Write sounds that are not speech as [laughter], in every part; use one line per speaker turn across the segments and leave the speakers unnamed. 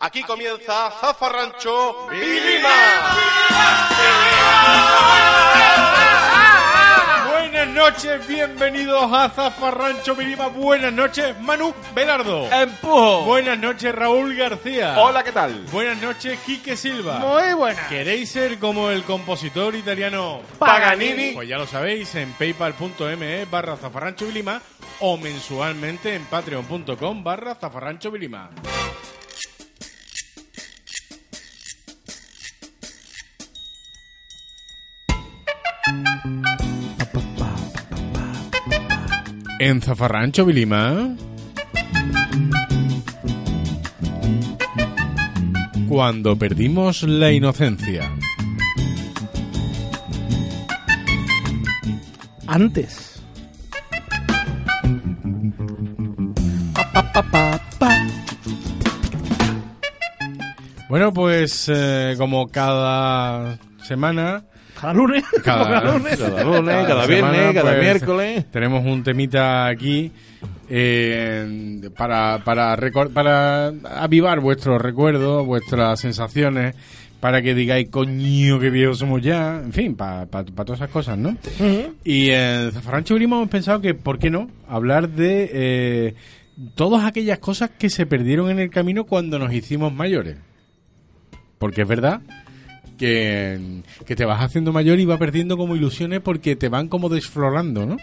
Aquí comienza Zafarrancho Vilima.
Buenas noches, bienvenidos a Zafarrancho Mirima. Buenas noches, Manu Velardo.
¡Empujo!
Buenas noches, Raúl García.
Hola, ¿qué tal?
Buenas noches, Quique Silva.
Muy buena.
¿Queréis ser como el compositor italiano
Paganini?
Pues ya lo sabéis, en paypal.me e barra zafarrancho Vilima o mensualmente en patreon.com barra zafarrancho Vilima. En Zafarrancho Vilima. Cuando perdimos la inocencia.
Antes.
Bueno, pues eh, como cada semana,
Cada lunes. [laughs]
Cada-
Cada lunes.
Cada lunes,
semana,
cada, viernes, cada
pues,
miércoles.
Tenemos un temita aquí eh, para, para, recor- para avivar vuestros recuerdos, vuestras sensaciones, para que digáis, coño, qué viejos somos ya. En fin, para todas esas cosas, ¿no? Y en Zafarrancho Grima hemos pensado que, ¿por qué no? Hablar de eh, todas aquellas cosas que se perdieron en el camino cuando nos hicimos mayores. Porque es verdad que, que te vas haciendo mayor y va perdiendo como ilusiones porque te van como desflorando, ¿no?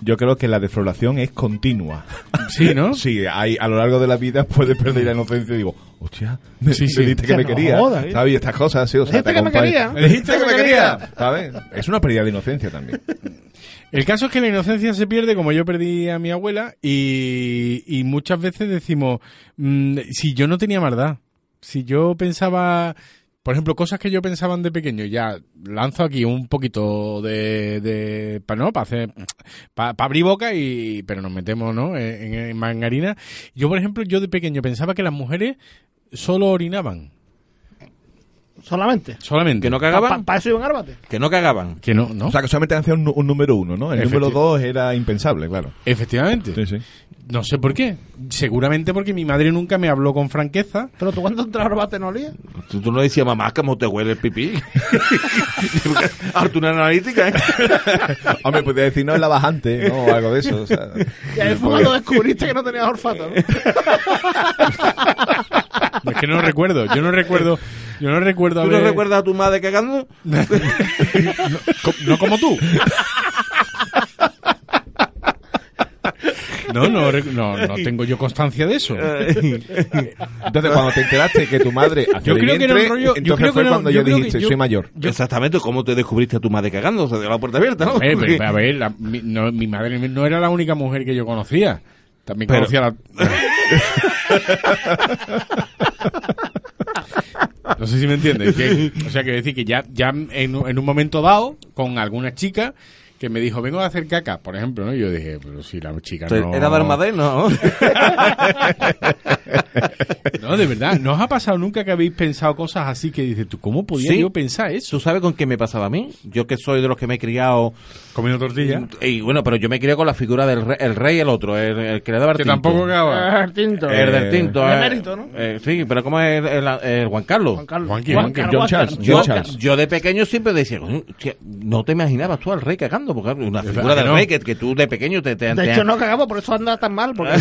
Yo creo que la defloración es continua.
[laughs] Sí, ¿no?
Sí, hay, a lo largo de la vida puedes perder la inocencia y digo, hostia, me,
Sí,
me
sí.
dijiste
Ya
que
no
me quería.
jodas, ¿eh?
¿Sabes? Y Estas cosas, sí, o
Me
sea,
dijiste
te
que me
acompaña-
quería.
Me dijiste que me quería. ¿Sabes? Es una pérdida de inocencia también.
El caso es que la inocencia se pierde, como yo perdí a mi abuela, y, y muchas veces decimos, mm, si yo no tenía maldad, si yo pensaba, por ejemplo, cosas que yo pensaba de pequeño, ya lanzo aquí un poquito de, de para no, para hacer, para abrir boca y, pero nos metemos, ¿no? En, en mangarina. Yo, por ejemplo, yo de pequeño pensaba que las mujeres solo orinaban,
[laughs] Solamente.
solamente.
¿Que no
Para
cagaban?
eso iban a Arbate.
¿Que no cagaban?
Que no, ¿no?
O sea, que solamente hacía un, nu- un número uno, ¿no? El número
Efectivamente.
dos era impensable, claro.
Efectivamente.
Sí, [laughs] sí.
No sé por qué. Seguramente porque mi madre nunca me habló con franqueza.
Pero tú cuando entras a Arbate no olías.
¿Tú, tú no decías, mamá, cómo te huele el pipí? [laughs] Harto una analítica, ¿eh?
Hombre, podía decir, no, es la bajante, ¿no? O algo de eso. O sea,
[laughs]
eh,
Y ahí
pues.
fue cuando descubriste que no tenías olfato. ¿no?
Es que no recuerdo. Yo no recuerdo. Yo no recuerdo
[laughs] ¿Tú no
haber-
recuerdas a tu madre cagando?
No, co- no como tú. No, no, rec- no, no tengo yo constancia de eso.
Entonces, cuando te enteraste que tu
[laughs]
madre hacía
Yo
de
creo que era un
vientre,
rollo. yo creo
entonces
que
fue
era-
cuando
yo
yo
creo que
dijiste,
yo-
soy mayor.
yo-
Exactamente, ¿cómo te descubriste a tu madre cagando? O sea, de la puerta abierta, ¿no?
Eh,
[laughs] Porque-
pero, a ver, la- mi, no, mi madre no era la única mujer que yo conocía. También
Pero-
conocía
[laughs]
la. No sé si me entiendes. que- o sea, quiero decir que ya, ya en, un- en un momento dado, con alguna chica que me dijo, vengo a hacer caca, por ejemplo, ¿no? Y yo dije, pero si la chica no...
¿Era de Armadén? No. [laughs]
No, de verdad. ¿No os ha pasado nunca que habéis pensado cosas así que dices tú, cómo podía
Sí.
yo pensar eso?
¿Tú sabes con qué me pasaba a mí? Yo que soy de los que me he criado...
Comiendo tortilla.
Y bueno, pero yo me he criado con la figura del rey, el rey y el otro, el, el que le daba el
Que
tinto.
tampoco acaba.
Ah, [laughs] tinto.
El del
Eh,
tinto.
el
eh,
emérito, ¿no?
eh, sí, pero ¿cómo es el, el- el Juan Carlos?
Juan Carlos.
Juanqui, Juanqui,
Carlos,
John
Juan
Charles,
Carlos.
John
Yo,
Charles.
yo de pequeño siempre decía, "Coño, hostia, no te imaginabas tú al rey cagando, porque claro, una
verdad
figura
que
del
no.
rey que, que tú de pequeño te... te,
De
te-
hecho, no cagaba, por eso anda tan mal. Porque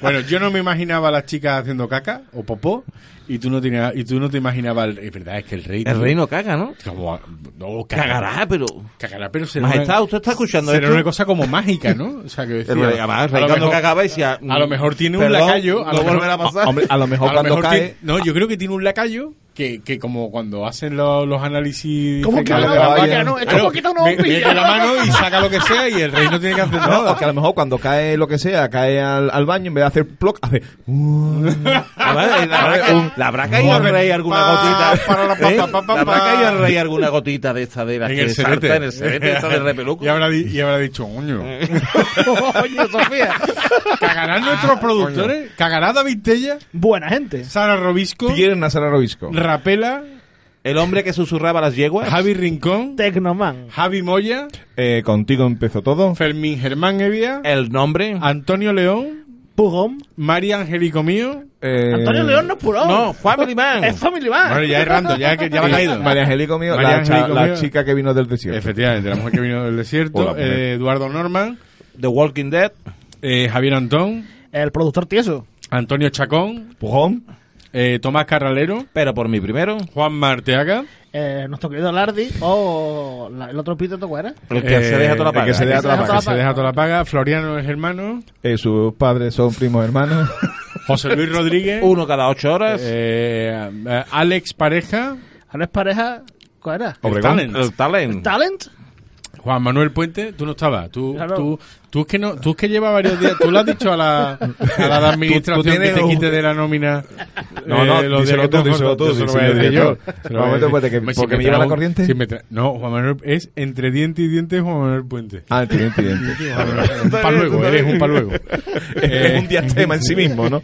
Bueno, yo no me imaginaba a las chicas haciendo caca o popó y tú no tenías, y tú no te imaginabas, el- es verdad, es que el rey
El rey no caga, ¿no?
como, no, cagará,
Cagará, pero...
cagará, pero será
Majestad,
una,
¿usted está escuchando
será una
esto?
cosa como mágica, ¿no? O sea, que decía,
El rey, además, el rey
a, lo
cuando
mejor,
cagaba decía...
a lo mejor tiene un
"Perdón,
lacayo, a
no
lo mejor-
volverá a pasar.
Hombre, a lo mejor
a lo
cuando
mejor
cae...
tiene- no, yo creo que tiene un lacayo que, que como cuando hacen lo- los análisis
¿Cómo que
fecales
no?
de las
Vaya.
vacas,
No,
es
claro,
como quita una
me-
bombilla.
mete la mano y saca lo que sea y el rey no tiene que hacer
No,
nada.
o que a lo mejor cuando cae lo que sea, cae al, al baño, en vez de hacer ploc, hace. uh,
Ah,
Además, ¿La habrá ca- la habrá caído al rey alguna
Pa,
gotita?
para, pa, pa,
¿Eh?
pa, pa,
¿La habrá
pa.
caído al rey alguna gotita de esta de la
En
que
el
salta
serete.
en el serete esa de repeluco?
Y habrá, di- y habrá dicho, coño.
[laughs] Coño, Sofía.
¿Cagarán
Ah,
nuestros productores? ¿Cagará David Tella?
Buena gente.
¿Sara Robisco?
Tierna Sara Robisco.
¿Rapela?
El hombre que susurraba las yeguas.
¿Javi Rincón?
Tecnoman.
¿Javi Moya?
Eh, contigo empezó todo.
Eh.
¿Fermín Germán Evia? Ah,
El nombre.
¿Antonio León?
Pugón.
María Angélico mío.
Eh,
Antonio León no es Pugón.
No, Family Man.
Es Family Man.
Bueno, ya es rando, ya, que- ya me ha caído.
eh, María Angélico mío,
María
la, cha-
Angélico
la
mío.
chica que vino del desierto.
Efectivamente, la mujer que vino del
Hola,
desierto.
mujer.
eh, Eduardo Norman,
The Walking Dead.
eh, Javier Antón,
[laughs] El productor tieso.
Antonio Chacón,
Pujón.
eh, Tomás Carralero,
Pero por mí primero.
Juan Marteaga.
Eh, nuestro querido Lardi. O la- el otro pito, ¿cuál era?
El que
eh,
se deja toda la
el que
paga.
se deja toda la
que
paga.
se deja toda la paga. Floriano es hermano.
Eh, sus padres son primos
[laughs]
hermanos.
José Luis
[laughs]
Rodríguez.
Uno cada ocho horas.
eh, eh, Alex Pareja.
Ahora es pareja. ¿Cuál era?
el
Obregón.
talent.
El talent.
Talent.
Juan Manuel Puente, tú no estabas. Tú,
Claro.
tú, tú es que no, tú es que llevas varios días. Tú le has dicho a la, a la de administración
tienes
que te
los-
quite de la nómina. eh,
No, no,
los
díselo
días que
tú,
te-
díselo tú,
yo se lo
díselo
voy a
tú,
decir
díselo
yo. Se
tú.
lo voy a
Un momento,
decir.
espérate, que-
Hombre,
porque me
trae
lleva la
un-
corriente.
si me trae- no, Juan Manuel es entre diente y diente Juan Manuel Puente.
Ah, entiendo, entiendo.
Un paluego, eres un paluego.
[laughs] es un diastema en sí mismo, ¿no?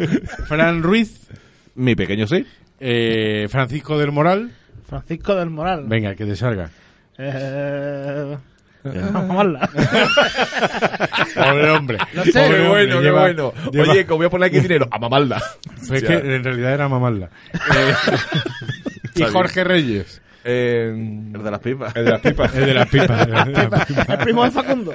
Fran Ruiz,
Mi pequeño sí.
eh, Francisco del Moral.
Francisco del Moral.
Venga, que te salga.
Eh,
Ah.
Vamos
[laughs]
a hablar.
Pobre
[laughs]
hombre.
No
Pobre
sé.
Qué
hombre,
bueno, qué
lleva-
bueno.
lleva-
Oye, como voy a poner aquí dinero, a mamalda.
[laughs] Pues es
Ya.
que en realidad era
[laughs]
mamarla. Eh, y Jorge Reyes,
Eh,
El de las pipas.
el de las pipas.
el de las pipas.
[laughs]
el de las pipas.
El primo de Facundo.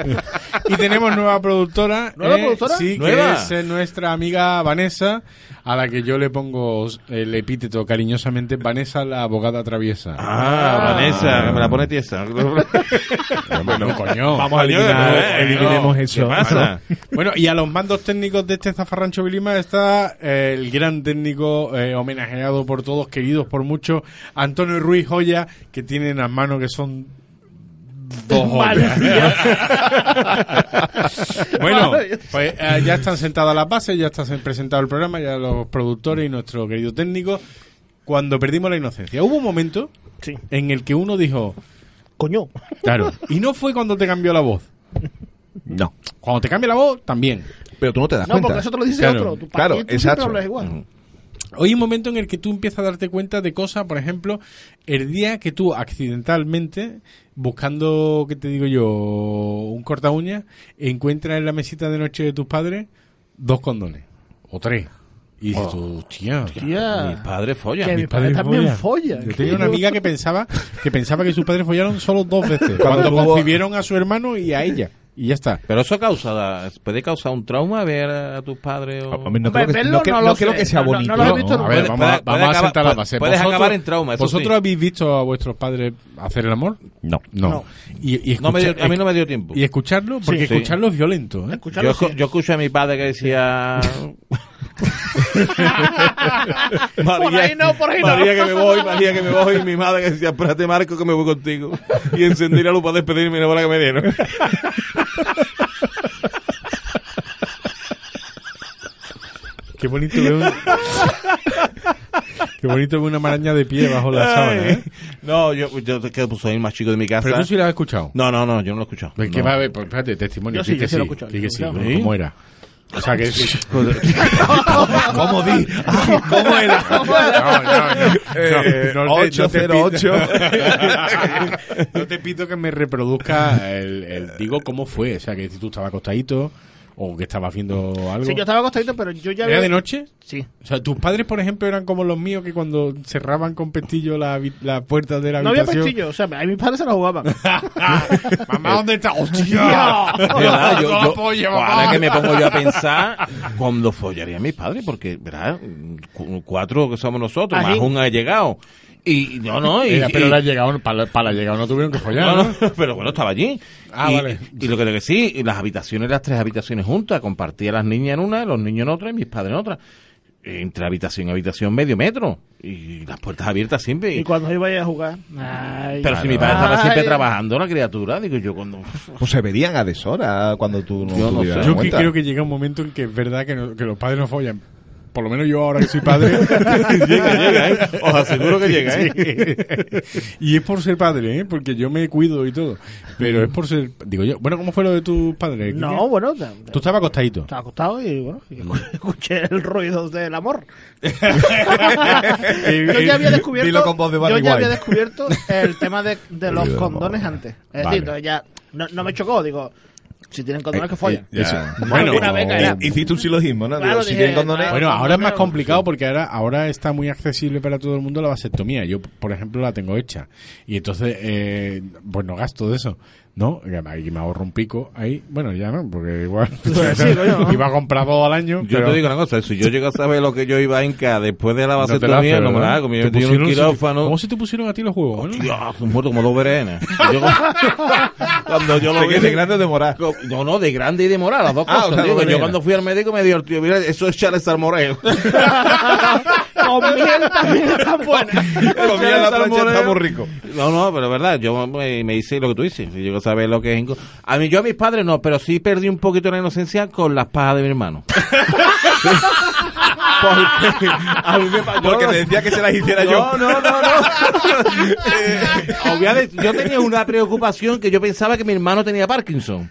Y tenemos nueva productora.
¿Nueva
eh,
productora?
Sí, que
¿Nueva?
es eh, nuestra amiga Vanessa, a la que yo le pongo el epíteto cariñosamente Vanessa la abogada traviesa.
Ah, Vanessa, que me la pone [laughs] tiesa.
bueno, coño.
Vamos
Coño,
a eliminar,
eh,
eliminemos
¿qué
eso.
pasa?
Bueno, y a los mandos técnicos de este zafarrancho Vilima está eh, el gran técnico eh, homenajeado por todos, queridos por muchos, Antonio Ruiz Joya, que tiene en las manos que son
[laughs]
dos joyas. bueno, pues eh, ya están sentadas las bases, ya está presentado el programa, ya los productores y nuestro querido técnico. Cuando perdimos la inocencia, hubo un momento
Sí.
en el que uno dijo,
Coño.
claro, y no fue cuando te cambió la voz.
No.
Cuando te cambia la voz, también.
Pero tú no te das
No,
cuenta.
porque eso te lo dice
Claro,
otro. Tú,
claro,
este
para ti, tú
exacto. Mm,
siempre hablas igual.
Hoy hay un momento en el que tú empiezas a darte cuenta de cosas, por ejemplo, el día que tú accidentalmente, buscando, ¿qué te digo yo? Un corta uña, encuentras en la mesita de noche de tus padres dos condones, o tres. Y dices tú, hostia,
Mi
Tía.
padre folla.
Que
Mi-
mi padre también folla.
Yo tenía una amiga que pensaba que pensaba que sus padres follaron solo dos veces,
Cuando
cuando,
tuvo-
concibieron a su hermano y a ella. Y ya está.
Pero eso causa, puede causar un trauma ver a tus padres o...
Hombre, no
Hombre,
creo que,
verlo
no creo-
no lo
no creo
sé.
que sea
No, no,
bonito.
no lo he
No,
visto
a
nunca.
ver,
vamos, a-
puede-
vamos
puede
a sentar
acabar-
la base.
puedes
Vosotros-
acabar en trauma, eso
¿Vosotros
sí.
habéis visto a vuestros padres hacer el amor?
No.
No.
No.
Y, y
No me dio-
escucha-
a mí no me dio tiempo.
Y escucharlo, porque
Sí.
escucharlo es violento. ¿eh?
Escucharlo,
Yo,
sí.
escu- yo escuché a mi padre que [laughs] decía...
Por ahí no, por ahí no.
María que me voy, María que me voy. Y mi madre que decía, espérate Marco que me voy contigo. Y encendí la luz para despedirme y la bola que me dieron.
Qué bonito ver un- [laughs] Qué bonito ver una maraña de pie bajo la sábana. ¿eh?
No, yo, yo que soy el más chico de mi casa.
Pero tú sí la has escuchado.
No, no, no, yo no lo he escuchado.
Es que
No.
va a ver, pues, espérate, testimonio. di
Yo sí, yo
que
sí lo he escuchado,
di
yo
que
lo
sí,
he escuchado.
¿cómo era? O sea que...
¿Cómo
[laughs]
di? Ay, ¿Cómo era? Eh,
No, no, no, no, no te- no te pido-
808.
No te pido que me reproduzca el, el- Digo, ¿cómo fue? O sea, que si tú estabas acostadito o que estabas haciendo algo.
[laughs] Sí, yo estaba acostadito, pero yo ya
¿Era
había...
de noche?
Sí.
O sea, tus padres, por ejemplo, eran como los míos que cuando cerraban con pestillo la, habi- la puerta de la
No había
habitación.
pestillo. O sea, a mis padres se la jugaban.
[laughs] Mamá, ¿dónde está?
[laughs]
¡Hostia!
Tío.
De verdad, yo-
No
yo-
apoyo, mamá.
ahora que me pongo yo a pensar, ¿cuándo follaría a mis padres? Porque, ¿verdad? Cu- Cuatro que somos nosotros,
Ají.
más un ha llegado. Y no, no, y,
Mira, pero
y-
la llegaron, para, la- para la llegada no tuvieron que follar,
[laughs] no,
¿no?
no, pero bueno, estaba allí.
Ah,
y,
vale.
y lo que le que sí, y las habitaciones, las tres habitaciones juntas, compartía las niñas en una, los niños en otra y mis padres en otra. Entre habitación y habitación, medio metro. Y las puertas abiertas siempre.
Y cuando iba a ir a jugar... Ay,
pero si mi padre estaba siempre trabajando, la criatura, digo yo, [laughs] cuando.
Pues se verían a deshora cuando tú no
Yo no sé.
tuvieras
Yo que
cuenta.
creo que llega un momento en que es verdad que, no- que los padres no follan. Por lo menos yo ahora que soy padre.
[laughs]
[laughs]
llega, llega, ¿eh? Os aseguro que llega, ¿eh?
Sí. Y es por ser padre, ¿eh? Porque yo me cuido y todo. Pero es por ser... Digo yo... Bueno, ¿cómo fue lo de tus padres? Quique?
No, bueno... ta-
Tú estabas acostadito.
Estaba acostado y bueno, y escuché el ruido del amor. [laughs] yo ya había
Dilo
descubierto,
con voz de Barry
yo ya había
White.
descubierto el tema de, de los
Ruido del amor.
condones antes. Es
Vale.
decir, ya no, no me chocó, digo, Si tienen condones, que [laughs] follan.
Eso.
Eh, Bueno, eh,
Alguna vez caerá.
Hiciste un silogismo, ¿no?
Claro,
Digo, si
dije,
tienen condones.
claro.
Bueno, ahora es más
Pero-
complicado porque ahora, ahora está muy accesible para todo el mundo la vasectomía. Yo, por ejemplo, la tengo hecha. Y entonces, eh, pues no gasto de eso. ¿No? Y además, y me ahorro un pico ahí. Bueno, ya no, porque
[laughs]
igual
Pues
[laughs] iba a comprar dos al año.
Yo
pero-
te digo una cosa, si yo llego a saber lo que yo iba a hincar después de la
No te la
vasectomía,
hace,
no, me la
¿verdad?
hago, me
Te
metí en un
pusieron-
quirófano.
¿Cómo se te pusieron a ti los huevos? no?
Dios, muerto como dos verenas. Yo- cuando yo lo
Te
vi,
quedas de grande o de morar.
no, no, de grande y de moral, las dos
Ah,
cosas.
o sea,
Digo,
bueno,
yo
mira.
cuando fui al médico me dijo, el tío, mira, eso es Charles Armoreo.
Ah, Con miel también está buena.
Comida en [laughs] la plancha
salmoreo.
está muy rico.
No, no, pero es verdad, yo me, me hice lo que tú dices, si yo sabes lo que es... inco- A mí, yo a mis padres no, pero sí perdí un poquito la inocencia con las pajas de mi
[laughs]
hermano. [laughs] Sí. Porque a mí me pa- [laughs] yo
Porque
no-
te decía que se las hiciera
no,
[laughs] yo.
No, no, no, no. Obviamente, yo tenía una preocupación que yo pensaba que mi hermano tenía Parkinson.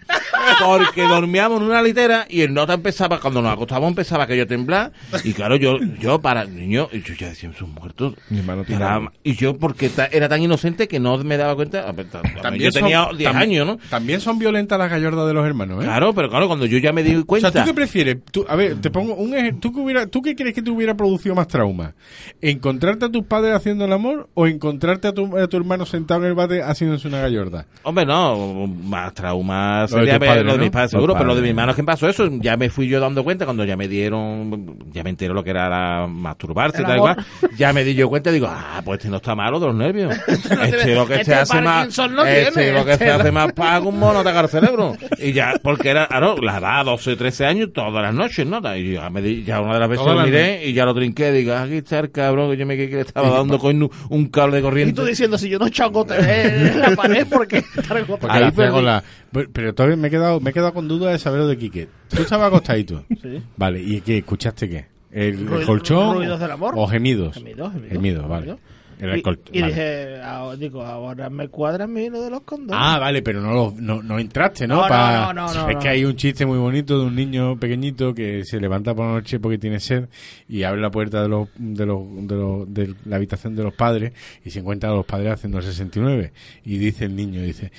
Porque dormíamos en una litera y el nota empezaba, cuando nos acostábamos empezaba aquello a temblar. Y claro, yo, yo para niño, y yo ya decía, son muertos.
Mi hermano tiene
Era-
algo.
y yo porque ta- era tan inocente que no me daba cuenta. a ver, ta- yo
son-
tenía 10
tam-
años, ¿no?
También son violentas las gallordas de los hermanos, ¿eh?
Claro, pero claro, cuando yo ya me di
O
cuenta.
sea, ¿tú qué prefieres? Tú- a ver, te pongo un ejemplo. ¿Tú, qué hubiera- ¿Tú qué crees que te hubiera producido más trauma? ¿Encontrarte a tus padres haciendo el amor o encontrarte a tu, a tu hermano sentado en el bate haciéndose una gallorda?
Hombre, no, más traumas.
Lo de
sería
tus
ver-
padres,
lo de
¿no?
mis padres,
Los
seguro, pero lo de
padres.
mi hermano es que me pasó eso. Ya me fui yo dando cuenta cuando ya me dieron, ya me enteré lo que era la- masturbarse y
El
tal
amor.
cual. Ya me di yo cuenta y digo, ah, pues este no está malo de los nervios. Este lo que
[laughs] este
se hace más,
Parkinson no
este
tiene,
lo que
este
se
no-
hace más pago un mono atacar el
[laughs]
cerebro. Y ya, porque era, claro, la edad, 12, 13 años, todas las noches, ¿no? Y ya, me di- ya una de las veces
Todas
lo
las
miré y ya lo trinqué. Digo, "Ah, aquí está el cabrón que yo me creí que le estaba dando con un cable de
Y
corriente.
tú diciendo, si yo no chango te ve en la pared, ¿por qué? Porque
Porque ahí pego la- pero, pero todavía me he quedado me he quedado con duda de saber lo de Quique. Tú estabas acostadito.
Sí.
Vale, ¿y qué? ¿Escuchaste qué? ¿El, el
Ruido-
colchón?
ruidos del amor.
¿O gemidos?
Gemidos, gemidos,
vale.
gemidos.
El
y,
alcohol-
y
vale.
dije, ahora, digo, ahora me cuadra a mí lo de los condones.
Ah, vale, pero no, lo- no, no entraste, ¿no?
No, no,
Pa-
no, no, no,
es que
no.
hay un chiste muy bonito de un niño pequeñito que se levanta por la noche porque tiene sed y abre la puerta de, los, de, los, de, los- de la habitación de los padres y se encuentra a los padres haciendo el 69. Y dice el niño, dice,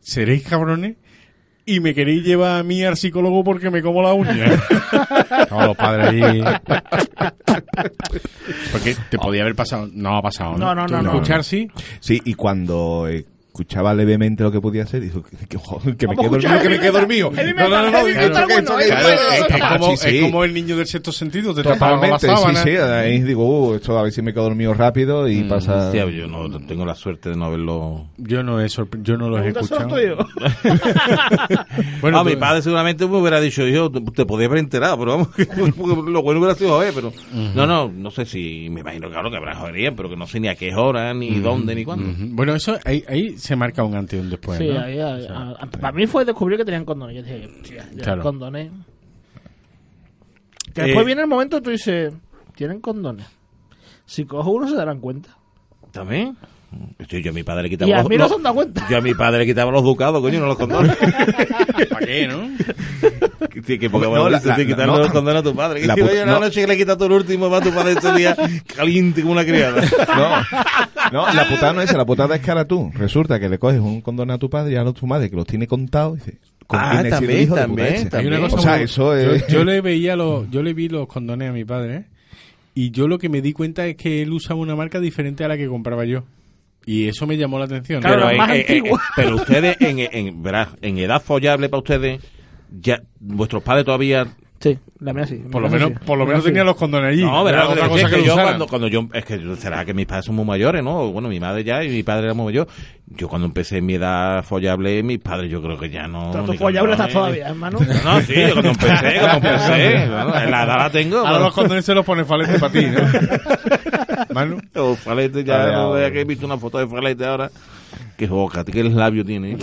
¿seréis cabrones? Y me queréis llevar a mí al psicólogo porque me como la uña.
[laughs]
no, los padres ahí... Porque te podía haber pasado... No ha pasado, ¿no?
No, no,
¿Tú
no, no.
escuchar sí?
Sí, y cuando eh, escuchaba levemente lo que podía hacer, dijo que, que- joder, que me
Vamos
quedé
a escuchar
dormido, que me
heavy
[laughs]
quedé
metal, heavy
dormido. No, no, no, no,
metal, heavy
que esto,
metal,
que esto,
bueno,
que
heavy
esto,
Es
metal,
que esto, que
como,
esto, sí,
es
sí.
como el niño del sexto sentido, te tapaban con la
Totalmente, sí,
sábana.
sí. Ahí digo, uh, esto a ver si me quedo dormido rápido y
Mm,
pasa...
Hostia, yo no tengo la suerte de no verlo
Yo no, he sorpre- yo no los pues he
Pregúntaselo
escuchado.
tuyo.
Bueno,
ah, mi
tú-
padre seguramente me hubiera dicho, yo te, te podía haber enterado, pero vamos, [laughs] que lo bueno hubiera sido joder, pero no, no, no sé si, me imagino claro que habrá jodería, pero que no sé ni a qué hora, ni dónde, ni cuándo.
Ujú. Bueno, eso ahí, ahí se marca un antes y un después.
Sí,
¿no?
ahí, ahí, a- a- para mí fue descubrir que tenían condones. Yo dije, hostia, ya
Claro.
condones. Que
Eh,
después viene el momento que tú dices, tienen condones. Si cojo uno se darán cuenta.
¿También? Yo, yo a mi padre le quitaba
Y a
los
mí no
los-
se han dado cuenta.
Yo a mi padre le quitaba los ducados, coño, no los condones.
[laughs] ¿Para qué, no?
Sí, que porque
No,
bueno,
la-
dices,
la-
sí,
la-
quitarle
no.
los condones a tu padre. Que [laughs]
La
si
pu-
vaya una
no.
noche que le quita todo el último, va tu padre ese día caliente como una criada.
No, no, la putada no es esa, la putada es que ahora tú resulta que le coges un condón a tu padre y a tu madre que los tiene contados y dices, ¿con
Ah,
quién he sido
también,
hijo de puta
también,
ese?
Hay una
también.
cosa
O sea,
muy-
eso es...
yo, yo le veía los, yo le vi los condones a mi padre y yo lo que me di cuenta es que él usaba una marca diferente a la que compraba yo. Y eso me llamó la atención.
Claro,
Pero
es
ahí-
más
en- en-
antiguo.
en- eh,
[laughs]
pero ustedes, en, en, verás, en edad follable para ustedes, ya vuestros padres todavía
Sí, la mía sí.
por lo menos, por lo menos tenía los condones allí. Era
No, verás,
otra
pero
cosa
es que
lo
yo
usaran.
cuando, cuando yo, es que será que mis padres son muy mayores, ¿no? Bueno, mi madre ya y mi padre era muy mayor. Yo cuando empecé mi edad follable, mis padres yo creo que ya no...
Tanto
ni
follable estás
cabrones.
todavía,
[laughs]
hermano.
No, no, sí, yo cuando empecé, cuando empecé, [laughs] bueno, la edad
[laughs]
la tengo.
Ahora los condones se los pone falete para ti, ¿no? Manu.
O Falete ya,
Vale,
no,
vale.
ya que he visto una foto de Falete ahora. Qué boca, qué labio tiene.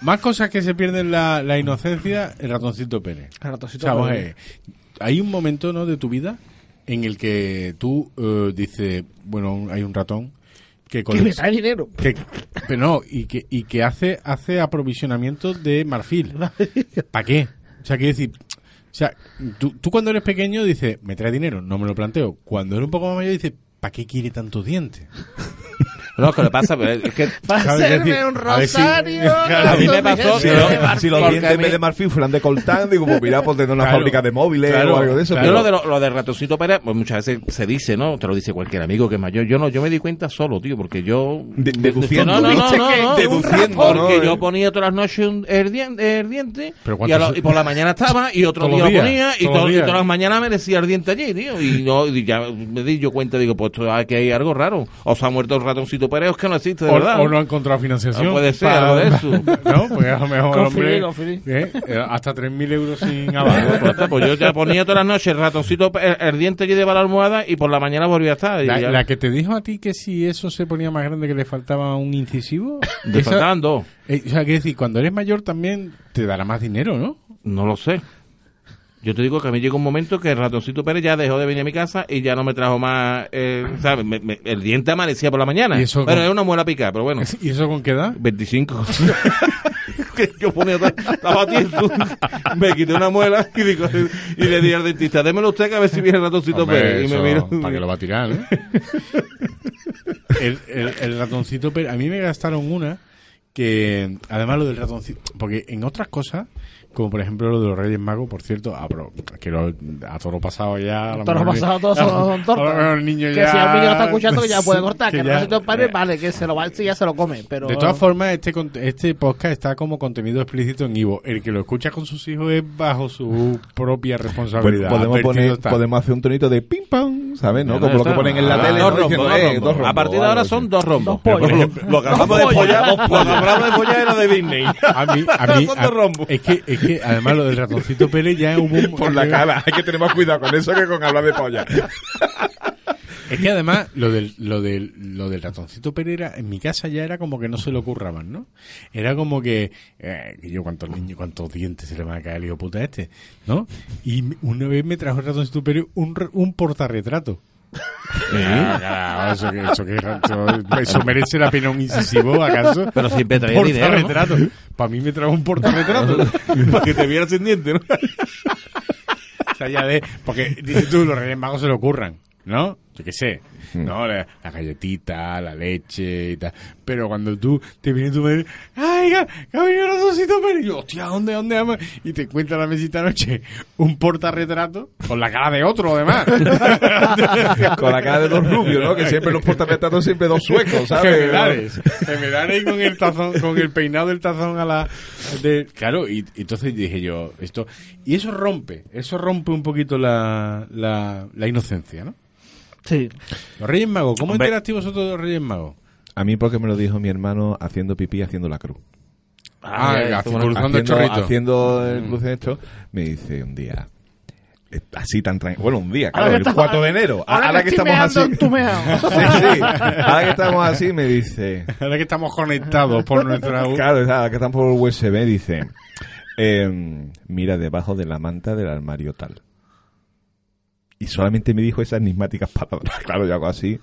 Más cosas que se pierden la, la inocencia, el ratoncito Pérez.
El
O
ratoncito
sea, vamos a
Pérez.
ver, hay un momento ¿no? de tu vida en el que tú eh, dices, bueno, un- hay un ratón que
Que me
colecciona...
trae dinero.
Que, pero no, y que, y que hace, hace aprovisionamiento de marfil. ¿Para qué? O sea, quiero decir, o sea, tú, tú cuando eres pequeño dices, me trae dinero, no me lo planteo. Cuando eres un poco más mayor dices, ¿para qué quiere tantos dientes?
No, que lo pasa, pero es que
[laughs]
Para
Claro, es
hacerme
decir,
un
a ver si-
rosario.
[laughs] Claro,
a mí me pasó
Si,
que
lo-
no-
si los
porque
dientes
a
en
mí-
vez de marfil fueran de coltán, digo, pues mira, pues tendrá una
Claro.
fábrica de móviles
Claro,
o algo de eso.
claro.
Yo lo
pero-
de, lo, lo de ratoncito Pérez, pues muchas veces se dice, ¿no? Te lo dice cualquier amigo que es mayor. Yo no, yo me di cuenta solo, tío, porque yo...
De- deduciendo.
No, no, no,
Tuviste
no,
que-
no.
deduciendo,
Porque
¿no?
yo ponía todas las noches un- el diente, el diente
Pero
y, a
cuántos-
lo- y por la mañana estaba y otro
Todos
día
los
lo
días,
ponía y,
todos los
to- y
días.
todas las mañanas me decía el diente allí, tío. Y, no, y ya me di yo cuenta, digo, pues esto- aquí hay algo raro. O se ha muerto el ratoncito Pérez, o es que no existe, de
O,
verdad.
o
[laughs]
no ha encontrado financiación.
No puede ser, algo
[laughs]
de eso.
No, pues a lo mejor,
Confiré,
hombre,
confiré.
¿eh? Eh, hasta 3.000 euros sin
[laughs] Bueno, pues,
aval.
está, pues yo ya ponía todas las noches el ratoncito, Pérez, el, diente allí debajo de la almohada y por la mañana volvía a estar. Y
La,
pues, ya-
la que te dijo a ti que si eso se ponía más grande que le faltaba un incisivo.
le
esa-
faltaban dos.
eh, o sea, quiere decir, cuando eres mayor también te dará más dinero, ¿no? [laughs]
No lo sé. Yo te digo que a mí llegó un momento que el ratoncito Pérez ya dejó de venir a mi casa y ya no me trajo más. eh, ¿sabes? Me- me- el diente amanecía por la mañana.
¿Y eso
bueno,
con-
era una muela picada, pero bueno.
¿Y eso con qué edad?
25. [laughs] Que yo ponía otra- estaba tieso. Me quité una muela y, digo- y le di al dentista, démelo usted que a ver si viene el ratoncito
Hombre,
Pérez. Y me
eso,
miro.
¿Para que lo va a tirar, ¿eh? [laughs] el, el- el ratoncito Pérez. A mí me gastaron una que, además, lo del ratoncito. Porque en otras cosas, como por ejemplo lo de los Reyes Magos, por cierto, a, pro- que lo- a toro pasado ya. [laughs] a lo
Toro
mejor-
pasado, todos son- son tortas.
a lo mejor el niño
Que
ya-
si a un niño lo está escuchando,
[laughs]
que ya puede cortar.
que
Que, el
ya- eh.
ratoncito Pérez, vale, que se lo va, sí, ya se lo come. Pero
De todas formas, este, cont- este podcast está como contenido explícito en Ivo. El que lo escucha con sus hijos es bajo su propia
Pues
responsabilidad.
podemos,
Advertido
poner,
está.
podemos hacer un tonito de ping pong, ¿sabes? ¿no?
Ya
Como lo que
está.
ponen en la
Ah,
tele.
dos
¿no?
rombos,
Diciendo,
dos
eh,
rombos.
dos rombos,
A partir de
algo
ahora
así.
son dos rombos. Pero,
pollos.
por [laughs]
[laughs]
ejemplo, Lo que acabamos de follar,
pollos.
lo que acabamos de follar era de Disney.
A mí, a mí,
Son de
a-
rombo.
es que, es que además lo del ratoncito Pérez ya hubo un,
[laughs]
Por la cara, hay que tener más cuidado con eso que con hablar de polla.
Es que además lo del, lo del, lo del ratoncito Pérez era- en mi casa ya era como que no se lo curraban, ¿no? Era como que, eh, que yo cuántos niños, cuántos dientes se le van a caer el hijo puta este, ¿no? Y me- una vez me trajo el ratoncito Pérez un, re- un portarretrato. [laughs] Ah, carajo, eso, que- eso, que- eso- eso merece la pena un incisivo, ¿acaso?
Pero siempre traía dinero, ¿no?
Portarretrato. Para mí me trajo un portarretrato.
[laughs] Para que te viera sin diente, ¿no?
O sea, ya de, porque dices tú, los Reyes Magos se lo ocurran, ¿no? Yo qué sé, ¿no? La, la galletita, la leche y tal. Pero cuando tú te viene tu madre, ¡ay, que que ha venido el ratoncito Pérez! Y yo, hostia, ¿dónde, dónde, ama? Y te cuenta la mesita anoche un portarretrato con la cara de otro, además.
Con la cara de dos rubios, ¿no? Que siempre los portarretratos siempre dos
[laughs]
suecos, ¿sabes?
Gemedares. Gemedares con el tazón, con el peinado del tazón a la. de- claro, y y entonces dije yo, esto. Y eso rompe, eso rompe un poquito la, la, la inocencia, ¿no?
Sí.
Los Reyes Magos, ¿cómo
Hombre.
interactivos son todos los Reyes Magos?
A mí porque me lo dijo mi hermano haciendo pipí, haciendo la cruz.
Ah,
ya,
hace-
bueno.
cruzando el
haciendo,
chorrito. Mm.
haciendo el cruce de esto, me dice un día, eh, así tan tranquilo, bueno, un día,
Ahora
claro,
que
el
estamos-
4 de enero,
ahora
ahora,
que
que
estoy
estamos así,
meando, tú
[laughs]
meao. [laughs]
sí, sí, ahora que estamos así, me dice,
Ahora que estamos conectados [laughs] por nuestra U.
claro, ahora que estamos por USB, dice, em, mira debajo de la manta del armario tal. Y solamente me dijo esas enigmáticas palabras, [laughs] claro, yo hago así.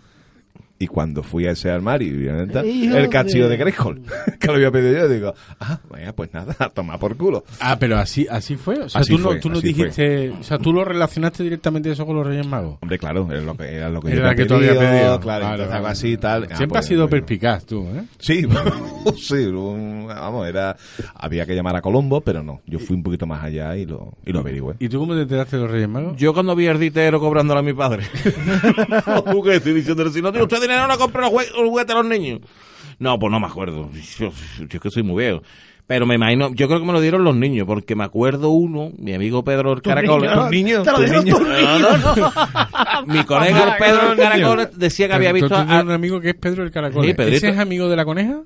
Y cuando fui a ese armario, y vi la neta,
Hijo
el castillo de
de-
Greyhall, [laughs] que lo había pedido yo, digo, ah, vaya, pues nada, [laughs] toma por culo.
Ah, pero así, así fue. O sea,
Así
tú,
fue,
no, tú no
así
dijiste. O sea, tú lo relacionaste directamente eso con los Reyes Magos.
Hombre, claro, era lo que, era lo que
Era
yo
la que tú
había
habías pedido.
Claro,
Vale,
entonces
vale.
algo así y tal. Ah,
Siempre
pues,
has sido
bueno.
perspicaz tú, ¿eh?
Sí, [laughs] sí, un- vamos, era, había que llamar a Colombo, pero no, yo fui un poquito más allá y lo, y lo averigüé.
¿Y tú cómo te enteraste de los Reyes Magos?
Yo cuando vi al ditero cobrándole a mi padre. [laughs] ¿Tú qué estoy diciéndole? Si no tiene usted dinero, no compre los jue- los juguetes a los niños. No, pues no me acuerdo. Yo, yo es que soy muy viejo. Pero me imagino, yo creo que me lo dieron los niños, porque me acuerdo uno, mi amigo Pedro el Caracol.
niño?
No,
niños?
Te lo dieron tus niños.
[laughs]
Mi colega el Pedro el Caracol decía que había
Pero tú
visto
tienes
a-
un amigo que es Pedro el Caracol.
Sí, Pedrito.
¿Ese es amigo de la coneja?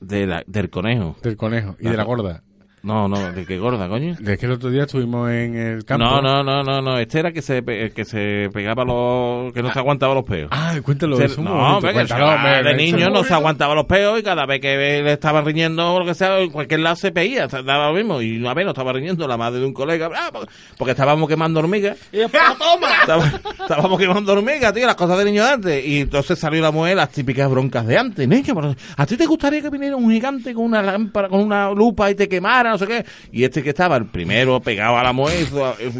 de la- del conejo.
Del conejo y de la gorda.
No, no, de qué gorda, coño.
Es que el otro día estuvimos en el campo.
No, no, no, no, no. Este era que se, pe- el que se pegaba los. que no se aguantaba los peos.
Ah, cuéntalo.
Se-
es un
no,
momento,
hombre, que el
cuéntalo, Ah,
chaval
hombre,
de
que es un
niño no
momento.
se aguantaba los peos y cada vez que le estaban riñendo o lo que sea, en cualquier lado se peía, o sea, daba lo mismo. Y una vez nos estaba riñendo la madre de un colega, ah, porque- porque estábamos quemando hormigas.
Y después,
[laughs]
toma.
Estábamos- Estábamos quemando hormigas, tío, las cosas de niño de antes. Y entonces salió la mujer, las típicas broncas de antes. Niño, pero ¿a ti te gustaría que viniera un gigante con una lámpara, con una lupa y te quemara, no sé qué? Y este que estaba, el primero, pegaba a la mujer. hizo- eh,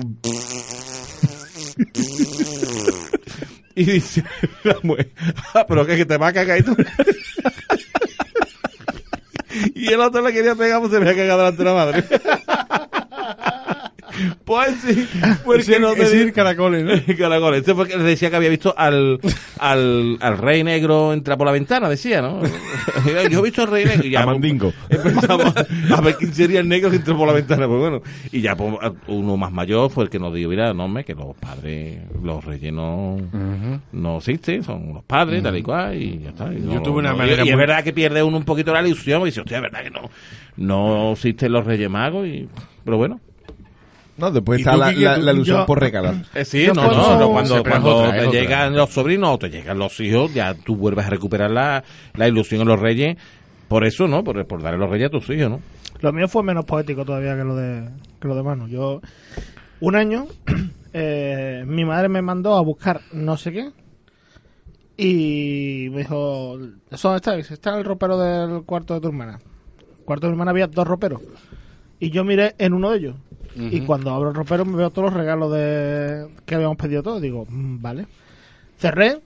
[laughs] Y dice la mujer, ah, pero que, que te va a cagar y tú. y el otro le quería pegar, pues se me ha cagado delante de la madre. [laughs] pues sí, porque
Es ir-
no te
es
di- [laughs]
ir caracoles, ¿no?
Caracol, este porque le decía que había visto al, al, al rey negro entrar por la ventana, decía, ¿no? [laughs] Yo he visto al rey negro y ya.
A Mandingo.
pues, [laughs] empezamos a ver quién sería el negro que entró por la ventana, pues bueno. Y ya pues, uno más mayor fue el que nos dio, mira, no hombre, que los padres, los reyes no, no existen, son los padres, tal y cual, y ya está. y no-
Yo tuve una
no-
manera
y es
muy-
verdad que pierde uno un poquito la ilusión, y dice, hostia, es verdad que no, no existen los reyes magos, y, pero bueno.
No, después
¿Y
está
tú,
la,
Quique,
la-
tú-
la ilusión
yo-
por regalar.
Eh, sí,
Yo
no,
puedo-
no, no,
Sí,
cuando,
pero es
cuando
otra, es
te
otra.
llegan los sobrinos o te llegan los hijos, ya tú vuelves a recuperar la, la ilusión a los reyes. Por eso, ¿no? Por, por darle los reyes a tus hijos, ¿no?
Lo mío fue menos poético todavía que lo de, que lo de Manu. Yo, un año, [clears throat] eh, mi madre me mandó a buscar no sé qué. Y me dijo, ¿eso dónde está? Dice, está en el ropero del cuarto de tu hermana. En el cuarto de mi hermana había dos roperos. Y yo miré en uno de ellos. Y cuando abro el ropero me veo todos los regalos de que habíamos pedido todos. Digo, "Mm, vale. Cerré,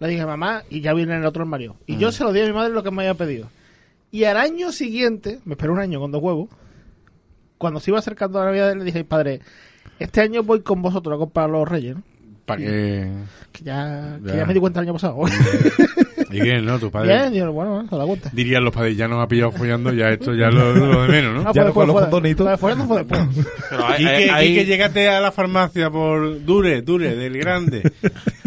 le dije a mamá y ya viene en el otro armario. Y yo se lo di a mi madre lo que me había pedido. Y al año siguiente, me esperé un año con dos huevos, cuando se iba acercando a la Navidad le dije, padre, este año voy con vosotros a comprar los reyes, ¿no?
Para [laughs] que.
que, ya, que
Ya.
ya me di cuenta el año pasado. [laughs]
Y bien, ¿no? Tu padre.
Bien, y yo, bueno, bueno, se da cuenta.
Dirían los padres, ya nos ha pillado follando, ya esto ya lo, lo de menos, ¿no?
Ah, fue
no
después,
con los
fue-
condones y todo.
fue después, no fue después.
Pero pues, hay,
Y que,
hay- hay-
llegaste a la farmacia por Dure, Dure, del grande.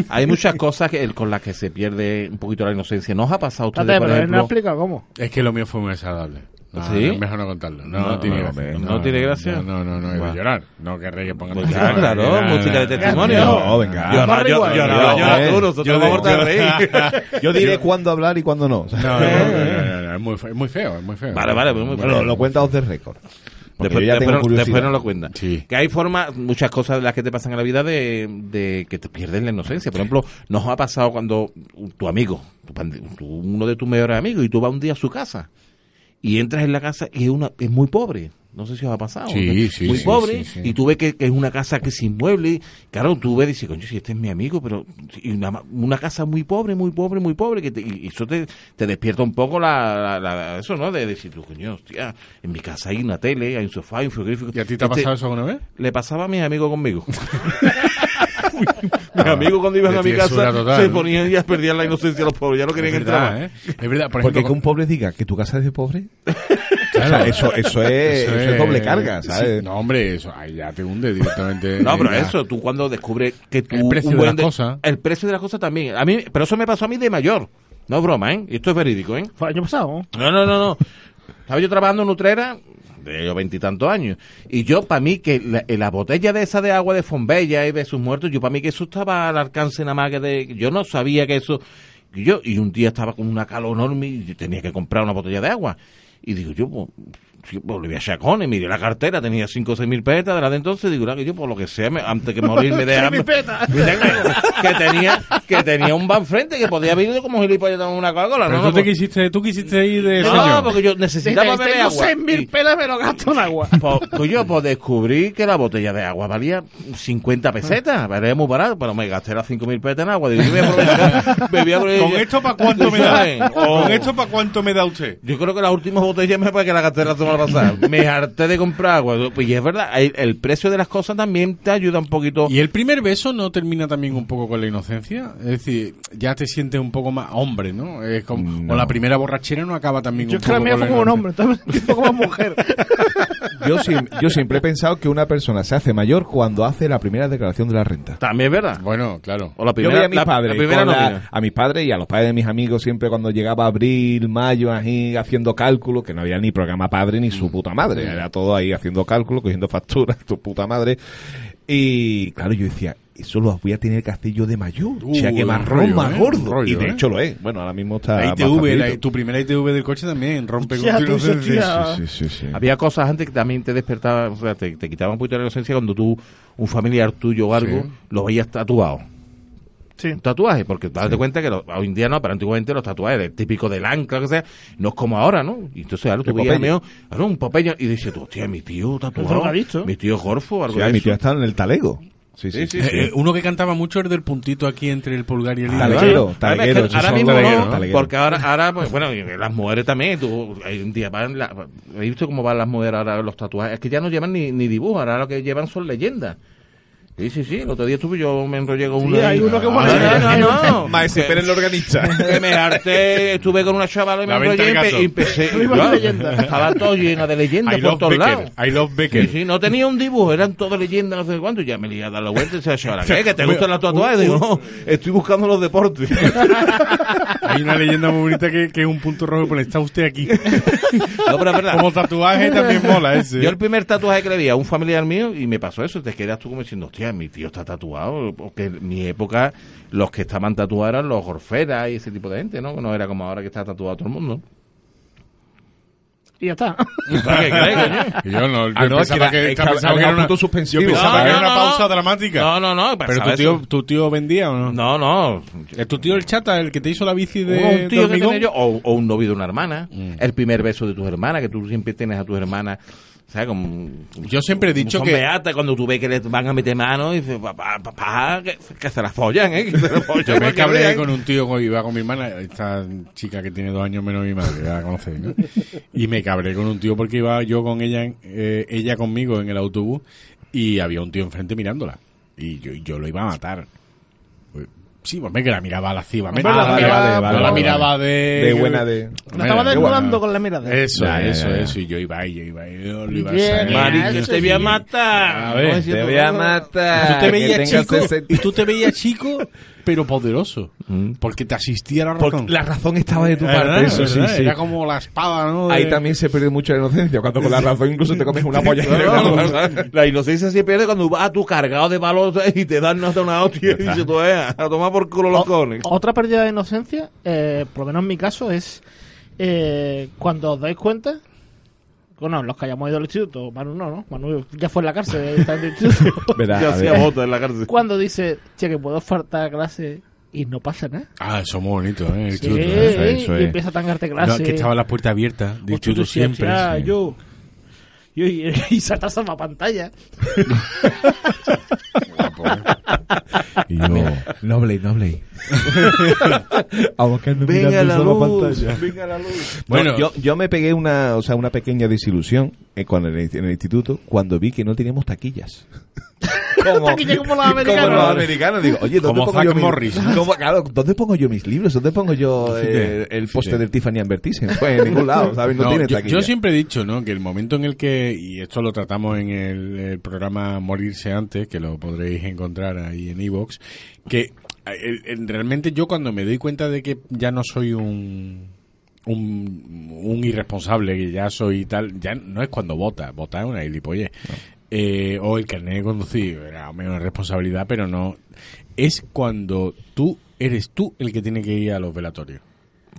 hay muchas cosas que, el- con las que se pierde un poquito la inocencia. ¿Nos ha pasado a ustedes,
Espérate,
por
pero él no
ejemplo?
explica cómo.
[laughs] Es que lo mío fue muy desagradable. No,
¿Sí?
no, mejor no contarlo. No,
No,
no tiene
no,
gracia.
hombre,
no tiene gracia.
No, no, no, no, he de
Buah.
llorar. No querré que pongan
Pues ya, claro, música de testimonio.
No, venga.
Llora,
Yo-
llora,
yo-
llora,
yo-
llora tú,
yo-
nosotros vamos a [laughs] reír.
[laughs] Yo diré cuándo hablar y cuándo no.
No, no, no, no, no, no, es muy fe- es muy feo, es muy feo.
Vale, vale, muy, muy
Bueno, lo cuenta off the record.
Después,
Porque yo ya
después
tengo
no-
curiosidad.
después no lo cuentan.
Sí.
Que hay formas, muchas cosas de las que te pasan en la vida de, de que te pierdes la inocencia. Por ejemplo, nos ha pasado cuando tu amigo, tu pandi- tu- uno de tus mejores amigos, y tú vas un día a su casa y entras en la casa y es, una, es muy pobre. No sé si os ha pasado.
Sí,
¿no?
sí,
muy
sí,
pobre.
sí, sí.
Y tú ves que, que es una casa que es inmueble. Claro, tú ves y dices, coño, si este es mi amigo, pero y una, ma- una casa muy pobre, muy pobre, muy pobre. que te- Y eso te, te despierta un poco la, la- la- eso, ¿no? De decir, tú, coño, hostia, en mi casa hay una tele, hay un sofá, hay un frigorífico.
¿Y a ti te ha
Este-
pasado eso alguna vez?
Le pasaba a mis
[laughs]
amigos conmigo. [laughs] mis amigos cuando iban
Ah, de
a mi
tiesura
casa
total,
se
¿no?
ponían y ya
[laughs]
perdían la inocencia los pobres, ya no querían
es
entrar.
verdad,
más.
¿eh? Es verdad, por
Porque
ejemplo.
que un pobre diga que tu casa es de pobre. O sea, eso, eso, es,
eso
eso es doble carga, ¿sabes?
sí, no, hombre, eso ahí ya te hunde directamente.
[laughs] No, pero
Ya.
eso, tú cuando descubres que tú...
El precio
un
de
buen
las cosas.
El precio de las cosas también. A mí, pero eso me pasó a mí de mayor. No es broma, ¿eh? Esto es verídico, ¿eh?
Fue el año pasado.
No, no, no, no. Estaba yo trabajando en Utrera de los veintitantos años. Y yo, para mí, que la, eh, la botella de esa de agua de Fombella y de sus muertos, yo para mí que eso estaba al alcance nada más que de... Yo no sabía que eso... Y yo, y un día estaba con una calor enorme y yo tenía que comprar una botella de agua. Y digo, yo, pues, sí, pues, le voy a Chacone, miré la cartera, tenía cinco o seis mil petas de la de entonces, digo, la que yo, por lo que sea, me- antes que morirme de hambre, [laughs] que tenía, que tenía un van frente que podía haber ido como gilipollas a tomar una Coca-Cola,
Pero
¿no?
tú,
No,
te
pues-
quisiste, tú quisiste ir de
no,
señor.
porque yo necesitaba beber agua. Y,
mil pelas me lo gasto en agua.
po- pues yo pues descubrí que la botella de agua valía 50 pesetas, valía muy barato, pero me gasté las 5.000 pesetas en agua. Digo, yo voy a aprovechar, me voy a aprovechar.
¿Con esto para cuánto me
¿Saben?
da?
O-
¿Con esto para cuánto me da usted?
yo creo que las últimas botellas me para que la gasté la semana pasada. Me harté de comprar agua. Pues y es verdad, el, el precio de las cosas también te ayuda un poquito.
¿Y el primer beso no termina también un poco con la inocencia? Es decir, ya te sientes un poco más hombre, ¿no? Es como,
Mm,
O la primera borrachera no acaba también
Yo
un
es que la
poco
mía
con la
fue como un
inocencia.
hombre, entonces [laughs] me sentí como mujer.
Yo, siem- yo siempre he pensado que una persona se hace mayor cuando hace la primera declaración de la renta.
También es verdad.
Bueno, claro.
O la
yo veía
primera,
a mis
la,
padres,
la primera
con la-
nómina.
a mis padres y a los padres de mis amigos siempre cuando llegaba abril, mayo, ahí haciendo cálculos, que no había ni programa padre ni
Mm.
su puta madre, era todo ahí haciendo cálculos, cogiendo facturas, [laughs] tu puta madre. Y claro, yo decía, eso lo voy a tener que hacer yo de mayor, o sea,
Uh,
que
un
más
rollo,
más
¿eh?
gordo.
Un rollo,
y de
¿eh?
hecho lo es. Bueno, ahora mismo está
La
más
ITV, la-
facilito.
tu primera ITV del coche también rompe
Ya,
con tu
tú, eso,
inocencia. Eh,
tía.
Sí, sí, sí, sí.
Había cosas antes que también te despertaban, o sea, te, te quitaban un poquito de la inocencia cuando tú, un familiar tuyo o algo,
Sí.
lo veías tatuado.
Sí.
Un tatuaje, porque date cuenta que lo- hoy en día no, pero antiguamente los tatuajes, el típico del ancla, que sea, no es como ahora, ¿no? Y entonces ahora tú
De
veías
Popeye.
mío, ahora un Popeye, y dices tú, hostia, mi tío tatuado,
drogadicto.
mi tío Gorfo, algo
Sí,
de
mi
eso.
tío está en el talego. Sí, sí.
Sí, sí,
Eh,
sí.
eh,
[laughs]
uno que cantaba mucho era del puntito aquí entre el pulgar y el ¿eh?
Tal
índice.
Además,
vez. Taleguero, taleguero,
es que
esos
ahora
son
mismo
taleguero,
no,
taleguero.
porque ahora, ahora pues, bueno, y las mujeres también, tú, hay un día van, la- he visto cómo van las mujeres ahora los tatuajes, es que ya no llevan ni, ni dibujos, ahora lo que llevan son leyendas. Sí, sí, sí, el otro día estuve yo me enrollé con una...
hay uno que
no,
pone-
no, no,
[laughs]
no.
Maese Pérez el organista.
[laughs] Que me harté, estuve con una chavala y me
La venta
enrollé y
de
empe-
gato.
y empecé.
[laughs] No iba
yo-
de leyenda.
Estaba todo lleno de leyendas
I
por
love
todos lados.
Becker. I love
Sí,
Becker.
sí, no tenía un dibujo, eran todas leyendas, no sé cuánto. y Ya me lié a dar la vuelta y se chavala.
[laughs]
¿Qué? ¿Que te gustan las tatuajes? Digo, no, estoy buscando los deportes.
Hay una leyenda muy bonita que, que es un punto rojo que pone, está usted
[laughs]
aquí.
No, pero es verdad.
Como tatuaje también mola eh, ese.
Yo el primer tatuaje que le vi a un familiar mío y me pasó eso, te quedas tú como diciendo, hostia, mi tío está tatuado, porque en mi época los que estaban tatuados eran los orferas y ese tipo de gente, ¿no? No era como ahora que está tatuado todo el mundo.
Y ya está. [laughs]
¿Qué crees, coño?
Yo no, yo
Ah, no, es que
pensaba
era-
que,
es que
pensaba
había
que era
un
una,
punto suspensivo.
yo pensaba
No,
que
no,
era una
no, no.
pausa dramática.
[laughs] No, no, no,
Pero
pasaba
tu tío,
eso.
tu tío vendía o no?
No, no.
¿Es tu tío el chata, el que te hizo la bici de,
Hubo un
de
tío que
hormigón? Mm.
tenía yo, o, o un novio de una hermana, el primer beso de tus hermanas, que tú siempre tienes a tus hermanas, ¿sabes? Como,
Yo siempre he dicho
son
que
beatas, cuando tú ves que le van a meter mano y dices, papá, papá, que, que se las follan, ¿eh? Que se las follan,
[laughs] Yo me
para que vean.
cabré con un tío que iba con mi hermana, esta chica que tiene dos años menos mi madre, ya la conocéis, ¿no? Y me cabré con un tío porque iba yo con ella, en- eh, ella conmigo en el autobús y había un tío enfrente mirándola. Y yo, yo lo iba a matar. Pues, Sí, pues me que la miraba lascivamente.
Hombre,
no
la
la
miraba-
miraba, no la
vale,
miraba de...
De buena de.
La estaba
Hombre, buena.
desnudando con la mirada.
Eso,
Ya, ya,
eso,
ya, ya.
eso. Y yo iba ahí, yo iba ahí, yo lo iba a
Bien,
sacar.
Mari-
Marico, te voy a matar.
A ver,
Como diciendo, Eh, no, no.
Tú
matar.
te veías chico, y tú te
[laughs]
veías chico, pero poderoso. Mm. Porque te asistía la razón.
Porque la razón estaba de tu
Era,
parte. Eso,
era,
sí,
era,
sí.
Era como la espada, ¿no?
Ahí
De-
también se pierde mucha inocencia. Cuando con la razón incluso te comes una polla.
No, no, no. La inocencia se pierde cuando vas a tu cargado de balos y te dan hasta una hostia y dices, tú, eh, a tomar por culo
Oh,
los cones.
Otra pérdida de inocencia, eh, por lo menos en mi caso, es eh, cuando os dais cuenta. Bueno, los que hayamos ido al instituto, Manu no, ¿no? Manu ya fue en la cárcel, está en el
[laughs]
instituto.
Verá,
Ya
a
hacía
ver.
bota en la cárcel.
[laughs] cuando dice, che, que puedo faltar a clase y no pasa nada.
Ah, eso es muy bonito, ¿eh? El
Sí,
instituto, ¿eh?
eso, eso,
y
eh.
empieza a tangarte
No,
clase.
que estaba la puerta abierta, de
Hostia,
instituto
tú sí,
siempre.
"Ah,
hostia,
sí.
yo. Yo, y, [laughs] y saltas a la pantalla.
Y [laughs] yo, noble, noble. [laughs] a buscar
Venga la luz, venga la luz.
Bueno,
Bueno.
yo, yo me pegué una, o sea, una pequeña desilusión eh, cuando en, el, en el instituto cuando vi que no teníamos taquillas. Como,
Taquilla como los americanos.
Como los americanos. Digo, oye, ¿dónde
Como
pongo
Zack
yo mis-
Morris.
como- claro, ¿dónde pongo yo mis libros? ¿Dónde pongo yo eh, el póster del Tiffany and Bertice? Pues en ningún lado, ¿sabes? No,
No,
tiene
yo,
taquilla.
yo siempre he dicho, ¿no? Que el momento en el que, y esto lo tratamos en el, eh, programa Morirse antes, que lo podréis encontrar ahí en Evox, que eh, el- el- realmente yo cuando me doy cuenta de que ya no soy un, un, un irresponsable, que ya soy tal, ya no es cuando vota, vota es una gilipollez. Eh, o el carnet de conducir, era menos responsabilidad, pero no. Es cuando tú eres tú el que tiene que ir a los velatorios.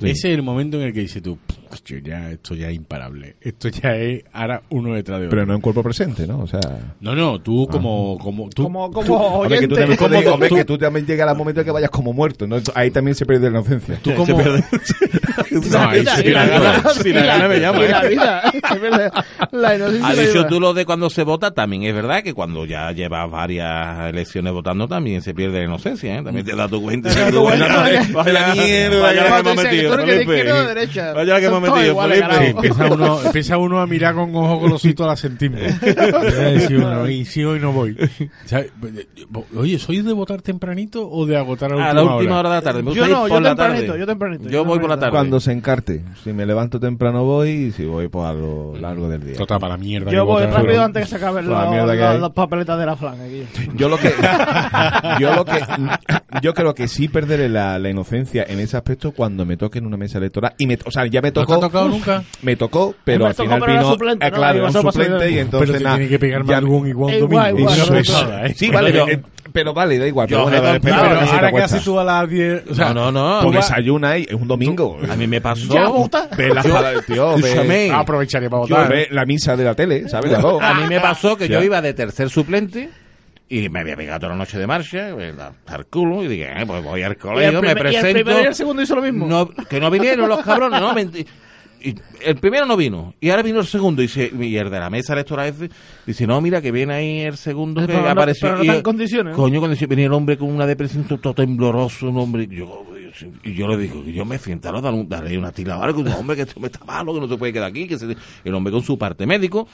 Ese es el momento en el que dices tú, "Pff, yo ya, esto ya es imparable. Esto ya es ahora uno detrás de otro.
Pero no en cuerpo presente, ¿no? O sea...
no, no, tú como, como, tú,
Como,
tú-
como
Hombre, que tú
oyente.
también,
¿Cómo
te digo,
tú-
hombre,
tú-
que tú también llegas al momento en que vayas como muerto, ¿no? Ahí también se pierde la inocencia.
tú como, [laughs] No, ahí
vida,
sí
y
la gana,
vida,
sí
y
la gana me llama,
y
¿eh?
la vida, es verdad. La inocencia
Ha
y la
dicho
vida.
tú lo de cuando se vota, también es verdad que cuando ya llevas varias elecciones votando también se pierde la inocencia, ¿eh? También te das tu cuenta.
das tu cuenta,
Vaya-
vaya-
Vaya mierda, vaya la que me
Tú
hemos
eres
metido,
de izquierda o de
Felipe.
derecha.
Vaya la que me
Son
hemos
todos
metido,
iguales,
Sí,
Felipe.
carajo.
empieza uno, empieza uno a mirar con ojos golositos a la sentimos. si uno, y si hoy no voy. ¿Sabes? Oye, ¿soy de votar tempranito o de agotar a
A
última,
la última hora de la tarde. Me
Yo
gusta ir
no, yo
por la
tempranito,
tarde.
yo tempranito,
Yo
yo
voy por la tarde.
Cuando se encarte. Si me levanto temprano voy y si voy pues a lo largo del día.
Total, para la mierda. que
Yo voy
votaron.
rápido antes que se acaben
Toda la
los-
mierda que
los-
hay.
las papeletas de la flanga. aquí.
Yo lo que [laughs] yo lo que yo creo que sí perderé la, la inocencia en ese aspecto cuando me toque en una mesa electoral y me, o sea, ya me
¿No te ha
tocó
tocado nunca?
me tocó, pero
Me
al
tocó,
final
pero era
vino
suplente,
eh,
¿no?
claro,
Iba
un
a ser
suplente y
pasajero.
entonces
pero te
nada,
tiene que pegar
ya-
más algún igual
Eh,
domingo.
guay, guay.
Una
Eso es.
pesada, ¿eh?
Sí, vale,
Bueno,
eh, pero vale, da igual.
yo
pero
me
bueno,
he
espera,
comprado,
Pero
espera, que se te
ahora que
cuesta.
haces tú a las 10. O sea,
No, no, no.
Tú
va-
desayunas y es un domingo.
A mí me pasó.
Ya, puta.
Ve la espada del
[laughs]
tío, ve,
Escúchame.
aprovecharé para
yo-
votar. ¿eh?
ve la misa de la tele, ¿sabes? Las dos.
A mí me pasó que
Ya.
yo iba de tercer suplente y me había pegado toda la noche de marcha, eh, al culo, y dije, eh, pues voy al
Y el
colegio, me
primer- y el
presento.
[laughs] primero y el segundo hizo lo mismo. Eh,
No, que no vinieron los cabrones, no, mentí. y el primero no vino. Y ahora vino el segundo. Y, se- y el de la mesa electoral ese dice, no, mira, que viene ahí el segundo
Pero
que
no-
apareció.
pero no
Y
está en
yo,
condiciones.
Coño, cuando se- venía el hombre con una depresión todo todo tembloroso, un hombre. y Yo, y yo le digo, que yo me siento, ¿no? Dale un- dale una tira ahora, que un hombre que esto me está malo, que no se puede quedar aquí. que se- El hombre con su parte médico.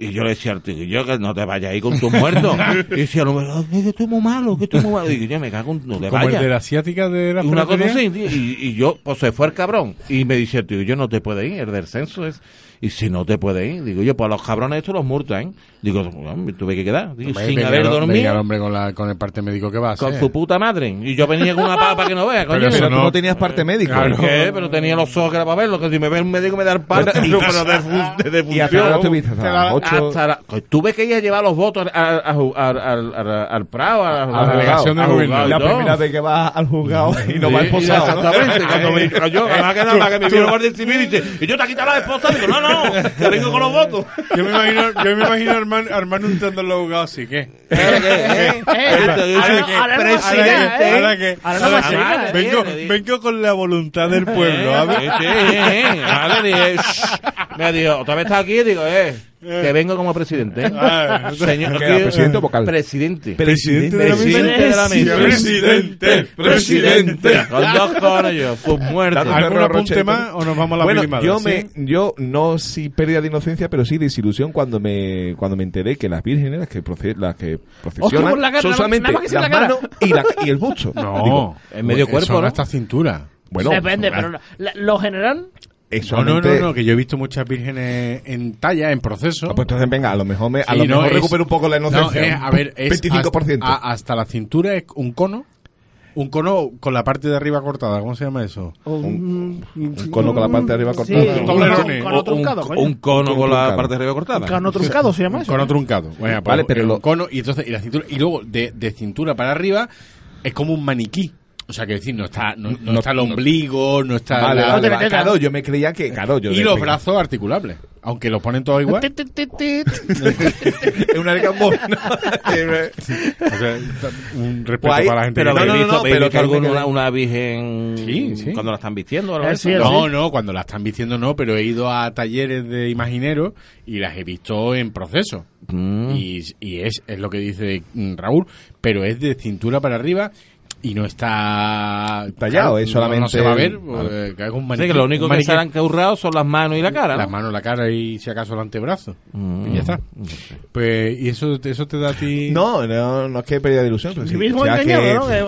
Y yo le decía al tío, yo que no te vayas ahí con tus
[laughs]
muertos. Y decía, no, que estoy muy malo, que estoy muy malo. Y yo, yo me cago, en- no te
Como el
vayas.
de la asiática de la
Y una cosa
ferretería.
así, tío, y, y yo, pues se fue el cabrón. Y me dice, tío, yo no te puedo ir, el del censo es. Y si no te puede ir, digo yo, pues a los cabrones estos los multan. Digo, bueno, me tuve que quedar, digo,
Hombre,
sin
venga
haber
el- venga
dormido,
el hombre con, la, con el parte médico que va a
con
hacer.
su puta madre. Y yo venía con una papa que no vea, coño.
Pero eso
Pero tú
no-
no tenías parte médico.
Claro.
¿Por qué? Pero tenía los ojos que era para verlo, que si me ve un médico me da el parte, [laughs]
Bueno,
digo, pero de, fun- de- de
Y hasta
función.
ahora estuviste hasta
Te
las
la-
ocho.
Hasta la- pues tuve que ir a llevar los votos al, al, al, al, al- al Prado, a
A la delegación del
Abogado,
gobierno.
Es la
No.
primera vez que vas al juzgado y no
Sí,
vas al posado. ¿no?
Exactamente, cuando me dijo yo, además que nada, que me vio el guardia civil y dice, y yo te he quitado la esposa, digo, no, no, te vengo con los
[laughs]
votos.
Yo me imagino, yo me imagino a Armando Armando entrando en los abogados así, ¿qué?
eh, Presidente.
Ahora que,
¿eh? Ahora no
ahora
pasa
que-
nada,
¿eh?
vengo, vengo con la voluntad del pueblo.
¿ah?
a ver.
Me dijo, otra vez estás aquí, digo, eh, que vengo como presidente.
Ah,
Señor,
¿Qué era, presidente o vocal?
Presidente.
Presidente de la mesa.
Presidente de la mesa.
Presidente, presidente.
Con dos conos yo, fue muerto.
Al-
¿Algún
Perro
apunte
Rochete.
más o nos vamos a la
bueno,
pilimada?
yo
¿Sí?
me, yo no sí pérdida de inocencia, pero sí desilusión cuando me cuando me enteré que las vírgenes las que proce- las que procesionan
por la cara,
son
nada-
solamente
nada más que sea
las
la cara.
manos y, la- y el busto.
No,
Digo,
en medio
pues,
cuerpo,
son
¿no?
hasta cintura.
bueno,
Depende,
son-
pero la- la- lo general.
es
No, no, no,
solamente-
no, que yo he visto muchas vírgenes en talla, en proceso.
Ah, Pues entonces venga, a lo mejor me, a
Sí,
lo
no,
mejor
es-
recupero un poco la inocencia.
No, es- a ver, es
25%.
Hasta, a- hasta la cintura es un cono. Un cono con la parte de arriba cortada, ¿cómo se llama eso?
Un,
un cono con la parte de Este arriba
Sí,
cortada.
un
Toblerone.
cono
un,
truncado, coño.
un cono con la
Truncado.
parte de arriba cortada.
Un cono truncado se llama
Un
eso.
cono truncado. Bueno, pues,
Vale, pero
un
lo-
cono y entonces y la cintura y luego de, de cintura para arriba es como un maniquí. O sea, que decir, no está no, no
No-
está el
no-
ombligo, no está
Vale,
la-
vale,
la-
vale. Claro, yo me creía que claro, yo
y
de-
los
me-
brazos articulables, aunque los ponen todos igual.
Tit, tit, tit, tit.
[laughs] es una de cambón.
[laughs] O sea, un respeto
Guay,
para la gente.
Pues
que-
Pero
No,
habéis
no, no,
visto,
no,
habéis
Pues pero
visto
que
alguna-
me
una,
queda-
virgen
Sí, sí.
cuando la están vistiendo. o algo
Eh,
así?
sí, es-
No, no, cuando la están vistiendo no, pero he ido a talleres de imagineros y las he visto en proceso.
Mm.
Y, y es, es lo que dice mm, Raúl, pero es de cintura para arriba y no está
Tallado, es
no- No,
solamente-
se va a ver,
Vale.
eh, que es un
O
maniquí.
sea, que lo único
un
que
maniquí.
se han caurrado son las manos y la cara. ¿no?
La mano, la cara y si acaso el antebrazo. Y
Mm.
ya está. Pues, ¿y eso, eso te da a ti...?
No, no, no es que pérdida de ilusión, pero sí,
Mismo
o sea, que-
engañado, ¿no? Que-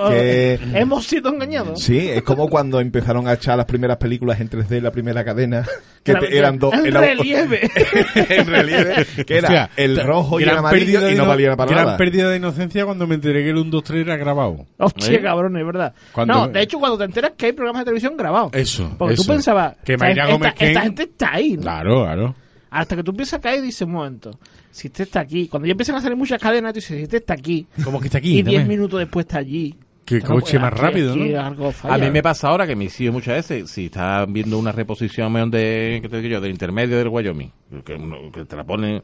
eh,
que-
Hemos sido engañados.
Sí, es como cuando empezaron a echar las primeras películas en 3D en la primera cadena, que
Claro,
te- eran dos,
El
era-
[laughs]
relieve.
[laughs] en relieve, que era
Hostia,
el
ta-
rojo y el
gran pérdida
amarillo
de
y no
ino-
valían para
Gran
nada.
pérdida de inocencia cuando me enteré que el 1, 2, 3 era grabado.
Hostia,
¿Eh?
cabrón, es verdad.
Cuando-
No, de hecho, cuando te enteras que hay programas de televisión grabados.
Eso,
Porque tú
eso.
pensabas.
Que
o sea,
Mayra
esta-
Gómez
esta,
Ken-
gente está ahí. ¿no?
Claro, claro.
Hasta que tú empiezas a caer y dices, un momento. Si este está aquí. Cuando ya empiezan a salir muchas cadenas, tú dices, si este está aquí.
Como que está aquí.
Y 10
también.
minutos después está allí.
Qué
No,
coche
pues,
más
aquí-
rápido,
aquí
¿no?
algo falla.
A mí me pasa ahora que mis hijos muchas veces, si están viendo una reposición meón de, ¿qué te digo yo? del intermedio del Wyoming, que, uno- que te la ponen,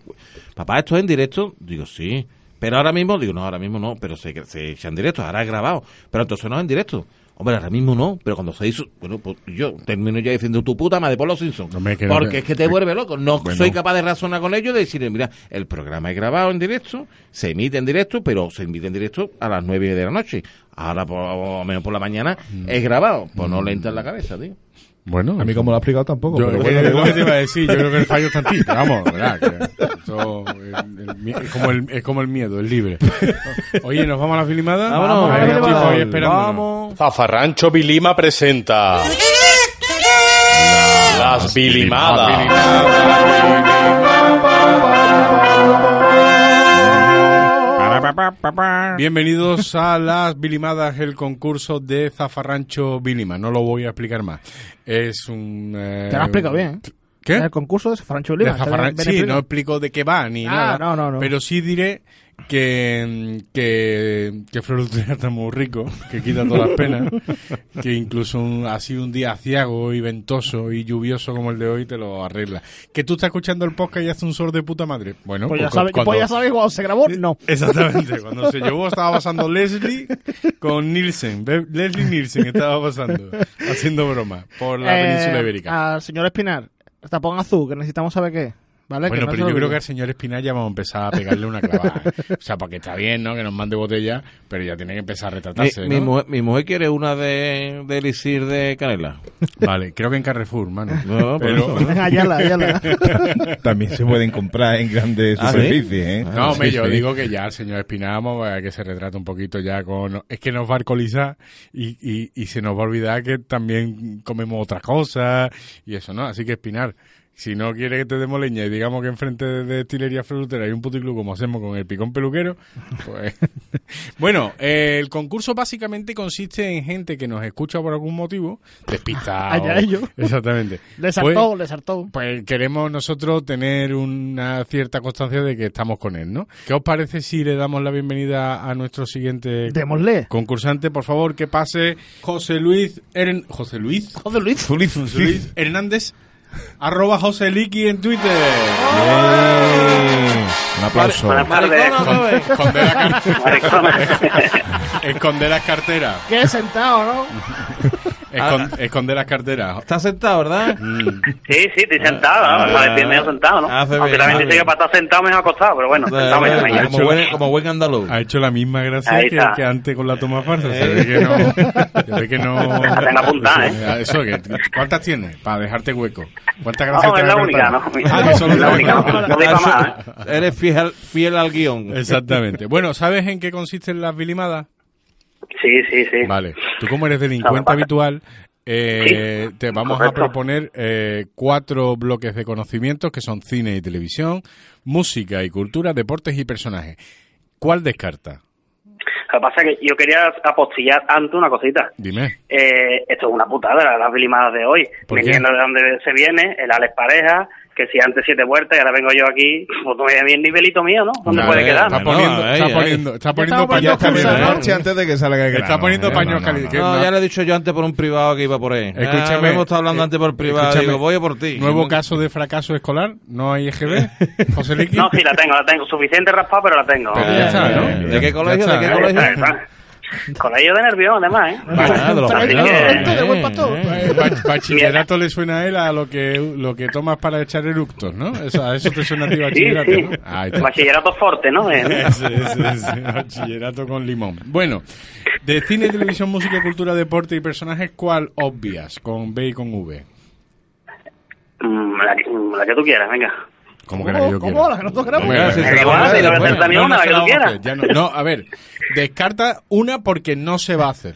papá, ¿esto es en directo? Digo, sí. Pero ahora mismo, digo, no, ahora mismo no, pero se, se echa en directo, ahora es grabado. Pero entonces no es en directo. Hombre, ahora mismo no, pero cuando se hizo, bueno, pues yo termino ya diciendo tu puta madre por los Simpsons.
Hombre, que no
porque
te-
es que te vuelve loco. No
Bueno.
soy capaz de razonar con ellos, de decir, mira, el programa es grabado en directo, se emite en directo, pero se emite en directo a las nueve de la noche. Ahora, por, o menos por la mañana, es grabado. Pues no le entra en la cabeza, tío.
Bueno.
A mí como lo ha explicado tampoco,
Yo,
pero
eh,
bueno,
lo
da
que
igual.
te iba a decir, yo creo que el fallo está en ti, pero vamos, [laughs] ¿verdad? que esto, eh, el mi- es, como el, es como el miedo, es [laughs] libre. Oye, ¿nos vamos a la filmada?
Vámonos,
Hay un
vámonos,
tipo
vámonos.
ahí esperándonos.
Zafarrancho Vilima presenta Las Vilimadas.
Bienvenidos a las Bilimadas, el concurso de Zafarrancho Bilima. No lo voy a explicar más. Es un... eh,
Te lo has explicado bien. ¿eh?
¿Qué?
En el concurso de Francho
De
Lima.
zafarran- sí, no explico de qué va ni
Ah,
nada.
no, no, no.
Pero sí diré que, que, que Flor Utrera está muy rico, que quita todas las
[laughs]
penas, que incluso un- así un día aciago y ventoso y lluvioso como el de hoy te lo arregla. Que tú estás escuchando el podcast y hace un sol de puta madre. Bueno,
Pues ya
cu-
sabes
cuando-
pues ya sabes cuando se grabó, no.
Exactamente, cuando se llevó estaba pasando Leslie con Nielsen. Be- Leslie Nielsen estaba pasando, haciendo broma por la
Eh,
península ibérica.
Al señor Espinar. tapón azul, que necesitamos saber qué es, ¿Vale?
Bueno,
Que no se
pero yo
olvide.
creo que al señor Espinal ya vamos a empezar a pegarle una clavada. ¿eh? O sea, porque está bien, ¿no? Que nos mande botella, pero ya tiene que empezar a
Mi,
retratarse,
mi
¿no?
mujer, mi mujer quiere una de, de elixir de canela.
Vale, creo que en Carrefour, mano.
No, por
Pero-
eso, ¿no?
[laughs]
Ayala, ayala. [laughs]
También se pueden comprar en grandes
¿Ah, sí?
superficies, ¿eh?
No, hombre,
Sí,
yo
sí.
digo que ya el señor Espinamo eh, que se retrata un poquito ya con... Es que nos va a alcoholizar y, y- y se nos va a olvidar que también comemos otras cosas y eso, ¿no? Así que Espinar, si no quiere que te demos leña y digamos que enfrente de, de Estilería Frutera hay un puticlub como hacemos con el picón peluquero, pues... [laughs] bueno, eh, el concurso básicamente consiste en gente que nos escucha por algún motivo, despistada.
[laughs] Allá ellos.
Exactamente.
[laughs] Le
Pues-
saltó, le saltó.
pues queremos nosotros tener una cierta constancia de que estamos con él, ¿no? ¿Qué os parece si le damos la bienvenida a nuestro siguiente
Démosle.
concursante? Por favor, que pase José Luis Hern- José Luis
Joder, Luis.
José Luis Hernández arroba José Liki en Twitter.
Bien. Un aplauso.
Buenas tardes.
Con- esconder, la car-
Maricona.
[laughs] esconder las carteras.
Qué sentado, ¿no?
Escon- esconder las carteras.
Está sentado, ¿verdad?
Mm.
Sí, sí, estoy sentado, vamos,
Ah,
para decir medio sentado, ¿no?
ah,
hace
Aunque
bien,
la
hace
gente dice
bien.
que para estar sentado mejor acostado, pero bueno, sentado mejor me
Pues, eh, como,
llamo.
buen, como buen andaluz.
Ha hecho la misma gracia
Ahí
que,
está. Eh.
que antes con la toma farsa. Se ve que no. Se ve que
[laughs]
no.
La tengo apuntada, ¿eh?
Eso, que, ¿cuántas tienes? Para dejarte hueco. ¿Cuántas gracias
No, es
te
la
has
única,
inventado?
¿no?
Ah, que solo
Es la
te-
única, no. No diga más, ¿eh?
Eres fiel, fiel al guión.
Exactamente. Bueno, ¿sabes en qué consisten las vilimadas?
Sí, sí, sí.
Vale. Tú como eres delincuente
Claro,
habitual, eh, te vamos a
correcto.
proponer eh, cuatro bloques de conocimientos que son cine y televisión, música y cultura, deportes y personajes. ¿Cuál descarta?
Lo que pasa es que yo quería apostillar antes una cosita.
Dime.
Eh, esto es una putada, las vilimadas de hoy.
¿Por
Me
qué?
entiendo de dónde se viene, el Alex Pareja, que si antes siete vueltas y ahora vengo yo aquí, pues no me bien nivelito mío, ¿no? ¿Dónde
Hombre,
puede quedar?
Está
no?
poniendo,
Bueno,
está
ahí,
poniendo, está poniendo
estamos
Ya
paños
está
Paños
calientes.
bien la
calientes,
noche antes de que salga el grano.
Está poniendo
¿eh?
paños
No, no,
calientes.
no.
No, Ah,
No.
ya le he dicho yo antes por un privado que iba por ahí.
Escúchame.
Ah, lo hemos estado hablando
eh,
antes por privado.
escúchame,
Digo, voy a por ti.
Nuevo
Ningún-
caso de fracaso escolar, no hay
[laughs]
EGB, José eh, Liqui.
No, sí, la tengo, la tengo. Suficiente raspado, pero la tengo.
Pero
Ah,
ya está, ¿no?
bien, bien. ¿De qué
Ya
colegio?
está,
¿De qué
¿no?
colegio?
Ahí está. Colegio de nervión, además, ¿eh?
Ah, de los
Pero hay
buenos,
gente
de buen
eh,
pastor.
eh.
Eh, bach- Bachillerato le suena a él a lo que lo que tomas para echar eructos, ¿no? Eso, a eso te suena a ti
Sí,
bachillerato.
sí.
¿no? Ahí está.
Bachillerato
[laughs]
forte, ¿no? Eh,
Sí, sí, sí, bachillerato con limón. Bueno, de cine, televisión, música, cultura, deporte y personajes, ¿cuál obvias? Con B y con V.
mm, la, que- mm, la que tú quieras, venga.
Como que la que
¿Cómo,
yo
cómo?
quiero.
La que nosotros queramos.
Bueno,
Sí,
Me
sí,
da igual,
sí,
si no
bueno.
me acerta ni
No,
una,
no
la
se
que
la
tú
vamos a
quieras.
hacer, ya no. No, a ver, descarta una porque no se va a hacer.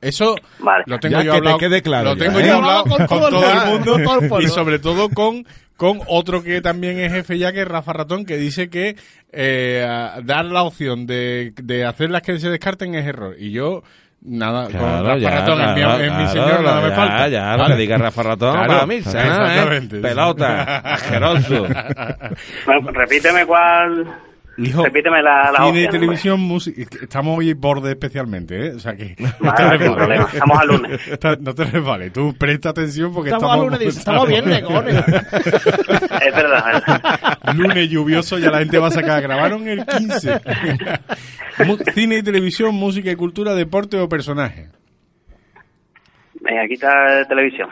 Eso
Vale.
lo tengo
Ya
yo
que te
hablado.
quede claro
Lo
ya,
tengo
¿eh?
yo hablado con, todo el mundo
todo el pueblo.
y sobre todo con con otro que también es jefe ya que es Rafa Ratón que dice que eh, a- dar la opción de, de hacer las que se descarten es error y yo nada con Rafa
Claro, ya,
Ratón es mi-
claro,
es mi
claro,
señor nada me
ya,
falta
Ya,
Vale.
lo que diga Rafa Ratón
Claro,
para mí, ¿sabes?
exactamente.
Pelota, asqueroso.
Bueno, pues repíteme cuál.
Hijo,
Repíteme la, la
Cine,
opción, hombre.
televisión, música. Estamos hoy borde especialmente, ¿eh? O sea que. No
Vale, no hay problema. Estamos a lunes.
[laughs] Está- No te resbales. Tú presta atención porque
Estamos
estamos.
a
[laughs]
lunes, dice, estamos viernes, cojones.
[laughs] Es verdad, es verdad.
Lunes lluvioso, ya la gente va a sacar. Grabaron el 15. [laughs] Mu- Cine y televisión, música y cultura, deporte o personaje.
Venga, quita televisión.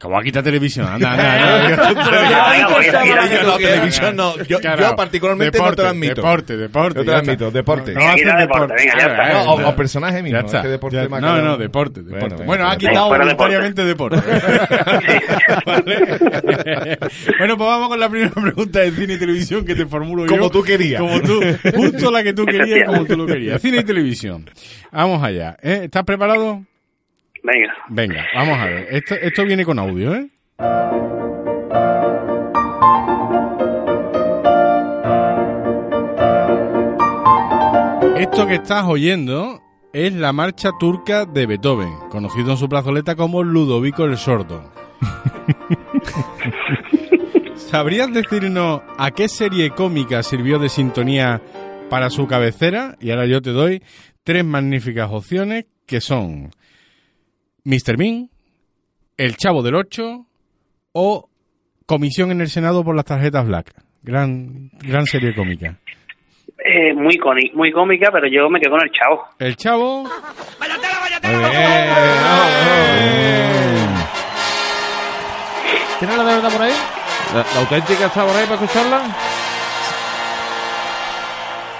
Como aquí está televisión. Anda,
[laughs]
anda, anda.
Venga, voy, mira,
yo no, televisión no. Yo,
Claro.
yo particularmente no te
Deporte,
lo admito.
Deporte, deporte.
Yo te
ya
lo
está.
admito, deporte.
No, no haces
Mira, deporte, venga, ya está.
No,
Ah,
o, o personaje mismo.
Ya está.
este deporte
Ya-
más
no,
que-
no, deporte, deporte.
Bueno,
Bueno,
venga,
ha
deporte.
quitado
Fuera
voluntariamente deporte.
[laughs]
Vale. [laughs] bueno, pues vamos con la primera pregunta de cine y televisión que te formulo yo.
Como tú querías.
Como tú, justo la que tú querías y como tú lo
[laughs]
querías. Cine y televisión. Vamos allá. ¿eh? ¿Estás preparado?
Venga.
Venga, vamos a ver. Esto, esto viene con audio, ¿eh? Esto que estás oyendo es la marcha turca de Beethoven, conocido en su plazoleta como Ludovico el Sordo. [laughs] ¿Sabrías decirnos a qué serie cómica sirvió de sintonía para su cabecera? Y ahora yo te doy tres magníficas opciones que son Mr. Bean, El Chavo del Ocho o Comisión en el Senado por las tarjetas Black. Gran, gran serie cómica.
Eh, muy, coni- muy cómica, pero yo me quedo con el chavo.
El Chavo.
Eh,
¿Tienes la de verdad por ahí?
¿La, la auténtica está por ahí para escucharla?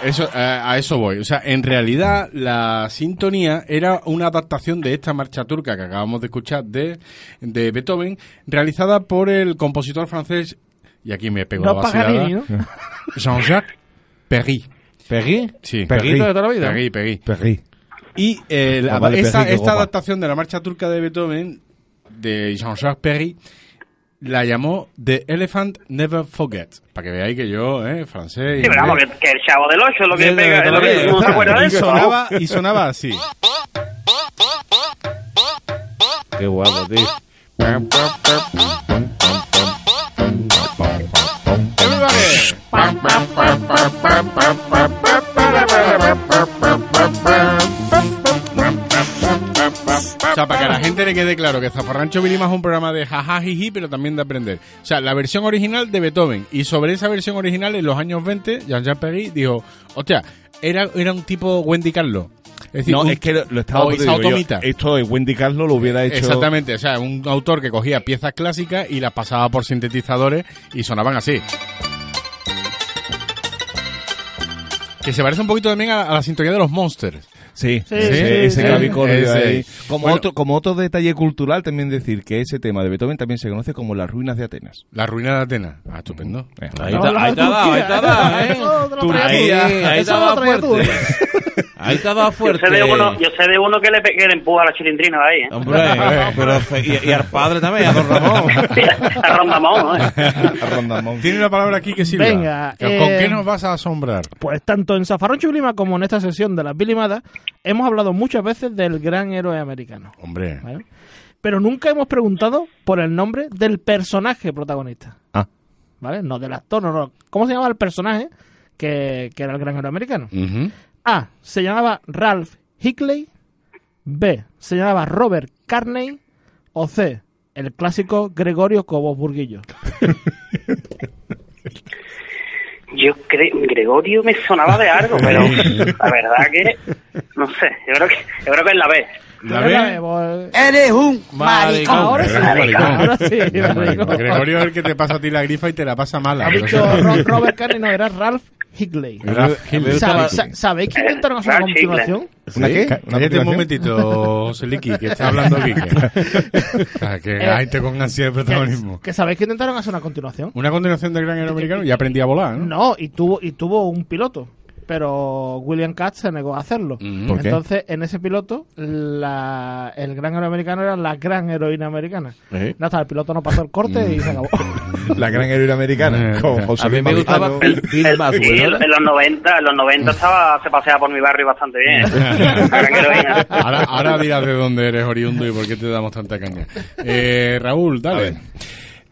Eso, eh, a eso voy. O sea, en realidad la sintonía era una adaptación de esta marcha turca que acabamos de escuchar de, de Beethoven, realizada por el compositor francés, y aquí me pego la
No
vacilada,
Paganini, ¿no?
[laughs] Jean-Jacques Perry.
¿Perry?
Sí,
¿Perrito de toda la vida?
Perry, Perry.
Perri.
Y eh, la-
Ah, vale,
esta,
Perry, que
esta
guapa.
adaptación de la marcha turca de Beethoven, de Jean-Jacques Perry, la llamó The Elephant Never Forgets. Para que veáis que yo, eh, francés.
Sí, pero vamos, que, que el chavo del 8 es lo que
inglés,
pega,
de-
es lo
de-
que no se
[laughs]
acuerda de
y
eso.
sonaba, y sonaba
[laughs]
así.
Qué guapo, tío.
Everybody. O sea, para que a la gente le quede claro que Zafarrancho Vilima es un programa de jajajiji, pero también de aprender. O sea, la versión original de Beethoven. Y sobre esa versión original, en los años 20, Jean-Jean Perry dijo, hostia, era, era un tipo Wendy Carlos. Es decir,
No,
un-
es que lo, lo estaba
o
por-
Isao
digo yo,
Tomita.
Esto de Wendy Carlos lo hubiera hecho.
Exactamente, o sea, un autor que cogía piezas clásicas y las pasaba por sintetizadores y sonaban así. Que se parece un poquito también a, a la sintonía de los Monsters.
Sí,
Sí,
ese,
sí,
ese
sí.
clavicordio
Ese.
ahí. Como,
Bueno.
otro, como otro detalle cultural, también decir que ese tema de Beethoven también se conoce como las ruinas de Atenas.
La ruina de Atenas. Ah, estupendo.
Eh,
Ahí está, ahí está, ahí está, ahí está, ¿eh? Ahí, ahí te ha dado fuerte. Ahí te ha dado
Yo
fuerte.
sé, de uno, yo sé de uno que le, pe- que le empuja la chilindrina ahí, [laughs] ¿eh?
Hombre, pero fe- y, y al padre también, a don Ramón.
A Rondamón, ¿eh?
a [laughs] Ronda Mount.
Tiene una palabra aquí que sirve.
Venga,
¿Con
eh,
qué nos vas a asombrar?
Pues tanto en Zafarrón Chublima como en esta sesión de las Bilimadas hemos hablado muchas veces del gran héroe americano.
Hombre.
¿vale? Pero nunca hemos preguntado por el nombre del personaje protagonista.
Ah.
¿Vale? No del actor, no, no. ¿Cómo se llamaba el personaje que, que era el gran héroe americano?
Ujú.
A. Se llamaba Ralph Hickley. B. Se llamaba Robert Carney. O C. El clásico Gregorio Cobos Burguillo.
Yo creo, Gregorio me sonaba de algo, pero la verdad que, no sé, yo creo que, yo creo que es la B.
¿La
Yo la
ve?
veo, eh,
Eres un maricón.
Ahora sí,
Eres un maricón.
ahora sí, maricón. [laughs]
Gregorio es el que te pasa a ti la grifa y te la pasa mala.
Ha
pero
dicho
eso-
Ro- Robert Carney, no, era Ralph Hickley.
Ralph Hill.
Yo
Sa-
estaba-
sa- ¿Sabéis que intentaron hacer
Eh,
una
Ralph Hickley.
continuación?
¿Una qué?
Ca-
¿Una
Cállate un
continuación?
momentito, Seliki, que
[laughs]
está hablando aquí. Que, que la gente con ansiedad de protagonismo.
Que, que sabéis que intentaron hacer una continuación.
Una continuación del Gran Héroe Americano y aprendí a volar, ¿no?
No, y tuvo, y tuvo un piloto. Pero William Katz se negó a hacerlo.
Ujú.
¿Por qué?
Entonces, en ese piloto, la, el gran héroe americano era la gran heroína americana.
¿Eh?
Nada, el piloto no pasó el corte y se acabó. [laughs]
La gran heroína americana.
Eh,
con
a
José
A mí
Luis
me
Ah,
Maritano.
gustaba Bill Bill
[laughs] Y en,
Maxwell.
en los 90, en los 90 estaba, se paseaba por mi barrio bastante bien. La gran heroína.
Ahora, ahora dirás de dónde eres oriundo y por qué te damos tanta caña. Eh, Raúl,
A
dale.
ver.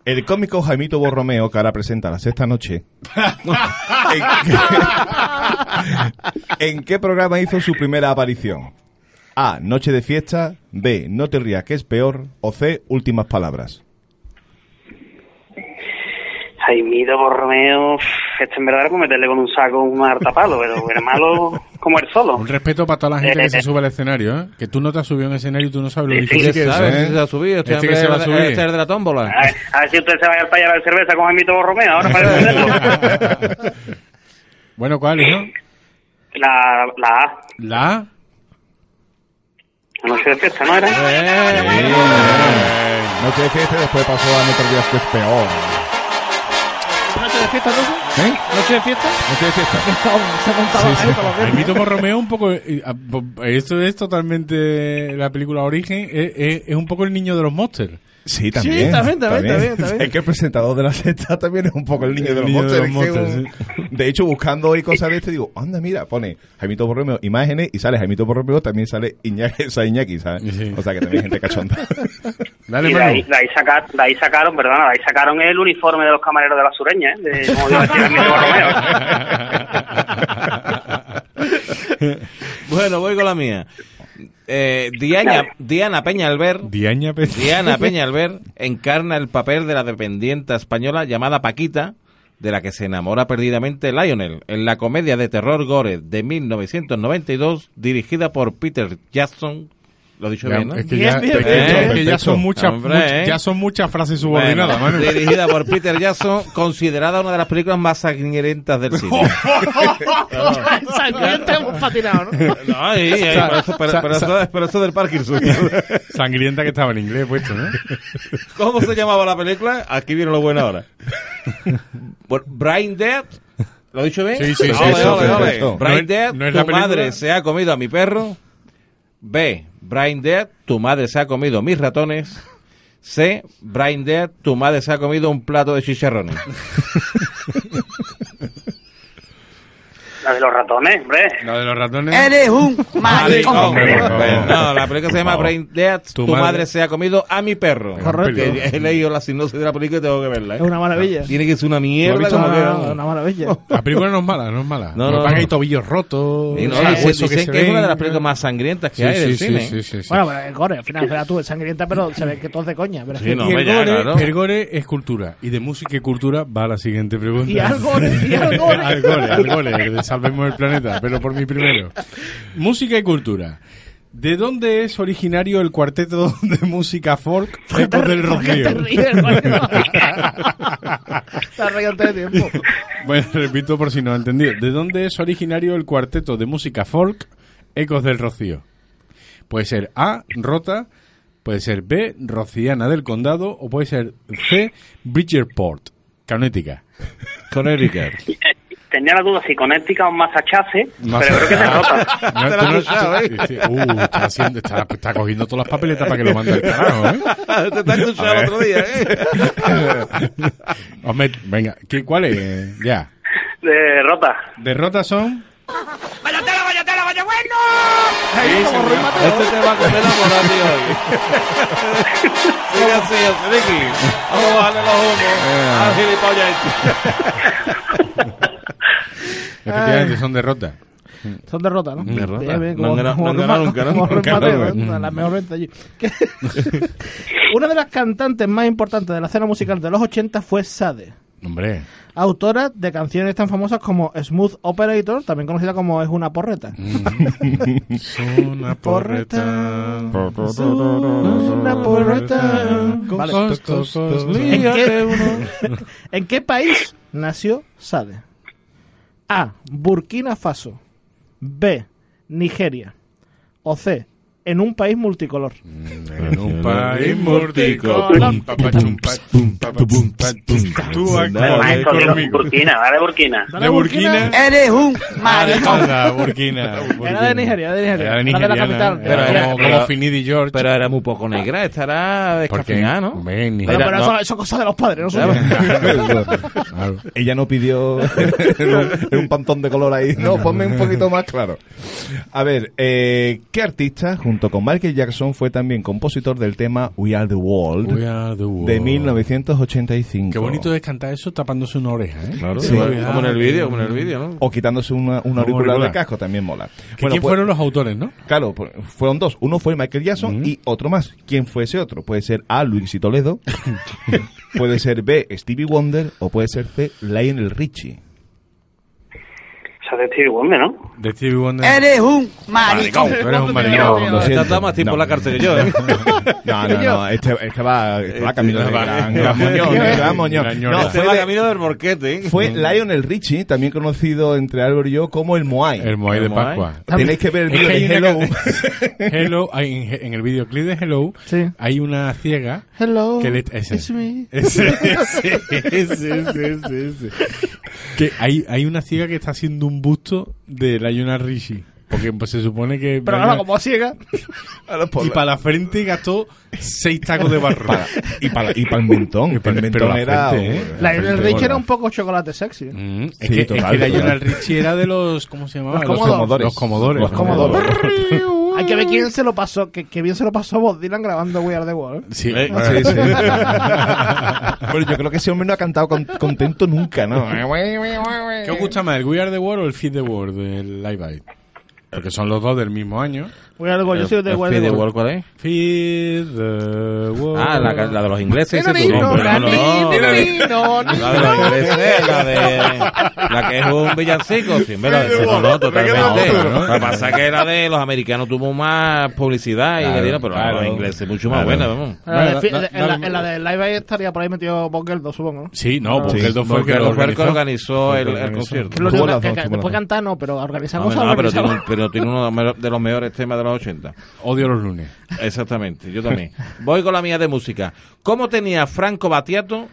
El cómico Jaimito Borromeo, que ahora presenta la sexta [laughs] noche. ¿en, qué, en qué programa hizo su primera aparición? A. Noche de fiesta. B. No te rías, que es peor. O C. Últimas palabras.
Jaimido Borromeo, este en verdad era como meterle con un saco un hartapalo, pero era malo como él solo.
Un respeto para toda la gente que se sube al escenario, ¿eh? Que tú no te has subido a un escenario y tú no sabes lo
Sí,
difícil que es,
¿Sabes?
¿eh?
Este se ha subido. Este,
Este
hombre
que se va a
era-
subir.
este era de la
A
tómbola.
ver, a ver si usted se va al país a ver cerveza con Jaimito Borromeo, ahora para entenderlo.
Bueno, ¿cuál, hijo?
La, la A,
La A.
la noche de fiesta, ¿no era?
Noche de fiesta, después pasó a No te rías, que es peor.
¿Noche de fiesta, Lucy?
¿Eh?
¿Noche de
[laughs]
fiesta?
Noche de fiesta.
Esto, se contaba ahí [laughs] con los verdes.
Jaimito Borromeo un poco... eh, a- po- Esto es totalmente... La película Origen eh, eh, es un poco el niño de los monsters.
Sí, también.
también, también, también, también.
Es que el presentador de la sexta también es un poco el niño de los
niño de
monsters.
los
es que
monsters,
un- De hecho, buscando hoy cosas de este, digo, anda, mira, pone Jaimito Borromeo, imágenes, y sale Jaimito Borromeo, también sale Iñaki, esa Iñaki, ¿sabes?
Sí.
O sea, que también hay gente cachonda.
Dale,
y de ahí,
Manu.
de, ahí saca- de ahí sacaron, perdona, de ahí sacaron el uniforme de los camareros de la sureña, ¿eh?
[laughs]
De, como iba a decir, Emilio Borromeo.
Bueno, voy con la mía. Eh, Diana, Diana Peña Albert.
Diaña Pe-
Diana Peña Albert encarna el papel de la dependienta española llamada Paquita, de la que se enamora perdidamente Lionel, en la comedia de terror Gore de 1992, dirigida por Peter Jackson, Lo he dicho
Ya,
bien, ¿no?
Es que,
Bien,
ya,
bien,
es que-
bien.
es que ya
Perfecto.
son muchas,
Hombre,
much-
¿eh?
ya son muchas frases subordinadas,
Bueno,
Manu.
dirigida por Peter Jackson, considerada una de las películas más sangrientas del cine.
[laughs]
Sangrienta hemos patinado, ¿no?
No, y- y- pero eso- pero- pero eso- pero eso del Parkinson.
[laughs] Sangrienta que estaba en inglés puesto, ¿no?
¿Cómo se llamaba la película? Aquí viene lo bueno ahora. Bueno, Brain Dead. ¿Lo he dicho bien? Ah,
Sí, sí, sí,
Ole,
eso,
ole, ole.
perfecto.
No
Brain
es-
Dead,
no es la
tu
película.
madre se ha comido a mi perro. B. Brain Dead, tu madre se ha comido mis ratones. C. Brain Dead, tu madre se ha comido un plato de chicharrones.
La de los ratones, hombre.
La de los ratones.
[laughs] Eres un maricón.
hombre, por favor.
no, la película se llama
favor.
Brain Dead, tu,
Tu
madre...
madre
se ha comido a mi perro.
Correcto.
Que He leído la sinopsis de la película y tengo que verla. ¿eh?
Es una maravilla.
Tiene que ser una
¿Lo
mierda.
has visto?
como que-
Una, una maravilla.
La película no es mala, no es mala.
No,
No,
no,
no,
no.
hay tobillos rotos.
Y no,
o sea,
dicen
huesos
dicen que,
Ah, se
es una de
ven.
las películas más sangrientas que
Sí,
hay
sí,
del
sí,
cine.
sí, sí, sí.
Bueno, pero el gore, al final, era tú, es sangrienta, pero se ve que todo es de coña. Pero es
Sí,
que-
no,
y
hombre,
el
ya,
gore,
claro.
el gore es cultura. Y de música y cultura va la siguiente pregunta.
Y al gore, y
[laughs]
al gore.
al gore, al gore, de Salvemos el Planeta, pero por mí primero. Música y cultura. ¿De dónde es originario el cuarteto [laughs] de música folk Ecos del
¿Por
Rocío?
qué te ríes, [laughs] coño? Estás riendo todo el tiempo.
Bueno, [laughs] repito por si no he entendido. ¿De dónde es originario el cuarteto de música folk Ecos del Rocío? Puede ser A, Rota, puede ser B, Rociana del Condado o puede ser C, Bridgerport, Connecticut.
Con Erika.
Tenía la duda si con ética o Massachusetts,
Más-
pero creo que se rota.
[laughs] No,
Te
tú
la has
no-
luchado, ¿eh?
sí, uh, está, haciendo- está- está cogiendo todas las papeletas para que lo mande al carajo, ¿eh?
Te está escuchando el otro día, ¿eh?
Hombre, venga, ¿qué- ¿cuál es? Ya.
De rota.
Derrotas son...
Este te va a comer la moral de hoy. Sigue así, Ricky. Vamos a bajarle los humos al gilipollas este.
Efectivamente, son derrotas.
Son derrotas, ¿no?
Derrota.
Bien, bien,
No han
como-
ganado-
como
no han ganado
Roma-
nunca, ¿no?
como Roma
Nunca,
Mateo,
¿no?
¿no? La mejor venta allí. Que- [laughs] Una de las cantantes más importantes de la escena musical de los 80 fue Sade.
Hombre.
Autora de canciones tan famosas como Smooth Operator, también conocida como Es una porreta.
Son una porreta.
Es una porreta. Vale.
Costos, costos.
Pues, ¿En qué, [laughs] ¿En qué país nació Sade? A. Burkina Faso. B. Nigeria. O C. En un país multicolor.
En un país multicolor. Papachum, papachum, papachum. Tú
Dale,
acá,
Maestro, de
conmigo.
Burkina, dale Burkina.
De Burkina.
Eres un maricón.
Anda, Burkina.
Eh, Era de Nigeria, era de Nigeria.
Era de
La de la
nigeriana,
capital.
era
Pero era-
como,
pero-
como Finidi George.
[laughs] Pero era muy poco negra, estará
porque
descafeinada, ¿no?
hombre, en
Pero,
Nigeria-
Era-
pero
no.
eso, eso es cosa de los padres, no sé.
Claro.
[laughs] Ella no pidió en un, en un pantón de color ahí. No, ponme un poquito más claro. A ver, eh, ¿qué artista, junto con Michael Jackson, fue también compositor del tema We Are the World,
We are the world.
de 1985?
Qué bonito es cantar eso tapándose una oreja, ¿eh?
Claro,
Sí.
como en el vídeo, como en el vídeo, ¿no?
O quitándose una, un auricular
auricular.
de casco, también mola.
Que
Bueno,
¿Quién
pues-
fueron los autores, no?
Claro, pues, fueron dos. Uno fue Michael Jackson y otro más. ¿Quién fue ese otro? Puede ser A. Luis y [laughs] Toledo, puede ser B. Stevie Wonder o puede ser C. Lionel Richie.
Eso es de Stevie Wonder, ¿no?
De Stevie Wonder.
Eres un maricón.
Tú eres un
No,
maricón.
lo
Está
siento.
está más tiempo
No.
en la cárcel
[laughs]
que yo, ¿eh?
No, no, no, este, este va, este va camino de
va- va
gran, gran moñón,
moñón,
eh, gran
eh.
moñón.
Gran
No,
ñoño.
fue,
Este va
de-
camino del morquete, ¿eh?
fue Lionel Richie, también conocido entre Álvaro y yo como el Moai.
El Moai de
El Moai.
Pascua.
Tenéis que ver el
Es que
vídeo
hay
de
una
Hello. [laughs]
can- Hello, hay en, en el videoclip de Hello
Sí.
hay una ciega
Hello,
que le... Ese,
it's me.
[laughs]
Ese, ese, ese, ese, ese, ese. Que hay, hay una ciega que está haciendo un busto de Lionel Richie. Porque pues, se supone que...
Pero
Lionel-
claro, como ciega.
y para la frente gastó seis tacos de barro.
Para- y para y para el mentón.
Y para-
el
pero
mentón
la
era...
gente, ¿eh?
La, el
Perfecto,
Rich era
bueno.
un poco chocolate sexy. ¿eh?
Mm, es,
Sí,
que,
total,
es que
total.
Lionel Richie era de los... ¿Cómo se llamaba?
Los Commodores.
Los comodores.
Los Commodores.
Hay que ver quién se lo pasó, que, que bien se lo pasó Bob Dylan grabando We Are The World.
Sí,
Eh,
bueno,
Sí, sí. Bueno, yo creo que ese hombre no ha cantado con- contento nunca, [laughs] ¿no?
¿Qué os gusta más, el We Are the World o el Feed the World del Live Aid? Porque son los dos del mismo año.
Voy a yo soy de
¿El
Wild
Feed the
the Wall.
Wall, ¿cuál es?
Feed the world.
Ah, la, la de los ingleses. ese tú.
Nanino,
Hombre, no, no, no.
nanino,
La de los ingleses, ¿eh? la de. La que es un villancico. Sí, hombre, la de- sí, no, no, totalmente. Lo que pasa es que la de los americanos tuvo más publicidad y le dieron, pero la de los
claro.
ingleses mucho más buena,
Claro.
vamos.
En la de
Vale,
fi-
da- da-
en la-
dale-
en la de Live Aid estaría por ahí metido Bob Geldof, supongo, ¿no?
Sí, no, porque
Sí,
el dos fue el que
Ah, Porque
lo
fue el que
organizó.
organizó el, el
organizó.
concierto.
Que lo
Tuvo
único
las
que-
dos,
que-
tuvo las
después
dos.
cantar no, pero organizar
No,
cosas
no, pero, tiene,
organizamos. [laughs]
un- pero tiene uno de los mejores- de los mejores temas de los 80.
Odio los lunes.
Exactamente, yo también. Voy con la mía de música. ¿Cómo tenía Franco Batiato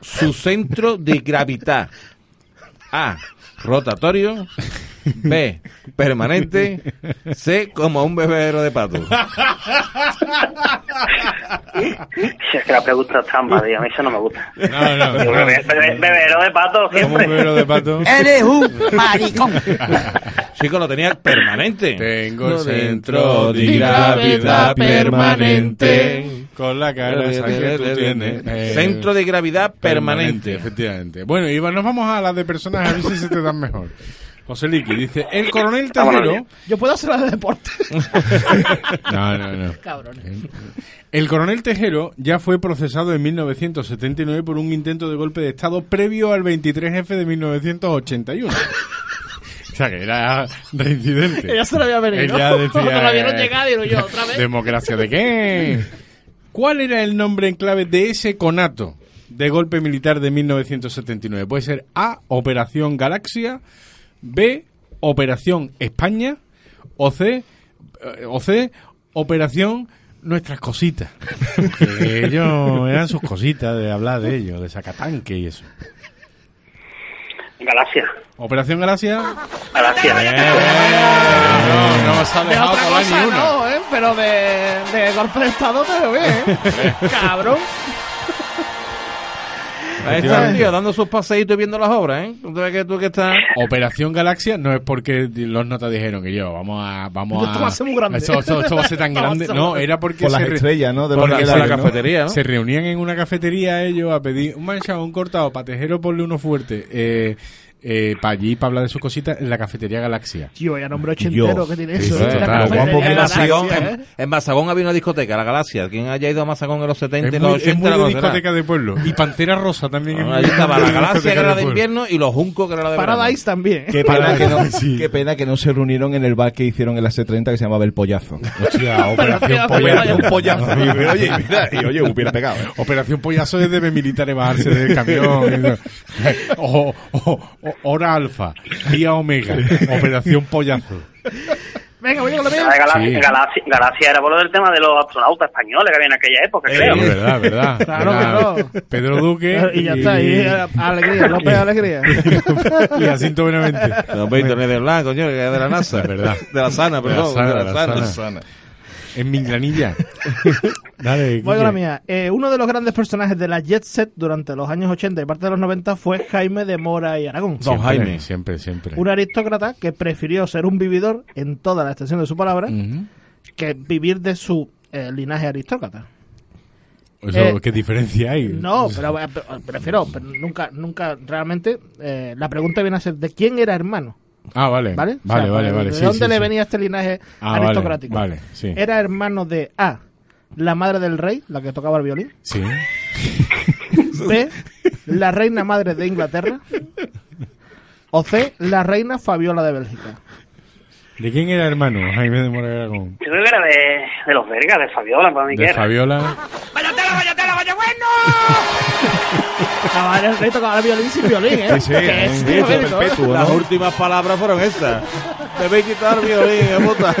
su centro de gravedad? A. Rotatorio. B. Permanente. C. Como un bebedero de pato.
Si es que la pregunta es trampa, tío. A mí eso no me gusta.
No, no,
Yo creo que be- be- Bebedero de pato
Como un
siempre.
bebero de pato.
Eres un maricón.
Chico, lo tenía permanente.
Tengo el centro
Centro
de
de
gravedad
gravedad
permanente.
permanente.
Con la cara esa que tú tienes. Eh,
Centro de gravedad permanente.
Efectivamente. Bueno, Iván, nos vamos a las de personajes a ver si se te dan mejor. [laughs] José Liqui dice, el coronel
Vámonos
Tejero...
bien.
Yo puedo hacer la de deporte.
[laughs] No, no, no. El coronel Tejero ya fue procesado en 1979 por un intento de golpe de Estado previo al 23F de 1981. O sea, que era reincidente.
Ella se la había venido.
Ella decía,
Cuando la vieron
eh,
llegar, digo yo, otra vez.
¿Democracia de qué? ¿Cuál era el nombre en clave de ese conato de golpe militar de 1979? Puede ser A, Operación Galaxia, B, Operación España, o C, eh, o C Operación Nuestras Cositas. Que ellos eran sus cositas de hablar de ellos, de sacatanque y eso.
Galaxia.
Operación Galaxia,
Galaxia.
no, no vas a
De
dejar
otra
colar
cosa
ni una.
no, ¿eh? Pero de, de golpe de estado te veo bien, ¿eh? Cabrón.
Ahí está, tío, dando sus paseitos y viendo las obras, ¿eh? Tú ves que tú que estás...
Operación Galaxia no es porque los notas dijeron que yo, vamos a. Vamos
Esto va a ser muy grande.
Esto, esto- esto va a ser tan
Esto va a
grande.
ser-
No, era porque.
Por las
se re-
estrellas, ¿no? De
Por la,
los que
por la
dan, ¿no?
cafetería, ¿no?
Se reunían en una cafetería ellos a pedir un manchado, un cortado, patejero, ponle uno fuerte. Eh, para allí, para hablar de sus cositas, en la cafetería Galaxia.
Tío, ya nombre ochentero
Yo.
que tiene
Sí,
eso.
sí,
¿eh?
total.
La
Lo
cafetería
guapo que
[laughs]
de
En
era
Galaxia,
Mazagón,
¿eh?
en, en Mazagón había una discoteca, la Galaxia. Quien haya ido a Mazagón en los 70 y
Es
los
muy, es
80
muy
la
de
conocerá.
discoteca de pueblo. Y Pantera Rosa también. es
Ah,
muy
Ahí estaba la
de
Galaxia,
discoteca
que era la de
pueblo.
invierno, y los Juncos, que era la de verano.
¿eh? Paradise también.
Qué pena, que no,
Sí.
qué pena que no se reunieron en el bar que hicieron en la C30 que se llamaba El Pollazo.
Hostia, Pues Operación
Operación
Pollazo.
Pollazo. Y, oye, mira, y oye, hubiera pegado. ¿eh?
Operación Pollazo es de militar y bajarse del
[laughs]
camión. O, o- o- hora alfa, día omega, operación Pollazo.
Venga, voy a con la mía.
La de Galaxia,
Sí.
Galaxia, Galaxia era por lo del tema de los astronautas españoles que había en aquella época, creo.
Es verdad, verdad.
[laughs]
Claro
Era
que no.
Pedro Duque
[laughs] Y ya está, y eh, alegría, López Alegría.
[laughs] y Jacinto Benavente.
Los internet de blanco, coño, que es de la NASA.
Es verdad.
De la sana,
De la
perdón.
Sana,
De
de
la
la
sana.
Sana. En
[laughs]
Minglanilla. Dale, Guille.
Voy con la mía. Eh, uno de los grandes personajes de la Jet Set durante los años 80 y parte de los 90 fue Jaime de Mora y Aragón.
Don
Siempre,
Jaime.
Siempre, siempre.
Un aristócrata que prefirió ser un vividor en toda la extensión de su palabra
Ujú.
que vivir de su eh, linaje aristócrata.
Eso,
Eh,
¿Qué diferencia hay?
No, pero eh, pero, eh, prefiero, pero nunca, nunca realmente. eh, la pregunta viene a ser: ¿de quién era hermano?
Ah, vale.
¿Vale?
Vale,
O sea,
vale, vale.
¿De
sí,
dónde
sí,
le
sí.
venía este linaje
Ah, vale,
aristocrático?
vale, sí.
Era hermano de A, la madre del rey, la que tocaba el violín.
Sí.
B, la reina madre de Inglaterra. O C, la reina Fabiola de Bélgica.
¿De quién era hermano Jaime de Mora Aragón?
Yo creo que era de, de los vergas, de Fabiola, para mí que
De
era.
Fabiola.
[laughs]
La madre del rey tocaba el violín sin violín, ¿eh?
Sí, sí,
Que es,
es
tío, ¿eh?
perpetuo,
Las
¿no?
últimas palabras fueron esas. Te voy a quitar el violín, eh, puta.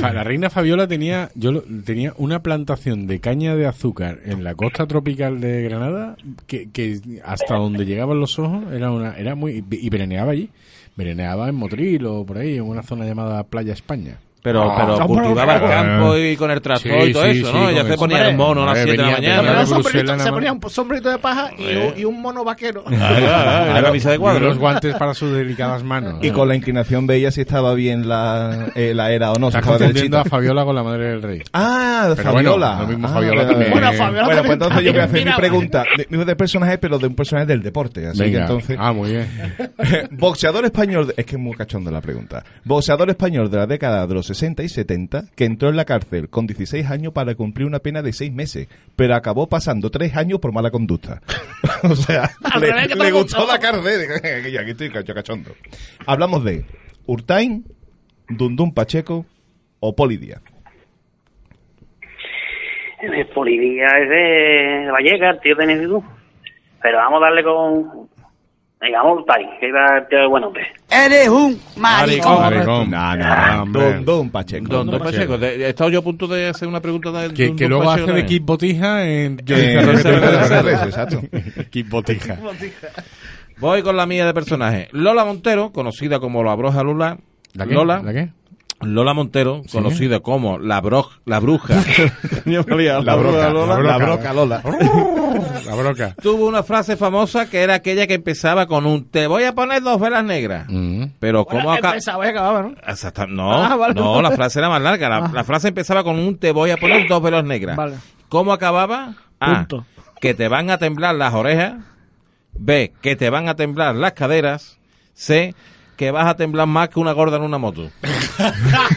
Fa- La reina Fabiola tenía, yo lo- tenía una plantación de caña de azúcar en la costa tropical de Granada que, que hasta donde llegaban los ojos era una era muy y veraneaba allí, veraneaba en Motril o por ahí en una zona llamada Playa España.
Pero,
Ah,
pero
no,
cultivaba el
pero-
campo y con el tractor
Sí,
y todo
sí,
eso,
sí,
¿no? Ella
con
se
el-
ponía el mono a las
Hombre,
7 de la
venía-
Se ponía
mañana.
un
Bruselas,
sombrerito-
nada
se
más.
ponía un sombrerito de paja y, un, y un mono vaquero.
Ah, ah, ah, La camisa de
Y
cuadros.
unos guantes para sus delicadas manos.
Y con la inclinación veía si estaba bien la, eh, la era o no. si
Estás
estaba
confundiendo
derechita.
a Fabiola con la madre del rey.
Ah,
Pero
Fabiola.
bueno, lo mismo
Ah,
Fabiola
vale,
también.
vale.
Bueno, Fabiola
Bueno, pues
también
entonces yo voy a hacer
también.
mi
Mira,
pregunta. De- No de personaje, pero de un personaje del deporte. Así que
Venga.
entonces.
Ah, muy bien.
[laughs] Boxeador español. de- Es que es muy cachondo la pregunta. Boxeador español de la década de los 60 y 70 que entró en la cárcel con 16 años para cumplir una pena de 6 meses, pero acabó pasando 3 años por mala conducta. [laughs] o sea,
Al
le,
revés que
le
todo
gustó
el mundo.
la cárcel. [laughs] Aquí aquí estoy cacho- cachondo. Hablamos de Urtain, Dundun Pacheco o Poli Díaz.
El Polivía Eh, es de Vallega, el tío de Nevidú. Pero vamos a darle con. Venga, vamos a Urtari, que iba el tío de Buenote.
Eres un maricón.
Maricón.
No,
Ah,
no,
hombre.
Dundun Pacheco.
Don, don
Don
Pacheco,
Pacheco.
de- he estado yo a punto de hacer una pregunta de
Que,
don-
que
don
luego
Pacheco
hace de
también.
Kid Botija en... Yo
Eh,
dije
reserva de
reserva.
reservas, exacto.
Kid Botija.
Voy con la mía de personaje. Lola Montero, conocida como la Broja Lula.
¿La qué?
Lola,
¿La qué?
Lola Montero, conocida como la, Broj- la Bruja.
[laughs]
La broca,
Lola.
la broca Lola.
Oh.
La broca.
Tuvo una frase famosa que era aquella que empezaba con un te voy a poner dos velas negras.
Mm.
Pero cómo
Bueno,
acaba...
empezaba y acababa, ¿no?
Exacta- No,
Ah, vale.
no, la frase era más larga.
Ah.
La, la frase empezaba con un te voy a poner dos velas negras.
Vale.
¿Cómo acababa? A,
Punto.
que te van a temblar las orejas. B, que te van a temblar las caderas. C, que vas a temblar más que una gorda en una moto.
Ah,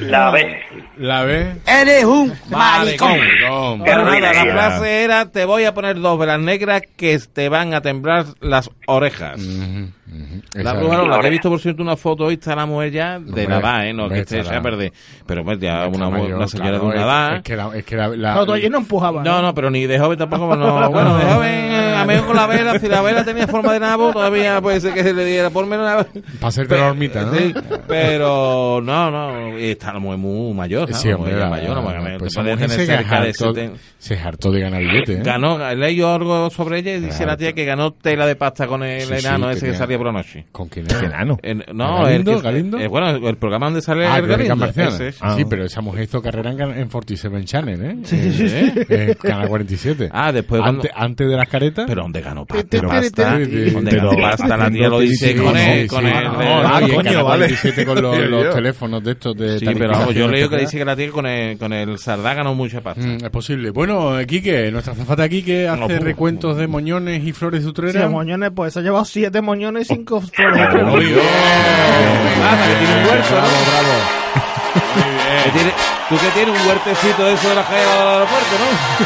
La vez.
¿La ves?
Eres un maricón.
Maricón.
Pero nada, la
Barbaridad.
frase era te voy a poner dos velas negras que te van a temblar las orejas. La
Mm, Mm-hmm. Esa-
bruja Lola,
Ahora.
que he visto por cierto una foto hoy, está la mujer ya de
Hombre,
la edad, ¿eh? No,
hombre,
que esté
estará.
ya verde. Pero hombre, ya
Está
una, mu-
mayor,
una señora
claro,
de una
es-
edad.
Es que la... Es que la, la-
No, todavía no ¿eh? empujaba.
No, no, pero ni de joven tampoco. pero No. Bueno, de joven, eh, a menos con la vela, si la vela tenía forma de nabo, todavía puede ser que se le diera por menos una
Para hacerte la hormita, ¿no? Ah,
Sí, pero no, no, y está la mujer muy mayor. ¿sabes?
Sí, hombre,
Muy
la-
mayor,
la-
obviamente,
pues esa
puede
mujer
tener
se
cerca de este
hartó-
70.
se hartó de ganar billete, ¿eh?
Ganó, leí yo algo sobre ella y dice la tía que ganó tela de pasta con el
Sí, sí,
enano ese que
tenía-
salía por la noche.
¿Con Ah, quién
Qué
era?
enano.
El- no,
¿Galindo?
el que-
¿Galindo?
eh, bueno, el programa donde sale
Ah,
el
Verónica
Galindo.
Marciana.
ese, ese.
Ah.
Sí, pero esa mujer hizo carrera en, Can- en 47 Channel, ¿eh? Sí, sí, sí. Canal 47.
Ah, después cuando-
Antes, antes de las caretas.
Pero donde ganó
Ti,
pasta,
ti, ti,
pasta,
ti, ti,
donde
ti,
ganó
ti,
pasta,
ti,
la tía
ti,
lo
ti,
dice
ti,
con
sí,
él,
sí,
con
sí,
él.
no,
de-
no,
Ah,
Ah,
y en
coño,
Canal
vale.
47 con los,
Digo
los
yo.
teléfonos de estos de
Sí, pero vamos, yo
tarificación [laughs]
leo que
especial.
dice que la tía con el, con el Sardá ganó mucha pasta.
Mm, es posible. Bueno, eh, Quique, nuestra zafata Quique hace
No, pues,
recuentos de moñones y flores de
Sí,
utrera.
moñones, pues se ha llevado siete moñones y cinco flores.
¡Oh, Dios! ¿Qué pasa? Que tiene un huerto,
Bravo,
¿no?
bravo.
Que tiene- Tú que tienes un huertecito de eso de la calle del aeropuerto, ¿no?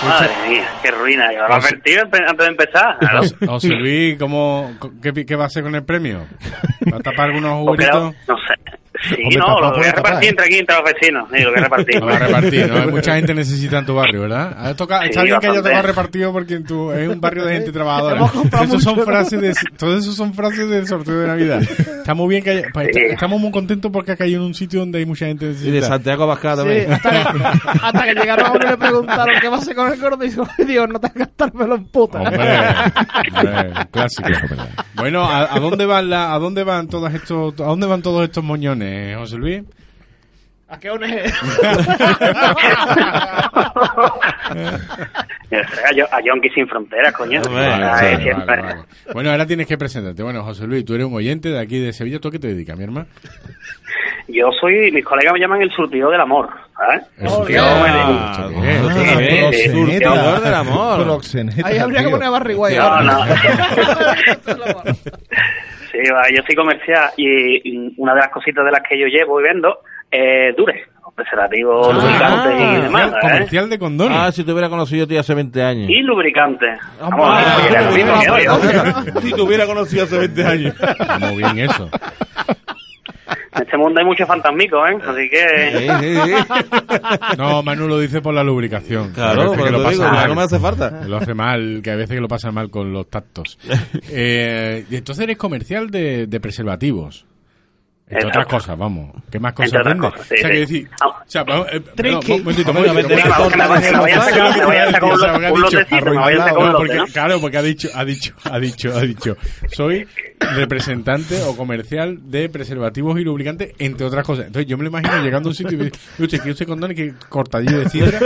pues,
Madre mía, qué ruina. Yo lo advertí empe- antes de empezar. Claro.
José- José Luis, ¿cómo, co- qué, pi- qué va a hacer con el premio? ¿Va a tapar algunos
[laughs] Pues creo-
jugueritos?
no sé. Sí,
pues,
Hombre,
no,
tampoco
lo voy
puede
a
tapar, ¿eh?
repartir entre aquí, entre los vecinos. Sí, lo voy a
[laughs]
repartir.
Lo va a
[laughs]
repartir, ¿no? Hay mucha gente necesita en tu barrio, ¿verdad? Ha tocado- está
Sí,
bien que haya
bastante.
tocado repartido porque en tu, es un barrio de gente trabajadora.
Hemos comprado
Estos son
mucho, ¿no?
frases de, todos esos son frases del sorteo de Navidad. Está muy bien que haya- pues,
Sí.
está- estamos muy contentos porque ha caído en un sitio donde hay mucha gente
Y de
necesitada.
Santiago Vasca
Sí,
también.
[laughs] hasta, hasta que llegaron a uno y le preguntaron qué va a hacer con el gordo y dijo, Dios, no te hagas gastármelo en puta.
Hombre,
[laughs]
hombre, un clásico. Bueno, ¿a, a dónde van la, a dónde van todos estos, a dónde van todos estos moñones, José Luis?
¿A qué ONG?
A, Yo- a Yonki sin fronteras, coño.
Hombre,
Ah,
Vale,
es
vale,
siempre.
vale. Bueno, ahora tienes que presentarte. Bueno, José Luis, tú eres un oyente de aquí de Sevilla. ¿Tú a qué te dedicas, mi hermano?
Ah, Yo soy, mis colegas me llaman el surtido del amor. ¿sabes?
El
Ole.
surtidor.
Ah,
¿Esto qué es?
Ah,
Ah,
bien,
proxeneta.
surtidor del amor.
[laughs]
Proxeneta,
Ahí habría que
tío.
poner
[laughs]
barriguay.
No, no.
no.
Sí, va, yo soy comercial y mm, una de las cositas de las que yo llevo y vendo es Dure, preservativo, lubricante y demás.
Comercial-
¿eh?
Ah, Comercial de condones.
Ah, si te hubiera conocido yo a ti hace 20 años.
Y lubricante. Vamos,
Ah,
que era lo mismo que hoy, hombre.
Si te hubiera conocido hace 20 años.
Está Muy bien eso.
En este mundo hay muchos fantasmicos, ¿eh? Así que.
Sí, sí, sí.
No, Manu lo dice por la lubricación. que a
Claro,
veces que
pero
lo
te digo,
pasa mal.
ya no me hace falta.
Que [laughs] Lo hace mal, que a veces que lo pasa mal
[laughs]
con los tactos. Eh, y entonces eres comercial de, de preservativos. Entre otras cosas, vamos. ¿Qué más cosas
otras
vende?
cosas, sí,
o sea,
sí.
que decir...
Ah.
O sea, vamos, eh, perdón,
Tricky.
un momentito,
Hombre,
un momentito,
no
un momentito.
venderá más, que
[laughs]
me vayan a sacar- me vayan a sacar un
O sea, porque
lote-
ha
un
dicho
lotecito, me vayan
arruinado,
a sacar un
no,
lote,
porque-
¿no?
Claro, porque ha dicho, ha dicho, ha dicho, ha dicho. Soy representante o comercial de preservativos y lubricantes, entre otras cosas. Entonces yo me lo imagino llegando a un sitio y me dice, usted quiere usted condones que cortadillo de
[laughs]
sidra.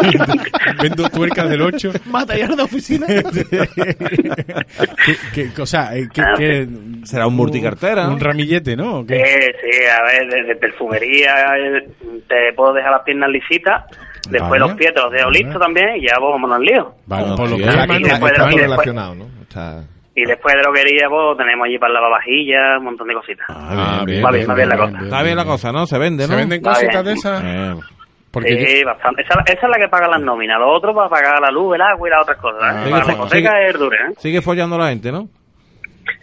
[laughs] Vendo tuercas del 8.
Material de oficina.
que, que- o sea, eh, que, que-
Será un multicartera.
Un ramillete, ¿no? ¿O
Sí,
qué?
sí, a ver, de, de perfumería, eh, te puedo dejar las piernas lisitas, después
Vale.
los pies, te los dejo
Vale.
listos también y ya vos vámonos al lío.
Vale, por lo Ah, eh, que
Hostia,
sea,
está-
hermano,
y después-
está
y después-
relacionado, ¿no? Está-
Y después de droguería, vos tenemos allí para lavavajillas, un montón de cositas.
Ah, bien,
Va bien,
bien,
va bien la
bien,
cosa.
Está bien la cosa, ¿no? Se vende, ¿no?
¿Se venden
Va
cositas
bien.
de esas?
Eh,
Porque yo-
sí, bastante. Esa, esa es la que paga las nóminas, lo otro para pagar la luz, el agua y las otras cosas.
Ah,
¿eh?
sí,
para
sí.
la hipoteca es dura, ¿eh?
Sigue follando la gente, ¿no?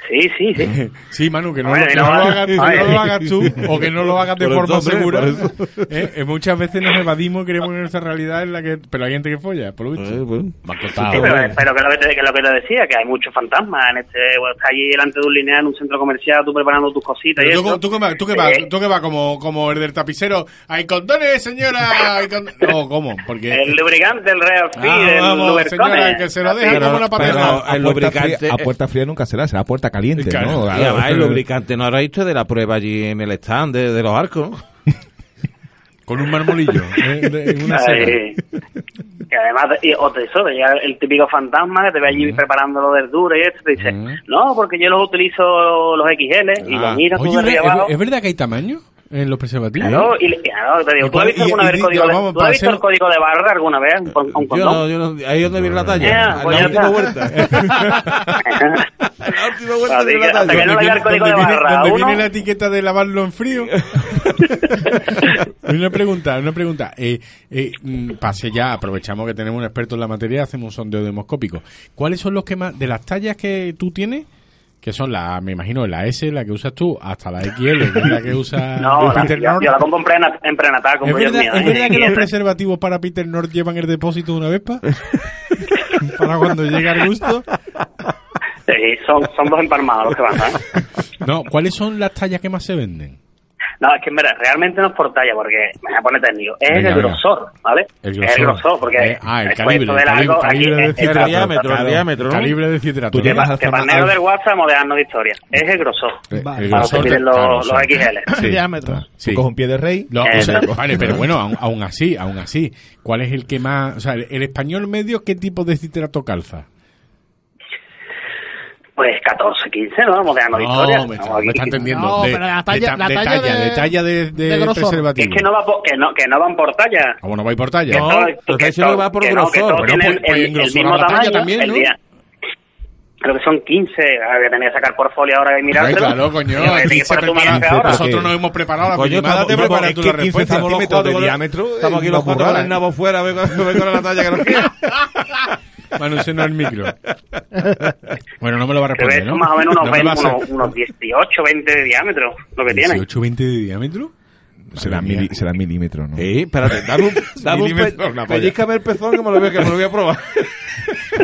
Sí, sí,
[laughs]
sí.
[laughs] Sí, Manu, que no,
Hombre,
lo- que
no
no lo
va-
hagas, que no
Ay.
lo hagas tú o que no lo hagas de
Por
forma
entonces,
segura.
por eso.
[laughs] Eh, eh, muchas veces nos evadimos y queremos en nuestra realidad en la que... Pero hay gente que folla, por lo visto.
Eh, bueno.
Ah,
Sí, pero, pero que, lo que, te, que lo que te decía, que hay muchos fantasmas en este, estás allí delante de un lineal en un centro comercial, tú preparando tus cositas
Pero
y
tú,
eso.
co- tú, que va- tú que vas,
Eh,
tú que vas como, como el del tapicero. ¡Hay condones, señora!
[laughs]
hay cond-". No, ¿cómo? Porque...
El lubricante, el Real Fit,
Ah,
el
vamos,
lubercone.
señora, que se lo deja
Así.
como una papelera.
pero-
a,
el
puerta
lubricante-
fría, a puerta fría nunca será, será a puerta caliente,
Claro.
¿no?
Y
Claro.
además el lubricante no habrá visto de la prueba allí en el stand de, de los arcos.
Con un marmolillo. eh, de-
[laughs]
en una cera.
Ay, que además, de- y, o te eso, ya el típico fantasma que te ve allí preparando los verduras y esto, te dice, no, porque yo los utilizo los XL y
Ah,
los miro
oye,
tú de arriba
¿es-
abajo.
¿es, verdad que hay tamaño en los preservativos?
Claro, y le- claro, te digo,
Y
¿tú has
para-
visto
y-
alguna
y
vez el
di-
código de-
vamos, Eh,
¿tú has
para
visto
hacer-
el código de barra alguna vez? ¿Un, con- un
Yo
condón?
no, yo no, ahí es donde viene la talla.
Ya, pues
la,
ya
última
está.
[laughs]
vuelta.
[laughs]
la última vuelta.
Así
viene
que
la
hasta
talla.
que no le haya el código de
viene,
barra
donde
uno,
viene la etiqueta de lavarlo en
[laughs]
frío? una pregunta, una pregunta. Eh, eh, mm, pase ya, aprovechamos que tenemos un experto en la materia, hacemos un sondeo demoscópico. ¿Cuáles son los que más, de las tallas que tú tienes, que son la, me imagino, la S, la que usas tú, hasta la XL, que es la que usa
No, la-
Peter
yo,
North?
yo la compro en, prena- en prenatal,
¿Es
compro yo
verdad,
mía,
¿es
¿eh?
verdad que los preservativos para Peter North llevan el depósito de una Vespa? para cuando llegue el gusto.
[laughs] Sí, son, son dos empalmados los que van, ¿eh?
No, ¿cuáles son las tallas que más se venden?
No, es que mira, realmente no es por talla, porque me voy a poner técnico. Es
Venga,
el
venga.
grosor, ¿¿vale?
El
Es
grosor.
el grosor, porque.
Eh, ah, el
después
calibre,
esto del
el
algo,
calibre,
aquí
calibre de citrato.
es- es
El
trato,
diámetro, el
trato.
diámetro, ¿no?
Calibre de citrato.
Tú
Que
llevas
pa-
hasta
que
una-
panero
al-
del WhatsApp moderno de historia. Es el grosor.
Eh, El
Vale.
Para que
grosor
piden
de-
los,
claro,
los
sí.
XL.
Sí. Ah,
Diámetro.
Sí.
Coge un pie de rey.
No, o sea,
Exacto.
vale, pero bueno, aún, aún así, aún así, ¿cuál es el que más, o sea, el, el español medio qué tipo de citrato calza?
Pues 14, 15, ¿no? Moderno de historia.
me está,
Vamos
me está
aquí.
entendiendo.
No,
de,
pero la
de
talla-
ta-
la
de
talla
talla,
de-
de, talla de, de
de grosor.
Que
preservativo.
es que no, va por- que, no, que no van por talla.
Ah, bueno, va a ir por talla.
Que
No,
todo-
pero está
que
diciendo
todo-
que va por
que no, que
grosor.
todos
Bueno,
tienen
pues- pues
el-
en grosor
el mismo
habrá talla
tamaño,
también,
el
¿no?
día- Creo que son 15. ahora voy a tener que sacar portfolio ahora y
Ay,
mirártelo.
claro, coño.
Digo,
aquí
que
se
fuera tú
prepara-
mirarte ahora.
Nosotros nos hemos preparado. La
Coño,
primada
estamos-
te
no,
preparas
es
tú
que
la
15
respuesta.
centímetros
Estamos los
de
cuatro con la-
diámetro,
Estamos aquí los cuatro con el nabo fuera, [laughs] ve con, ve con la talla que nos queda.
Manu, ese no es el
[laughs]
micro. Bueno, no me lo va a
Creo que
responder,
son
¿no?
más o menos unos,
No me
20,
va a hacer-
unos, unos 18, 20 de diámetro, lo que tiene.
18, 20 de diámetro.
Será,
Madre mía.
mili- será milímetro,
[laughs]
¿no?
Sí, espérate, dame un, dame un pe-
Milímetro, una polla.
pellizcame el pezón que me lo voy a, que me lo voy a probar.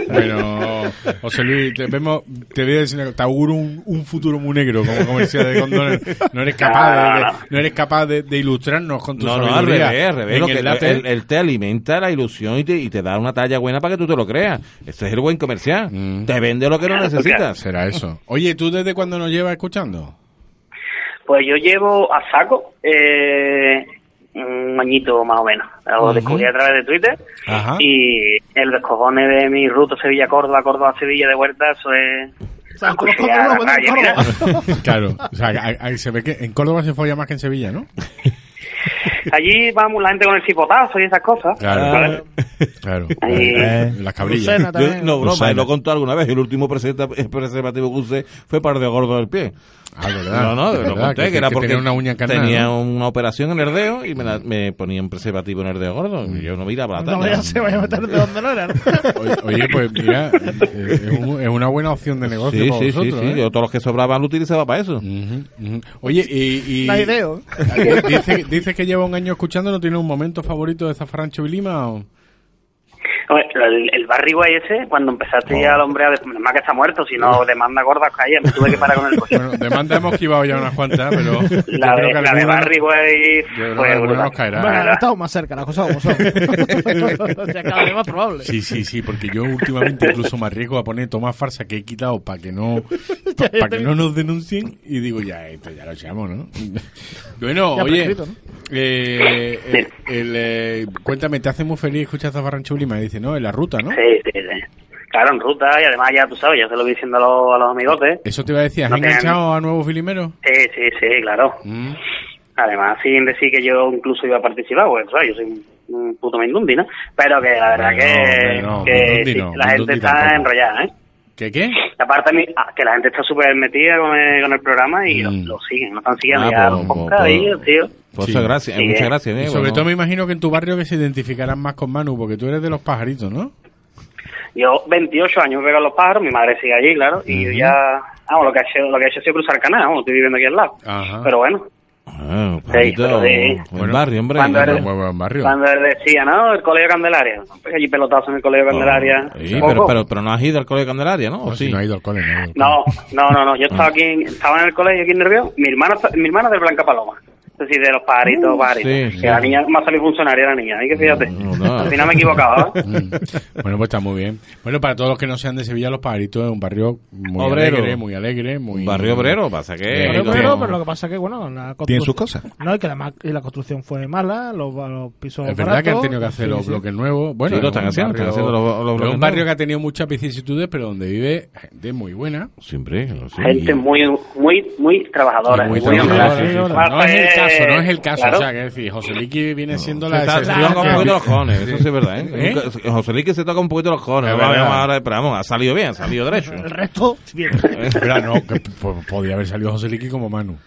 Bueno, José Luis, te, vemos, te voy a decir una cosa, te auguro un, un futuro muy negro como comercial de condones. No eres capaz, de, de- no eres capaz de, de ilustrarnos con tu
[laughs] No, no, al
sabiduría.
revés, al revés.
En
Lo
el
que-
latte-
él, él te alimenta la ilusión y te, y te da una talla buena para que tú te lo creas. Ese es el buen comercial. Te vende lo que no necesitas.
Será eso. Oye, ¿tú desde cuándo nos llevas escuchando?
Pues yo llevo a saco eh, un añito más o menos. Lo descubrí a través de Twitter.
Ajá.
Y el descojone de mi ruta Sevilla-Córdoba, Córdoba-Sevilla de vuelta, eso es...
O sea,
Pues
conozco
ya,
a todos los
vaya,
[laughs]
que venden en
mira.
Córdoba.
Claro, o sea, a- a- se ve que en Córdoba se folla más que en Sevilla, ¿no?
Allí vamos la gente con el cipotazo y esas cosas. ¿vale?
Claro, claro.
Eh,
Las cabrillas.
Lucena
Yo-
también.
no, broma,
Usana.
él lo contó alguna vez. El último presenta- preservativo que usé fue par de gordo del pie.
Ah, verdad.
No, no,
verdad,
lo conté, que, era porque
tenía una uña encarnada.
tenía
¿no?
una operación en el dedo y me, la- me ponía un preservativo en el dedo gordo. Y yo no
Ah,
miraba la
No vaya,
talla.
se vaya a meter de donde no era. ¿no?
Oye, Oye, pues mira, eh, es, un- es una buena opción de negocio
Sí,
para
sí, sí,
vosotros,
sí.
¿eh?
Yo todos los que sobraban lo utilizaba para eso.
Ujú, ujú. Oye, y... y-
La idea.
Dice, dice que lleva un año escuchando, ¿no tiene un momento favorito de Zafarrancho y Lima? o?
Hombre, lo- El, el Barry White ese, cuando empezaste
Oh.
ya al hombre a... des- Menos mal que está muerto, si no, demanda gorda os caía. Me tuve que parar con el
[laughs]
coche.
Bueno, demanda hemos esquivado ya unas cuantas, pero. yo
La
creo
de,
que
la de
alguna-
Barry White
yo creo que
fue
alguna
brutal.
nos caerá.
Bueno,
Bueno,
ahora estamos más cerca, las cosas
[laughs]
como son. o sea, cada vez más probable.
Sí, sí, sí, porque yo últimamente incluso me arriesgo a poner tomas farsa que he quitado para que no para
[laughs] ya
que
te-
no nos denuncien y digo, ya, esto ya lo llamo,
[laughs]
¿no? bueno,
Ya
oye,
prescrito, ¿no?
eh, eh, el, eh, cuéntame, ¿te hace muy feliz escuchar Zafarran Chuli? Me dice, ¿no? En la ruta, ¿no?
Sí, sí, sí. Claro, en ruta y además ya tú sabes, ya se lo voy diciendo a los, a los amigotes.
Eso te iba a decir, ¿has
No te-
enganchado a nuevos filimeros?
Sí, sí, sí, claro.
Mm.
Además, sin decir que yo incluso iba a participar, pues, ¿sabes? yo soy un, un puto Mindundi, ¿no? Pero que la verdad
Hombre,
que,
no, hombre, no,
que
Mindundi
sí,
no,
la gente
Mindundi
está
tampoco.
enrollada, ¿eh?
¿Qué qué?
Aparte, a mí- ah, que la gente está súper metida con el, con el programa y lo,
Mm.
lo siguen, lo están siguiendo
Ah,
ya
pues,
un
pues,
podcast
pues.
ahí, tío.
Pues
Sí.
eso, gracias,
Sí,
muchas
eh.
gracias. eh,
Y sobre
bueno.
todo me imagino que en tu barrio que se identificarán más con Manu, porque tú eres de los pajaritos, ¿no?
Yo, 28 años, me pego a los pájaros, mi madre sigue allí, claro, y yo ya... Vamos, lo que he hecho, lo que he hecho ha sido cruzar canal, vamos, estoy viviendo aquí al lado.
Ajá.
Pero bueno,
Ah,
Sí,
Paquito,
pero sí.
buen barrio, hombre.
Cuando
Bueno,
eres-
Muy buen barrio.
cuando él decía, ¿no? El Colegio Candelaria. Pues allí pelotazo en el Colegio Candelaria.
Ah,
Sí,
Poco.
pero, pero, pero no has ido al colegio Candelaria, ¿no? ¿O
Oh,
sí?
si no ha ido al cole, no ha ido al
No, no, no,
Ah.
no. Yo estaba aquí, en- estaba en el colegio aquí en Nervión. Mi hermano, está- mi hermana es de Blanca Paloma. Es decir, de los
Uh,
pajaritos, pajaritos.
sí,
que
sí.
la niña más salió funcionaria la niña. Hay que fíjate.
No, no.
Al final me equivocaba.
[laughs]
¿eh?
Mm. Bueno, pues está muy bien. Bueno, para todos los que no sean de Sevilla, Los Pajaritos es un barrio muy
Obrero.
alegre, muy alegre, muy...
Barrio Obrero, pasa que...
Barrio
Pero,
Obrero,
pero,
como-
pero lo que pasa es que, bueno, la construcción.
Tienen sus cosas.
No, y que además y la construcción fue mala, los, los pisos.
Es verdad que han tenido que hacer
sí,
los
sí.
bloques nuevos. Bueno,
Sí, lo
es
están
un
haciendo, están haciendo los- los
es
bloques
un barrio
nuevos.
que ha tenido muchas vicisitudes, pero donde vive gente muy buena.
Siempre, no sé.
Gente muy, muy, muy trabajadora.
y muy
muy
trabajadora.
honrada.
Sí, sí, sí.
Pasa
No es el caso, no es el caso.
claro.
O sea, que decir, José Liqui viene siendo
Se
la
está- se
excepción.
toca un
que-
poquito los cojones, eso sí es verdad, ¿eh?
¿Eh?
Nunca- José Luis que se toca un poquito los cojones,
Es
vamos,
verdad.
vamos, ahora, pero vamos, ha salido bien, ha salido derecho.
El resto, bien.
Espera, no, que po- podía haber salido José Liqui como Manu.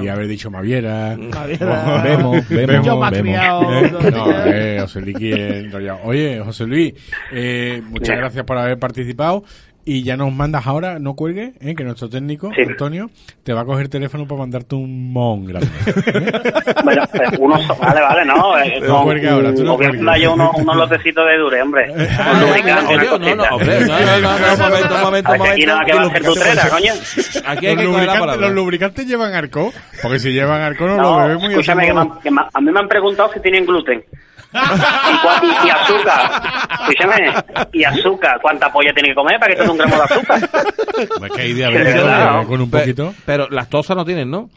Y haber dicho Maviera. [laughs] Eh,
Javier,
Vemos, vemos,
Yo me ha
vemos.
criado.
No, eh, José Luis Quiroz, enrollado. Oye, José Luis, eh, muchas
Bien.
gracias por haber participado. Y ya nos mandas ahora, no cuelgues, eh, que nuestro técnico,
Sí.
Antonio, te va a coger teléfono para mandarte un mon
[laughs]
grande.
[laughs] Bueno, pues, uno so- Vale, vale, no. eh,
No cuelgue ahora, tú no
o voy a
cuelgues.
mandar yo unos, unos lotecitos de
[laughs]
dure, hombre.
Ah,
Con
no,
lubricante,
no,
una
no, no, no,
cosita.
hombre, no, no, no, no, un momento, un momento,
A
un
ver,
momento.
aquí no va a quedar ser tutrera, coño.
Aquí hay
Los
que coger la
lubricantes,
palabra.
los lubricantes llevan arco, porque si llevan arco no, lo
No,
bebemos y
escúchame, que, me
hacemos-
han- que me- a mí me han preguntado si tienen gluten. y, cua- y- y azúcar. Escúchame, y azúcar. ¿Cuánta polla tiene que comer para que tenga un gramo de azúcar?
Pues que hay diabetes,
Claro.
¿no? con un
Pe-
poquito.
Pero las tosas no tienen, ¿no?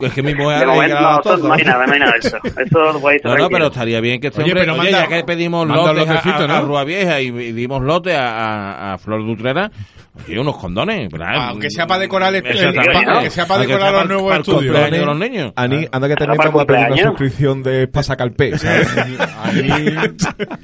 Es
[laughs]
que mi mujer
De
le
momento,
graba
no,
las
eso-
tosas.
no hay nada, no hay nada de eso. Eso puede
No, no, pero estaría bien que este
Oye,
hombre,
pero
oye,
manda-
ya que pedimos
manda
lotes a,
lotecito,
a,
¿no?
a Rua Vieja y, y dimos lotes a, a- a Flor Dutrera, oye, unos condones, ¿verdad?
Ah, Aunque sea para decorar el-
Exactamente.
el-
aunque sea para decorar los
el-
nuevos
para el
estudios.
cumpleaños de los niños.
Ani, anda que
Ahora
también
para
vamos a pedir una
cumpleaños.
suscripción de Pasacalpé. ¿sabes?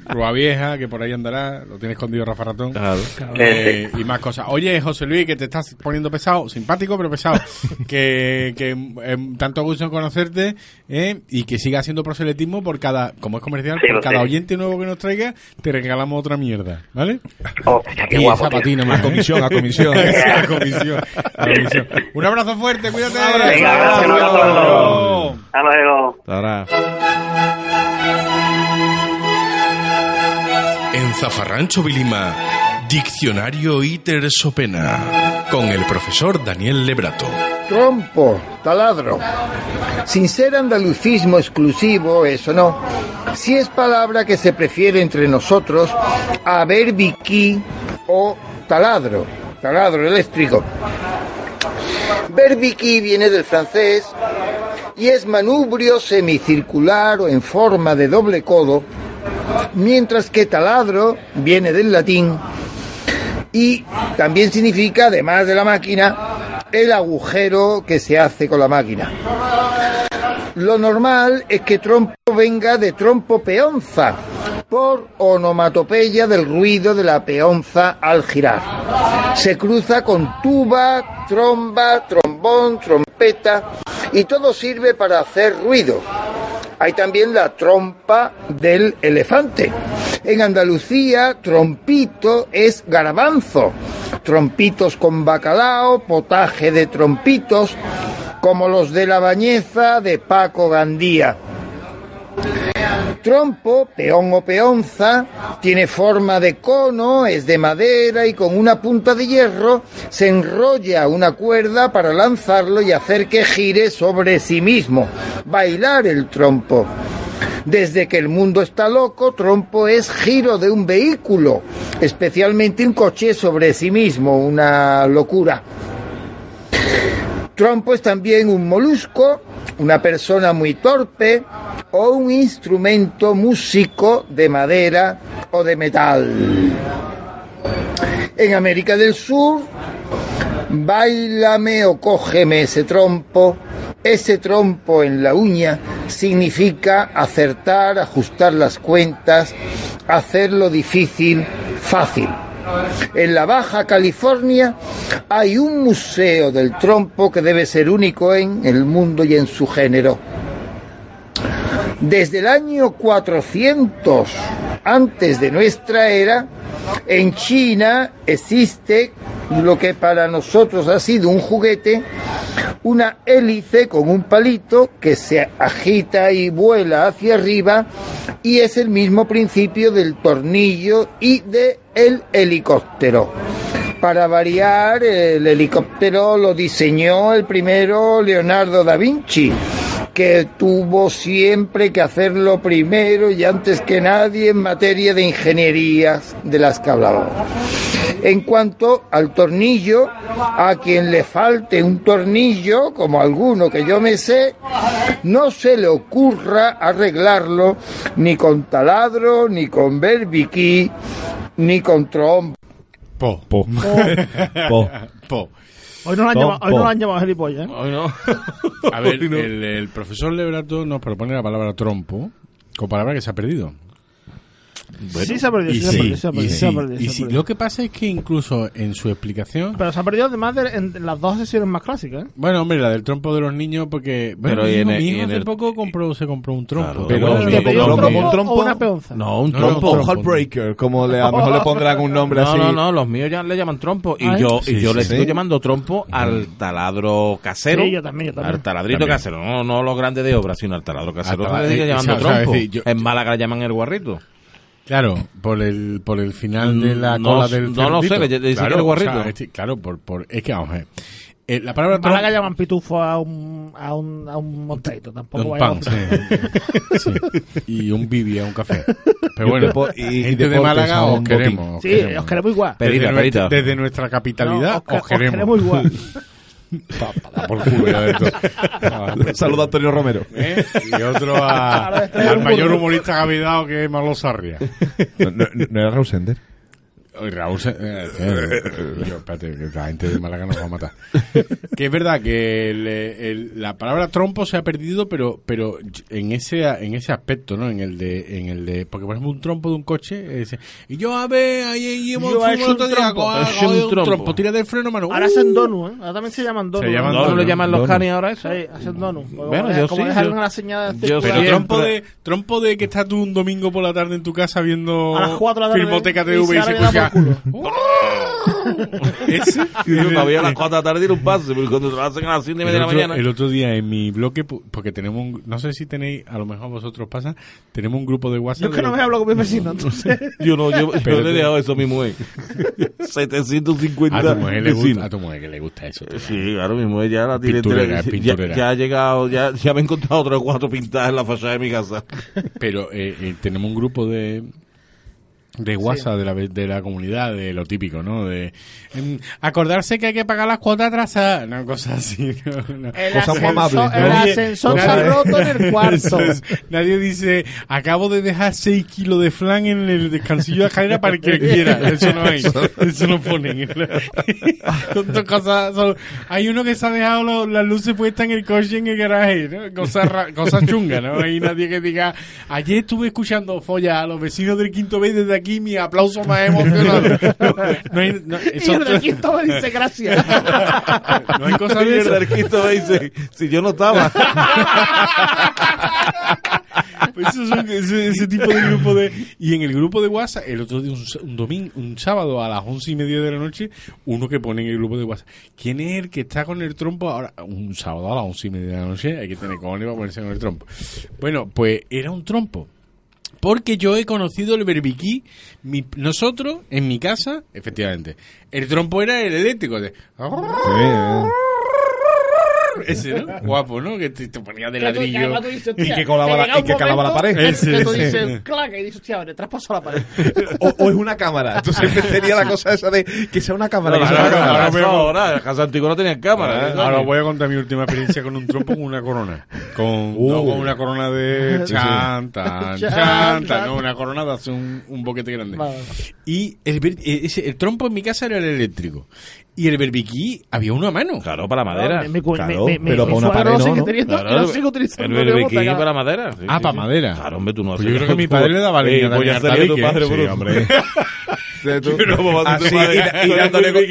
Rua Vieja, que por ahí andará, lo tiene escondido Rafa Ratón.
Claro.
Eh, y más cosas. Oye, José Luis, que te estás poniendo pesado, simpático, pero
[laughs]
pesado. que que, em, tanto gusto en conocerte eh, y que siga haciendo proselitismo por cada, como es comercial,
Sí,
por
lo
cada
sé.
oyente nuevo que nos traiga, te regalamos otra mierda, ¿vale?
Oh, Ah, qué
y
guapo, tío.
zapatina más.
A comisión, a
[laughs]
comisión.
[laughs] A comisión, a comisión. Un abrazo fuerte, cuídate.
Venga, abrazo, un abrazo. Hasta luego.
Ahora,
En Zafarrancho Vilima, Diccionario Iter Sopena, con el profesor Daniel Lebrato.
Trompo, taladro. Sin ser andalucismo exclusivo, eso no. Si es palabra que se prefiere entre nosotros a berbiquí o taladro, taladro eléctrico. Berbiquí viene del francés y es manubrio semicircular o en forma de doble codo, mientras que taladro viene del latín y también significa, además de la máquina, el agujero que se hace con la máquina. Lo normal es que trompo venga de trompo peonza, por onomatopeya del ruido de la peonza al girar. Se cruza con tuba, tromba, trombón, trompeta y todo sirve para hacer ruido. Hay también la trompa del elefante. En Andalucía, trompito es garbanzo. Trompitos con bacalao, potaje de trompitos, como los de la bañeza de Paco Gandía. trompo, peón o peonza, tiene forma de cono, es de madera y con una punta de hierro se enrolla una cuerda para lanzarlo y hacer que gire sobre sí mismo. Bailar el trompo. Desde que el mundo está loco, trompo es giro de un vehículo, especialmente un coche sobre sí mismo, una locura. Trompo es también un molusco, una persona muy torpe o un instrumento músico de madera o de metal. En América del Sur, bailame o cógeme ese trompo. Ese trompo en la uña significa acertar, ajustar las cuentas, hacer lo difícil fácil. En la Baja California hay un museo del trompo que debe ser único en el mundo y en su género. Desde el año 400 antes de nuestra era, en China existe lo que para nosotros ha sido un juguete, una hélice con un palito que se agita y vuela hacia arriba y es el mismo principio del tornillo y de el helicóptero. Para variar, el helicóptero lo diseñó el primero Leonardo da Vinci, que tuvo siempre que hacerlo primero y antes que nadie en materia de ingenierías de las que hablábamos. En cuanto al tornillo, a quien le falte un tornillo, como alguno que yo me sé, no se le ocurra arreglarlo ni con taladro, ni con berbiquí, ni con trompo.
Po.
Po. Po.
Po.
Hoy no lo han
Po,
llamado, hoy no
po.
lo han llamado gilipollas. ¿eh?
Hoy no. A ver, [laughs] el, el profesor Lebrato nos propone la palabra trompo, con palabra que se ha perdido.
sí, se ha perdido,
Y
sí, se ha perdido, se ha perdido,
y
se ha
sí,
perdido,
y
se ha
sí.
perdido.
Lo que pasa es que incluso en su explicación...
Pero se ha perdido además de, en las dos sesiones más clásicas. ¿eh?
Bueno, hombre, la del trompo de los niños, porque... Bueno,
Pero y
mi hijo,
en el-
mi hijo
y en
hace
el-
poco compró, se compró un trompo.
Claro,
pero
bueno,
pero-
¿Le
trompo,
pidió un
trompo,
trompo,
un
o
trompo.
una peonza?
No, un
No, no,
trompo.
Trompo,
trompo.
Heartbreaker, como le, a lo mejor le pondrán un nombre
No,
así.
no, no, los míos ya le llaman trompo. Y
¿Ah, eh?
yo, y
Sí,
yo
sí,
le
sí.
sigo llamando trompo al taladro casero.
Sí, yo también, yo también.
Al taladrito casero. No, no los grandes de obra, sino al taladro casero.
Al taladro-
le sigue
eh,
llamando
o sea, o sea,
trompo.
decir, yo-
en Málaga le llaman el guarrito.
Claro, por el, por el final de la
No
cola
lo-
del
no lo sé,
cerdito.
que dice
Claro,
que el guarrito.
o sea, es que- claro, por, por, es que vamos a ver. Eh, la palabra
En Málaga
trompo-
llaman pitufo a un, a un, a un montaito, tampoco
un pan,
vayamos-
[laughs]
[laughs]
sí. Sí. Y un bibi a un café. Pero bueno,
depo- y- y
gente de
deportes a
Málaga
un
os
botín.
queremos. os
Sí,
queremos.
os queremos igual.
Pero- Perita,
desde,
perita.
nuestra, desde nuestra
No,
capitalidad
os,
os queremos.
igual.
Pa, pa, da por culo, ya ves tú. Ah,
[laughs] Saluda a Antonio Romero.
¿eh? Y otro a-
Ahora estoy
al
en
mayor
burro.
humorista que ha habido, que es Marlo Sarria.
No, no- no era Rausender.
Oye, Raúl [laughs] se- eh, eh, yo, espérate, que la gente de Málaga nos va a [laughs] matar. que es verdad que el, eh, el- la palabra trompo se ha perdido, pero pero en ese en ese aspecto, ¿no? En el de en el de porque por ejemplo un trompo de un coche eh, dice, y yo a ver, ahí hemos
Yo he
fumado
hecho un
otro día,
trompo,
cojo-
he hecho
cojo
un
un trompo.
trompo.
tira del freno, mano.
Ahora
Uh,
hacen donu, ¿eh? Ahora también se llaman donu.
Se llaman
¿no?
No, no
Dono.
le llaman los
Dono.
canis ahora eso. [laughs]
Sí, hacen donu. Como,
Bueno,
deja-
yo
como
sí,
dejaron
yo-
una señal de
yo
esto,
pero
sí.
la-
trompo de trompo de que estás tú un domingo por la tarde en tu casa viendo
A las cuatro de la tarde,
Filmoteca
y
TV
se
y se
abre y da
escucha.
por
Ese.
Yo todavía a las 4 de la tarde era un paso, porque cuando lo hacen a las 7 y media de
el
la
otro,
mañana.
el otro día en mi bloque, pu- porque tenemos un, no sé si tenéis, a lo mejor vosotros pasa, tenemos un grupo de WhatsApp.
Yo es que
de
no
los-
me hablo con mis vecinos, entonces.
Yo no, yo, yo
Pero
le he
tú-
dejado eso a mi mujer.
a
750
tu mujer le gusta,
vecinos.
a tu mujer que le gusta eso. tío.
Sí, claro, mi mujer ya la tiene
Pinturera,
entre- ya,
pinturera.
ya ha llegado, ya, ya me he encontrado otras cuatro pintadas en la fachada de mi casa.
Pero eh, eh, tenemos un grupo de de WhatsApp de, la, ve- de la comunidad, de lo típico, ¿no? De em, acordarse que hay que pagar las cuotas atrasadas, no, cosas así. [laughs] no, Pues no.
[laughs] El
Cosas muy amables,
ascensor, el
¿no? Oye,
ascensor se
cosas-
ha roto
[laughs]
en el cuarto.
Eso es. Nadie dice, acabo de dejar 6 kilos de flan en el descansillo de escalera para el que
[laughs]
quiera. Eso no hay. Eso no ponen. [laughs] Son dos cosas, son- hay uno que se ha dejado lo- las luces puestas en el coche en el garaje. ¿no? Cosas ra- cosas chungas, ¿no? Hay nadie que diga, ayer estuve escuchando folla a los vecinos del quinto B desde aquí, mi aplauso más emocionado. [laughs] No, no hay, no,
Y
eso-
el de quinto me dice gracias.
[laughs] no hay cosas
Y
de
el
esas.
arquito me dice, si yo no estaba.
Pues eso es un- ese, ese tipo de grupo de... Y en el grupo de WhatsApp, el otro día, un, s- un domingo, un sábado a las once y media de la noche, uno que pone en el grupo de WhatsApp, ¿quién es el que está con el trompo ahora? Un sábado a las once y media de la noche, hay que tener cojones para ponerse con el trompo. Bueno, pues era un trompo. Porque yo he conocido el berbiquí. Mi- nosotros, en mi casa, efectivamente, el trompo era el eléctrico. De...
Sí,
Ese, ¿no? Guapo, ¿no? Que te, te ponía de
Que tú- que
ladrillo.
además tú dices,
Y
hostia,
que colaba
te
la-
llega
y
un
que calaba la
momento
pared.
que tú
Sí, sí,
dices,
sí.
clac, y dices, hostia, ahora traspaso la pared.
o, o es una cámara. Entonces siempre tenía la cosa esa de que sea una cámara. que sea una cámara.
Ahora, ahora, Casa Antigua no tenía cámara. ¿eh?
Ah, Ahora os voy a contar mi última experiencia con un trompo con una corona. Con, no, con una corona de chanta,
Uh. Chan,
chanta,
tan.
no, una corona de hacer un, un boquete grande.
Vale.
Y el, ber- eh, ese- el trompo en mi casa era el eléctrico. Y el berbiquí había uno a mano.
Claro, para madera.
Mi- mi cu-
Claro,
mi- mi-
pero
mi
para una
suegro
pared no,
sigue
¿no?
[laughs] teniendo-
Claro,
y lo sigo utilizando.
el
me voy a
berbiquí
botar.
para madera. sí,
Ah,
sí,
para
sí.
madera.
Claro, hombre, tú no
Pues
haces
yo creo
eso,
que mi
tú-
padre le
[laughs]
daba
Eh,
leña
pues ya
también
sería
al
tu
tabique,
padre,
¿eh?
Bruno.
Sí,
[laughs]
hombre.
Así,
Así,
y- y
y,
dándole con-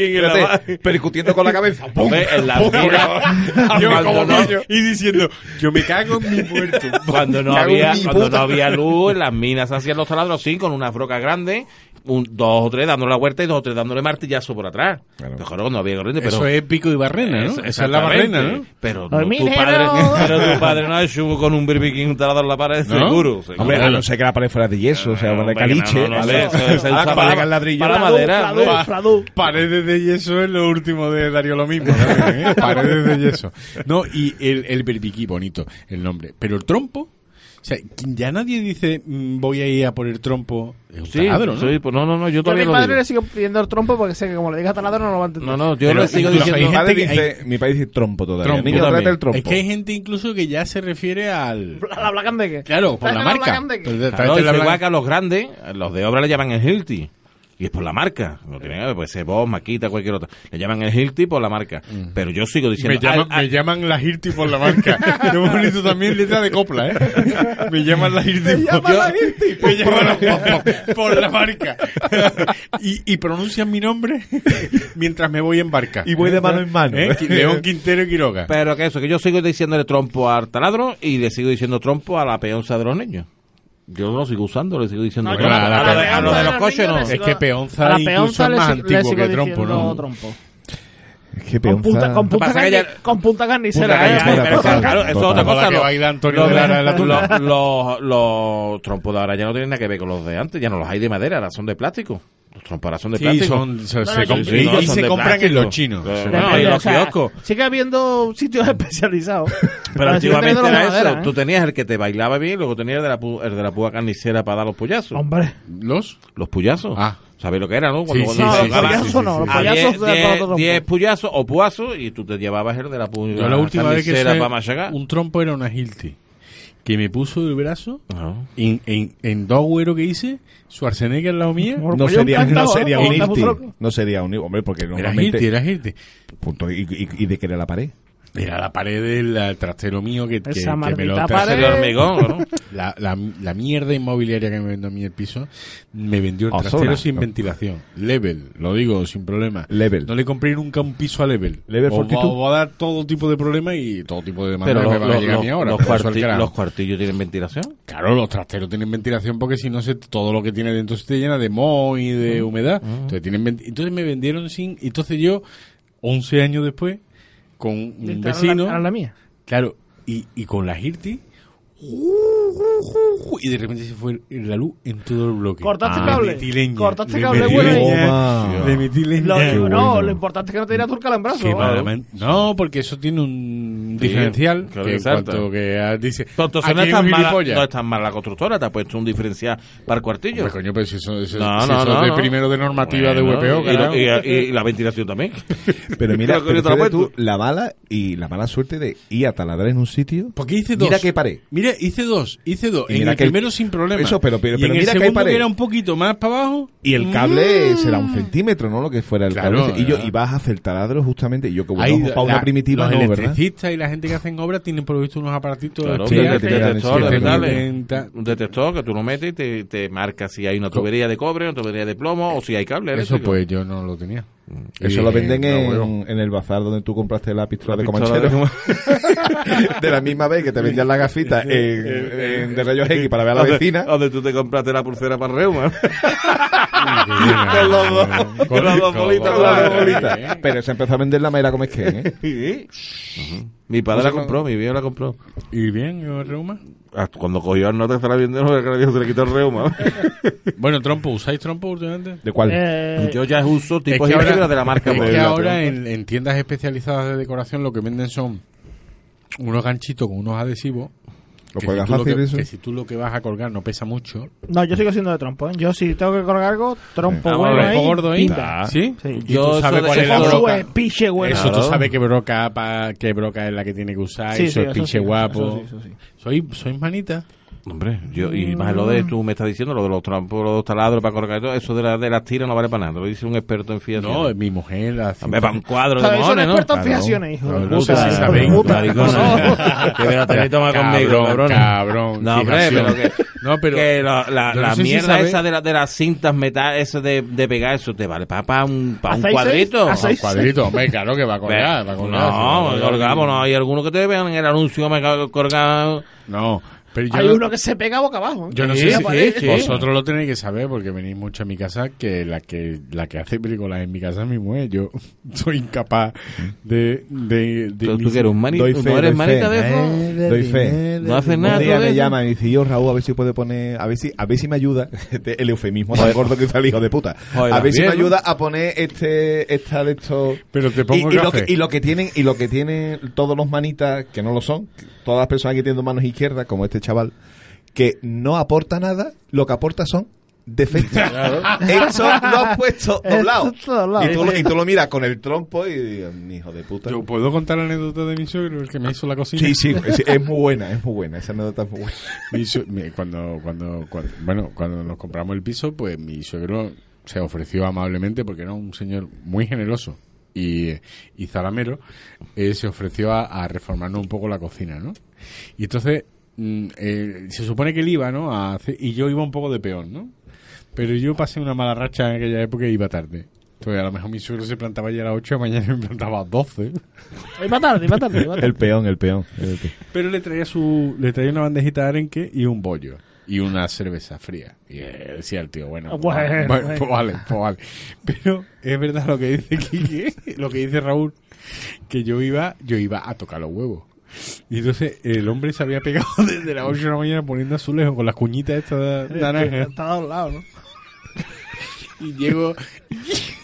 percutiendo con la cabeza.
[laughs] Hombre, En la vida.
Yo
cuando
como
no-
niño, y diciendo, yo me cago en mi puerto.
Cuando no,
Me cago en
había,
mi
cuando no
puta.
había luz, en las minas hacían los taladros, sí, con unas brocas grandes, un, dos o tres dándole la vuelta y dos o tres dándole martillazo por atrás.
Claro.
Pero claro, no había corriente, pero...
Eso es pico y barrena,
Eso-
¿no? Esa es la
exactamente.
barrena, ¿no?
Pero
Ay,
no, tu
minero.
padre, [laughs] pero tu padre no ha hecho con un berbiquín un taladro en la pared,
¿No?
seguro. seguro.
Hombre, a no ser que la pared fuera de yeso, o sea,
Ah, Hombre,
de
que
caliche.
no, no, no,
¿vale?
eso- eso se
Ah,
usa
para
para-
el ladrillo.
para
Fladú,
madera,
Fladú,
hombre.
Fladú.
Paredes de yeso es lo último de Darío lo mismo. también, ¿eh? Paredes de yeso. No, y el, el berbiquí, bonito el nombre. Pero el trompo, o sea, ya nadie dice mm, voy a ir a por el trompo. Es un
Sí,
taladro, ¿no?
sí, pues no, no, no, yo
Yo a
todavía
mi
lo
padre
digo.
le sigo pidiendo el trompo porque sé que como le digas taladro no lo va a entender.
No, no, yo
Pero
le sigo
incluso
diciendo...
hay
Mi
gente
padre
que-
dice, mi padre dice trompo todavía.
Trompo
Niño,
también.
tráete el trompo.
Es que hay gente incluso que ya se refiere
[laughs]
al...
La, la Blacandeque.
Claro, por la
Tráete
marca.
Blacandeque.
Pues, tráete
Claro,
la
dice
blan-
igual que a los grandes, los de obra le llaman el Hilti. Y es por la marca. No tiene nada, puede ser Boss, Maquita, cualquier otro. Le llaman el Hilti por la marca. Pero yo sigo
Me,
diciendo.
llaman-
al-
me llaman la Hirti por la marca. Qué bonito también letra de copla, ¿eh? Me llaman la Hirti por,
llaman la
[laughs] Me llaman la- por- por- por la marca. Y, y pronuncian mi nombre [laughs] mientras me voy en barca.
Y voy de mano en mano.
¿Eh? Qui- León Quintero y Quiroga.
pero que eso, que yo sigo diciéndole trompo al taladro y le sigo diciendo trompo a la peonza de los niños. Yo no lo sigo usando, le sigo diciendo
No,
trompo.
yo a la
a, lo de,
peonza
a lo de
de
los
los
coches no.
niños
Es
sigo-
que
A
peonza
la
incluso
peonza
es
le,
más
sig- le
antiguo
sigo
que trompo,
diciendo
¿no?
trompo.
Qué
Con punta,
peonza.
con punta,
Lo que pasa es que
carni-
ya-
con punta carnicera.
Punta
¿eh?
carnicera,
Pero-
Pero,
total,
claro, eso es
total.
otra
Con la
cosa.
que
lo-
baila Antonio
lo-
de Lara en la tuna.
lo- Los los trompos de ahora ya no tienen nada que ver con los de antes. Ya no los hay de madera, ahora son de plástico. Los trompos ahora son de
Sí,
plástico.
son, se, se
no,
comp-
sí,
y-
no,
y
son
se
de
compran en
plástico.
los chinos.
Claro.
No,
Bueno, y los
o sea,
kioscos.
Sigue habiendo sitios especializados.
Pero
siguen
antiguamente
teniendo
era
la
eso.
madera, ¿eh?
Tú tenías el que te bailaba bien, luego tenías el de la, pu- el de la púa carnicera para dar los pollazos.
Hombre.
¿Los?
Los puyazos.
Ah.
¿Sabéis lo que era, no?
Sí, sí,
No,
sí,
los
sí, sí,
payasos
sí, sí,
no. Los
sí.
A
payasos de- para otro
10 10
trompo.
puyazos o puazos y tú te llevabas el de la púa
Yo la última vez que
carnicera
sé
para machacar.
un trompo era una Hilti. Que me puso el brazo
No.
en, en, en dos agüeros que hice, Schwarzenegger al lado
[laughs]
mía.
No
Oye, un
sería, no
cántaro,
sería
¿eh?
un
Onda
irti.
putroco.
No sería un hombre, porque
Era ¿eh? Hilti,
normalmente...
era Hilti.
Punto. ¿Y, y, y de qué era
[laughs]
la pared?
Era la pared del el trastero mío que, que,
Esa
que me lo
maldita
trajo.
Ese
pared.
de hormigón, ¿no?
[laughs] La, la, la mierda inmobiliaria que me vendió a mí el piso, me vendió el
Ozona.
trastero sin
No.
ventilación. Level, lo digo sin problema.
Level.
No le compré nunca un piso a Level. Os
Level
va-
Fortitude.
os va a dar todo tipo de problemas y todo tipo de demandas que
Pero
me
los,
van a llegar a
los-
mí ahora.
los
por eso
cuarti-
el carajo.
los cuartillos tienen ventilación.
Claro, los trasteros tienen ventilación porque si no se, todo lo que tiene dentro se te llena de moho y de
Mm.
humedad. Entonces tienen venti- entonces me vendieron sin entonces yo 11 años después con un
Era la-
vecino,
era la mía.
claro, y, y con la Hirti y de repente se fue la luz en todo el bloque. Ah,
Cortaste
Le
cable.
metí leña,
Cortaste
le
cable,
metí
bueno, y-
leña,
Toma.
Le metí leña.
Lo-
Qué bueno.
No, lo importante es que no te diera turca al brazo.
Qué
¿eh?
mala man- No, porque eso tiene un
Sí,
diferencial
claro,
que en
exacto.
cuanto que ah, dice,
Entonces
"Aquí
no
hay
es,
un
tan mala,
gilipollas".
no es tan mala la constructora, te ha puesto un diferencial para el cuartillo.
Hombre, coño, pero si eso, eso-
No,
si
no,
eso
no,
es de
no.
primero de normativa
Bueno,
de WPO,
y, lo-
carajo.
y- y la ventilación también.
Pero mira,
Pero
pero
yo te lo
fíjate tú,
cuento.
la mala y la mala suerte de ir a taladrar en un sitio.
¿Por qué hice dos?
Mira que paré.
Mira, hice dos, hice dos.
Y
en
mira
el
que el-
primero sin problema.
Eso, pero- pero-
Y
pero
en
mira que
el
hay
segundo
pared.
que era un poquito más para abajo. mm,
Y el cable será un centímetro, ¿no? Lo que fuera el
Claro,
cable. ese. Y, yo,
¿verdad?
y vas a hacer taladro justamente. Y yo, como
Ahí
no, para una
la-
primitiva,
los
no, ¿verdad?
electricistas y la gente que hacen obra tienen por lo visto unos aparatitos
Claro,
especiales
un
que
que-
detector
que
de
te
metales.
detecta-
Un detector que tú lo metes y te, te marca si hay una tubería de cobre, una tubería de plomo o si hay cable.
Eso
eléctrico.
pues yo no lo tenía.
Mm. Eso
Y
lo
dije,
venden
no,
[laughs]
bueno.
en, en el bazar donde tú compraste la pistola de
pistola
Comanchero. [laughs] de la misma vez que te vendían la gafita en, en- de rayos X para ver a la
Donde-
vecina.
Donde tú te compraste la pulsera para el reuma.
Con
los dos-
Ah,
eh.
con las dos bolitas,
Con las dos
Claro.
bolitas. Pero se empezó a vender la manera como es que, ¿eh?
Sí. Mi padre
O sea,
la compró, mi viejo la compró.
¿Y bien, el reuma?
Ah, Cuando cogió el nota que estaba viendo, no, que la vieja se le quitó el reuma.
Bueno, trompo, ¿usáis trompo últimamente?
¿De cuál?
Eh,
Yo ya uso
Es
tipo
que ahora,
híbrido de la marca.
es
pues,
que
la
ahora
tengo.
en, en tiendas especializadas de decoración lo que venden son unos ganchitos con unos adhesivos.
¿Lo
que
cuelgas
si tú
fácil
que,
eso?
que si tú lo que vas a colgar no pesa mucho.
No, yo sigo siendo de trompo. ¿eh? Yo si tengo que colgar algo, trompo
Ah,
bueno
bueno,
ahí.
Trompo gordo ahí.
pinta.
¿Sí?
Sí.
¿Y tú
Yo
sabes
eso
cuál
de-
es la
eso-
broca?
Sue, piche bueno.
Ah. Eso tú
Claro.
sabes qué broca, pa- qué broca es la que tiene que usar.
Sí,
y
sí,
soy
eso
pinche
sí,
guapo.
eso sí, eso sí.
Soy, soy manita.
Hombre, yo, y más lo
Mm.
de tú me estás diciendo, lo de los trampos, los taladros para correr, todo eso de, la- de las tiras no vale para nada. Lo dice un experto en fiesta.
No, eh, es mi mujer. La
Hombre, para un cuadro de
¿Sabes? Son
mojones, ¿no?
expertos en fijaciones, hijo. de
No, no,
puta.
sí,
hijo de
sabéis.
puta.
Maricona. Que me la tenéis que tomar conmigo,
cabrón,
cabrón.
cabrón.
No, hombre,
fijación.
pero que,
No, pero...
que la, la-
yo no sé
la
si
mierda
sabe-
esa de, la- de las cintas metal, eso de, de pegar, eso te vale para un, pa' un
¿Hacéis
cuadrito.
seis? ¿Hacéis
Un cuadrito, hombre, claro que va a colgar, va a colgar.
No,
Sí, va a colgar.
colgamos, no. Hay algunos que te vean en el anuncio, me ca-
[laughs]
colgado.
No, pero yo
Hay
no,
uno que se pega boca abajo. ¿eh?
yo no
Sí,
sé
sí,
si
sí.
vosotros lo tenéis que saber porque venís mucho a mi casa que la que la que hace películas en mi casa es mi mujer. Yo [laughs] soy incapaz de de, de
¿Tú,
ni-
tú que eres un manito?
Doy fe,
¿No eres
doy
manita
fe. Eh,
de eso?
Doy fe.
No haces nada.
Un día
tú de
me
eso.
llama y dice, yo Raúl, a ver si puede poner, a ver si, a ver si me ayuda, [laughs] Este, el eufemismo tan gordo que usa el hijo de puta,
Joder,
a ver si me
bien, ¿no?
ayuda a poner este, esta de estos...
Pero te
Y,
pongo
y lo
café.
que, y lo que tienen y lo que tienen todos los manitas que no lo son todas las personas que tienen dos manos izquierdas como este chaval que no aporta nada lo que aporta son defectos
[laughs]
eso lo has puesto
Eso
doblado
está doblado.
y tú, lo- y tú lo miras con el trompo y dices "Mi hijo de puta
Yo puedo contar la anécdota de mi suegro el que me hizo la cocina.
sí sí es, es muy buena es muy buena esa anécdota es muy buena
Mi su- mi- cuando, cuando, cuando- bueno, cuando nos compramos el piso, pues mi suegro se ofreció amablemente porque era un señor muy generoso y, y zalamero, eh, se ofreció a, a reformarnos un poco la cocina, ¿no? Y entonces mm, eh, se supone que él iba, ¿no? A hacer- y yo iba un poco de peón, ¿no? Pero yo pasé una mala racha en aquella época y iba tarde. Entonces a lo mejor mi suegro se plantaba ya a las 8 de la mañana y me plantaba a las 12.
Iba tarde, iba tarde,
[laughs]
iba tarde.
el peón el peón
Pero le traía su, le traía una bandejita de arenque y un bollo y una cerveza fría. Y eh, decía el tío, bueno,
Ah,
pues vale,
bueno,
bueno,
bueno.
pues vale, pues vale. Pero es verdad lo que dice Quique, lo que dice Raúl, que yo iba, yo iba a tocar los huevos. Y entonces el hombre se había pegado [laughs] desde las 8 de la mañana poniendo azulejos con las cuñitas estas de naranja.
Este, Está doblado, ¿no?
Y llego [laughs]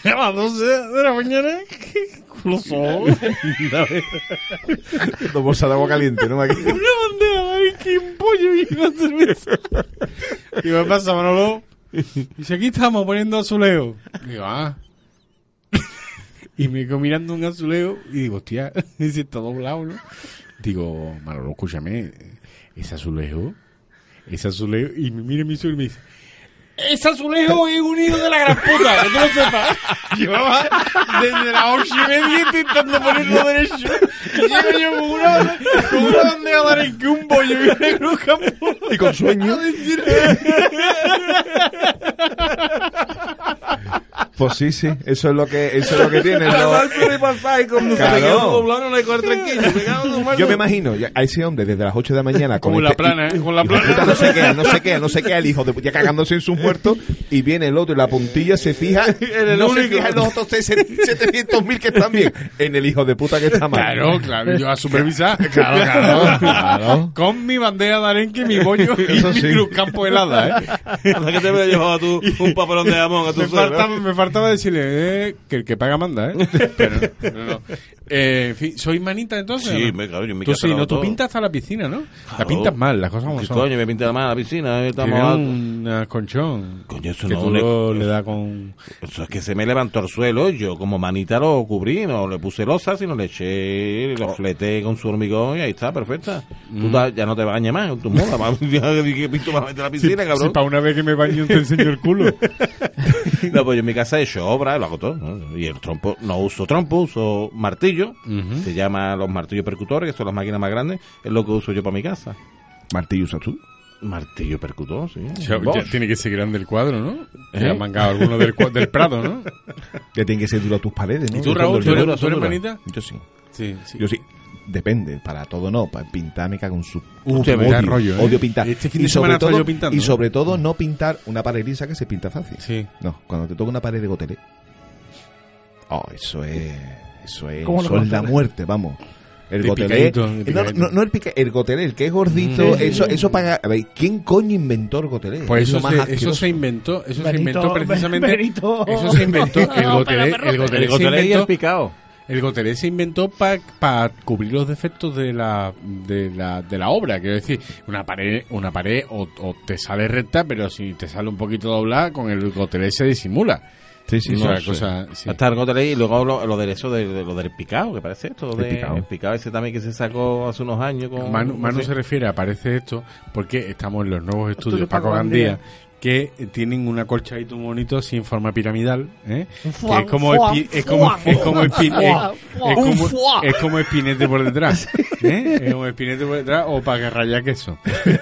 a las 12 de la mañana [laughs] con los ojos.
dos bolsas de agua caliente no
Una bandera de arenque y un pollo y una cerveza. [laughs] Y me pasa, Manolo. Dice, aquí estamos poniendo azuleo. Digo, ah. [laughs] Y me quedo mirando un azuleo y digo, hostia, [laughs] ese está doblado, ¿no? Digo, Manolo, escúchame, ese azulejo, ese azulejo. Y me mira mi suegro y me dice, ese azulejo es un hijo de la gran puta, que tú lo sepas. Llevaba desde las ocho y media intentando ponerlo derecho. Y llego yo con una, bande- con una bandeja de arenque, un bollo y una cruz campo.
y con sueño pues sí sí eso es lo que eso es lo que [laughs] tienen los, Claro. Yo me imagino ya, a ese hombre desde las 8 de la mañana con
Con la
este-
plana,
y-
¿eh? Con la
y de
plana.
puta no sé qué, no sé qué, no sé qué, el hijo de puta, ya cagándose en sus muertos y viene el otro y la puntilla se fija, no se fija [laughs] en los otros 700 mil que están bien, en el hijo de puta que está
[laughs]
mal.
Claro, claro, yo a
[laughs]
supervisar. Claro, claro, Con mi bandera de arenque, mi bollo y
[laughs] Eso
mi
sí.
cruz campo
[laughs]
helada, ¿eh?
¿No es que te me llevaba tú un papelón de jamón a tu
Me
suegro?
faltaba, me faltaba decirle eh, que el que paga manda, ¿eh? Pero, no, no. Eh, en fin, ¿soy manita entonces?
Sí,
o no?
me- claro, yo en mi
Tú
casa
sí,
lo
no, tú
todo.
pintas hasta la piscina, ¿no? La
Claro.
pintas mal, las cosas como
¿Qué
son.
coño? Me pinté la mano a la piscina.
Tiene
eh, Estamos a-
un eh, colchón.
Coño, eso
que
no,
tú
le-
lo- le da con...
Eso es que se me levantó el suelo. Yo, como manita, lo cubrí. No le puse losa, sino le eché, lo fleté con su hormigón y ahí está, perfecta.
Mm.
Tú da- ya no te bañes más. Tú
[laughs]
moda. vamos, ya dije, pinto más vete a la piscina,
Si
cabrón.
para una vez que me baño te enseño el culo.
No, pues yo en mi casa he hecho obra, lo hago todo. ¿no? Y el trompo, no uso trompo, uso martillo. Se llama los martillos percutores, que son las máquinas más grandes. Es lo que uso yo para mi casa.
Martillo usas tú.
Martillo percutor, sí.
Ya- ya
Bosch.
tiene que ser grande el cuadro, ¿no? Ya ha mangado alguno del, cua- del Prado, ¿no?
Ya tienen que ser duras tus paredes, ¿no?
¿Y tú,
Son
Raúl, tú
duras.
eres, tú
son
eres
duras.
manita?
Yo sí.
Sí, sí.
Yo sí. Depende, para todo no, para pintar me cago en su
Hostia, me da
odio,
rollo, ¿eh?
odio pintar.
Este fin de
y sobre
semana estaba
todo,
yo pintando,
y
¿eh?
sobre todo no pintar una pared lisa que se pinta fácil.
Sí.
No, cuando te toca una pared de gotelé. Oh, eso es. Eso es.
¿Cómo lo
Eso es la
cortas?
muerte, vamos. El
El
gotelé.
picadito, el
Eh, no,
picadito. Mm.
no, no el pica, el gotelé, el que es gordito. Eso, eso paga. A ver, ¿quién coño inventó el gotelé?
Pues eso,
más
se,
asqueroso.
eso se inventó, eso se
Benito,
inventó precisamente.
Benito.
Eso se [laughs] inventó. El
No,
gotelé,
pero,
el gotelé,
El gotelé
se
y el
inventó,
picado.
el gotelé se inventó para cubrir los defectos de la, de la, de la obra. Quiero decir, una pared, una pared o, o te sale recta, pero si te sale un poquito doblada, con el gotelé se disimula.
Sí, sí,
No,
sí,
una
sí.
cosa- sí.
Hasta el gotelé y luego lo, lo del eso de, de- lo del picado, que parece esto. de-
picado.
el picado ese también que se sacó hace unos años. Con,
Manu,
no
Manu
sé.
se refiere, aparece esto, porque estamos en los nuevos estudios
Estudio
Paco
Paco Gandía.
Gandía, que tienen una colcha ahí un bonito así en forma piramidal, ¿eh?
Un
Que
fuá,
es como
un fuá,
espi- es
fuá,
como es como
un
espin-
fuá,
es-
fuá.
es
Un
como-
fuá.
es como espinete por detrás,
[laughs]
¿eh? Es como espinete por detrás o para que raya queso. [laughs]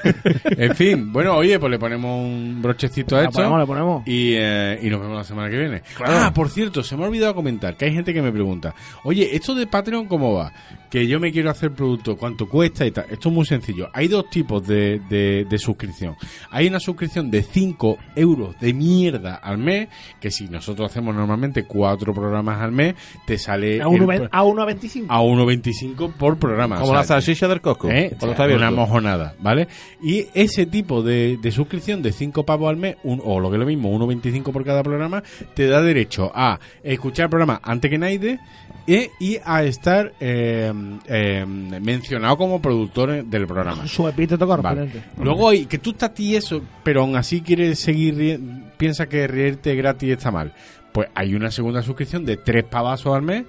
En fin, bueno, oye, pues le ponemos un brochecito a
La
esto.
ponemos, la ponemos.
Y, eh, y nos vemos la semana que viene. Ah, por cierto, se me ha olvidado comentar que hay gente que me pregunta, oye, ¿esto de Patreon cómo va? Que yo me quiero hacer producto, ¿cuánto cuesta y tal? Esto es muy sencillo. Hay dos tipos de, de- de suscripción. Hay una suscripción de 5 euros de mierda al mes, que si nosotros hacemos normalmente cuatro programas al mes, te sale
A uno
el-
ve- a 1,25.
a 1,25 por programa.
Como
O sea,
la salchicha del Costco.
¿Eh?
cuando
O
está
sea,
abierto.
una mojonada, ¿vale? Y ese tipo de, de suscripción de 5 pavos al mes, un- o lo que es lo mismo, 1,25 por cada programa, te da derecho a escuchar el programa antes que nadie e- y a estar eh, eh, mencionado como productor del programa.
Su epíteto
Ah. Vale.
correspondiente.
Luego hay que tú estás tieso, pero aún así quieres seguir, rie- piensa que reírte gratis está mal. Pues hay una segunda suscripción de 3 pavazos al mes,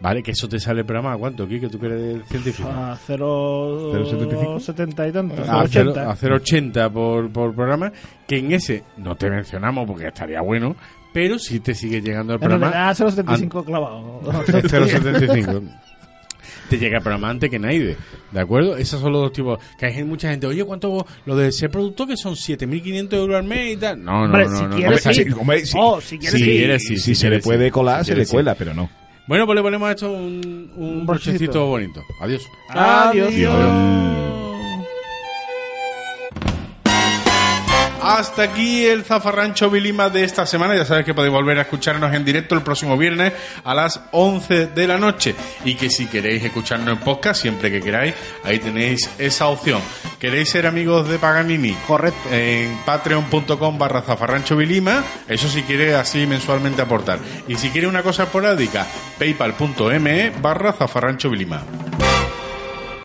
¿vale? Que eso te sale el programa, ¿a ¿cuánto? ¿Qué que tú quieres científico?
A 0,75. 70 y tanto.
a 0,80
0,80.
por, por programa, que en ese no te mencionamos porque estaría bueno, pero si te sigue llegando el
En
programa Ah,
realidad, a 0,75 clavado.
[laughs] 0,75. Te llega el programa antes que nadie, ¿de acuerdo? Esos son los dos tipos. Que hay gente- mucha gente, oye, ¿cuánto lo de ser productor que son 7.500 euros al mes y tal? No, no,
Hombre,
no,
si
no,
quieres,
no,
sí.
no.
Hombre, si-
Oh, si quieres,
Sí,
sí.
eres-
si,
sí,
si
sí,
se
sí,
le puede
sí,
colar,
sí,
se le
sí.
cuela, pero no.
Bueno, pues le ponemos a esto un, un,
Un
brochecito
brochecito.
bonito. Adiós.
[laughs] Adiós.
Hasta aquí el zafarrancho Vilima de esta semana. Ya sabes que podéis volver a escucharnos en directo el próximo viernes a las 11 de la noche. Y que si queréis escucharnos en podcast, siempre que queráis, ahí tenéis esa opción. ¿Queréis ser amigos de Paganini? Correcto. En patreon.com barra zafarrancho Vilima. Eso si quiere así mensualmente aportar. Y si quiere una cosa esporádica, paypal.me barra zafarrancho Vilima.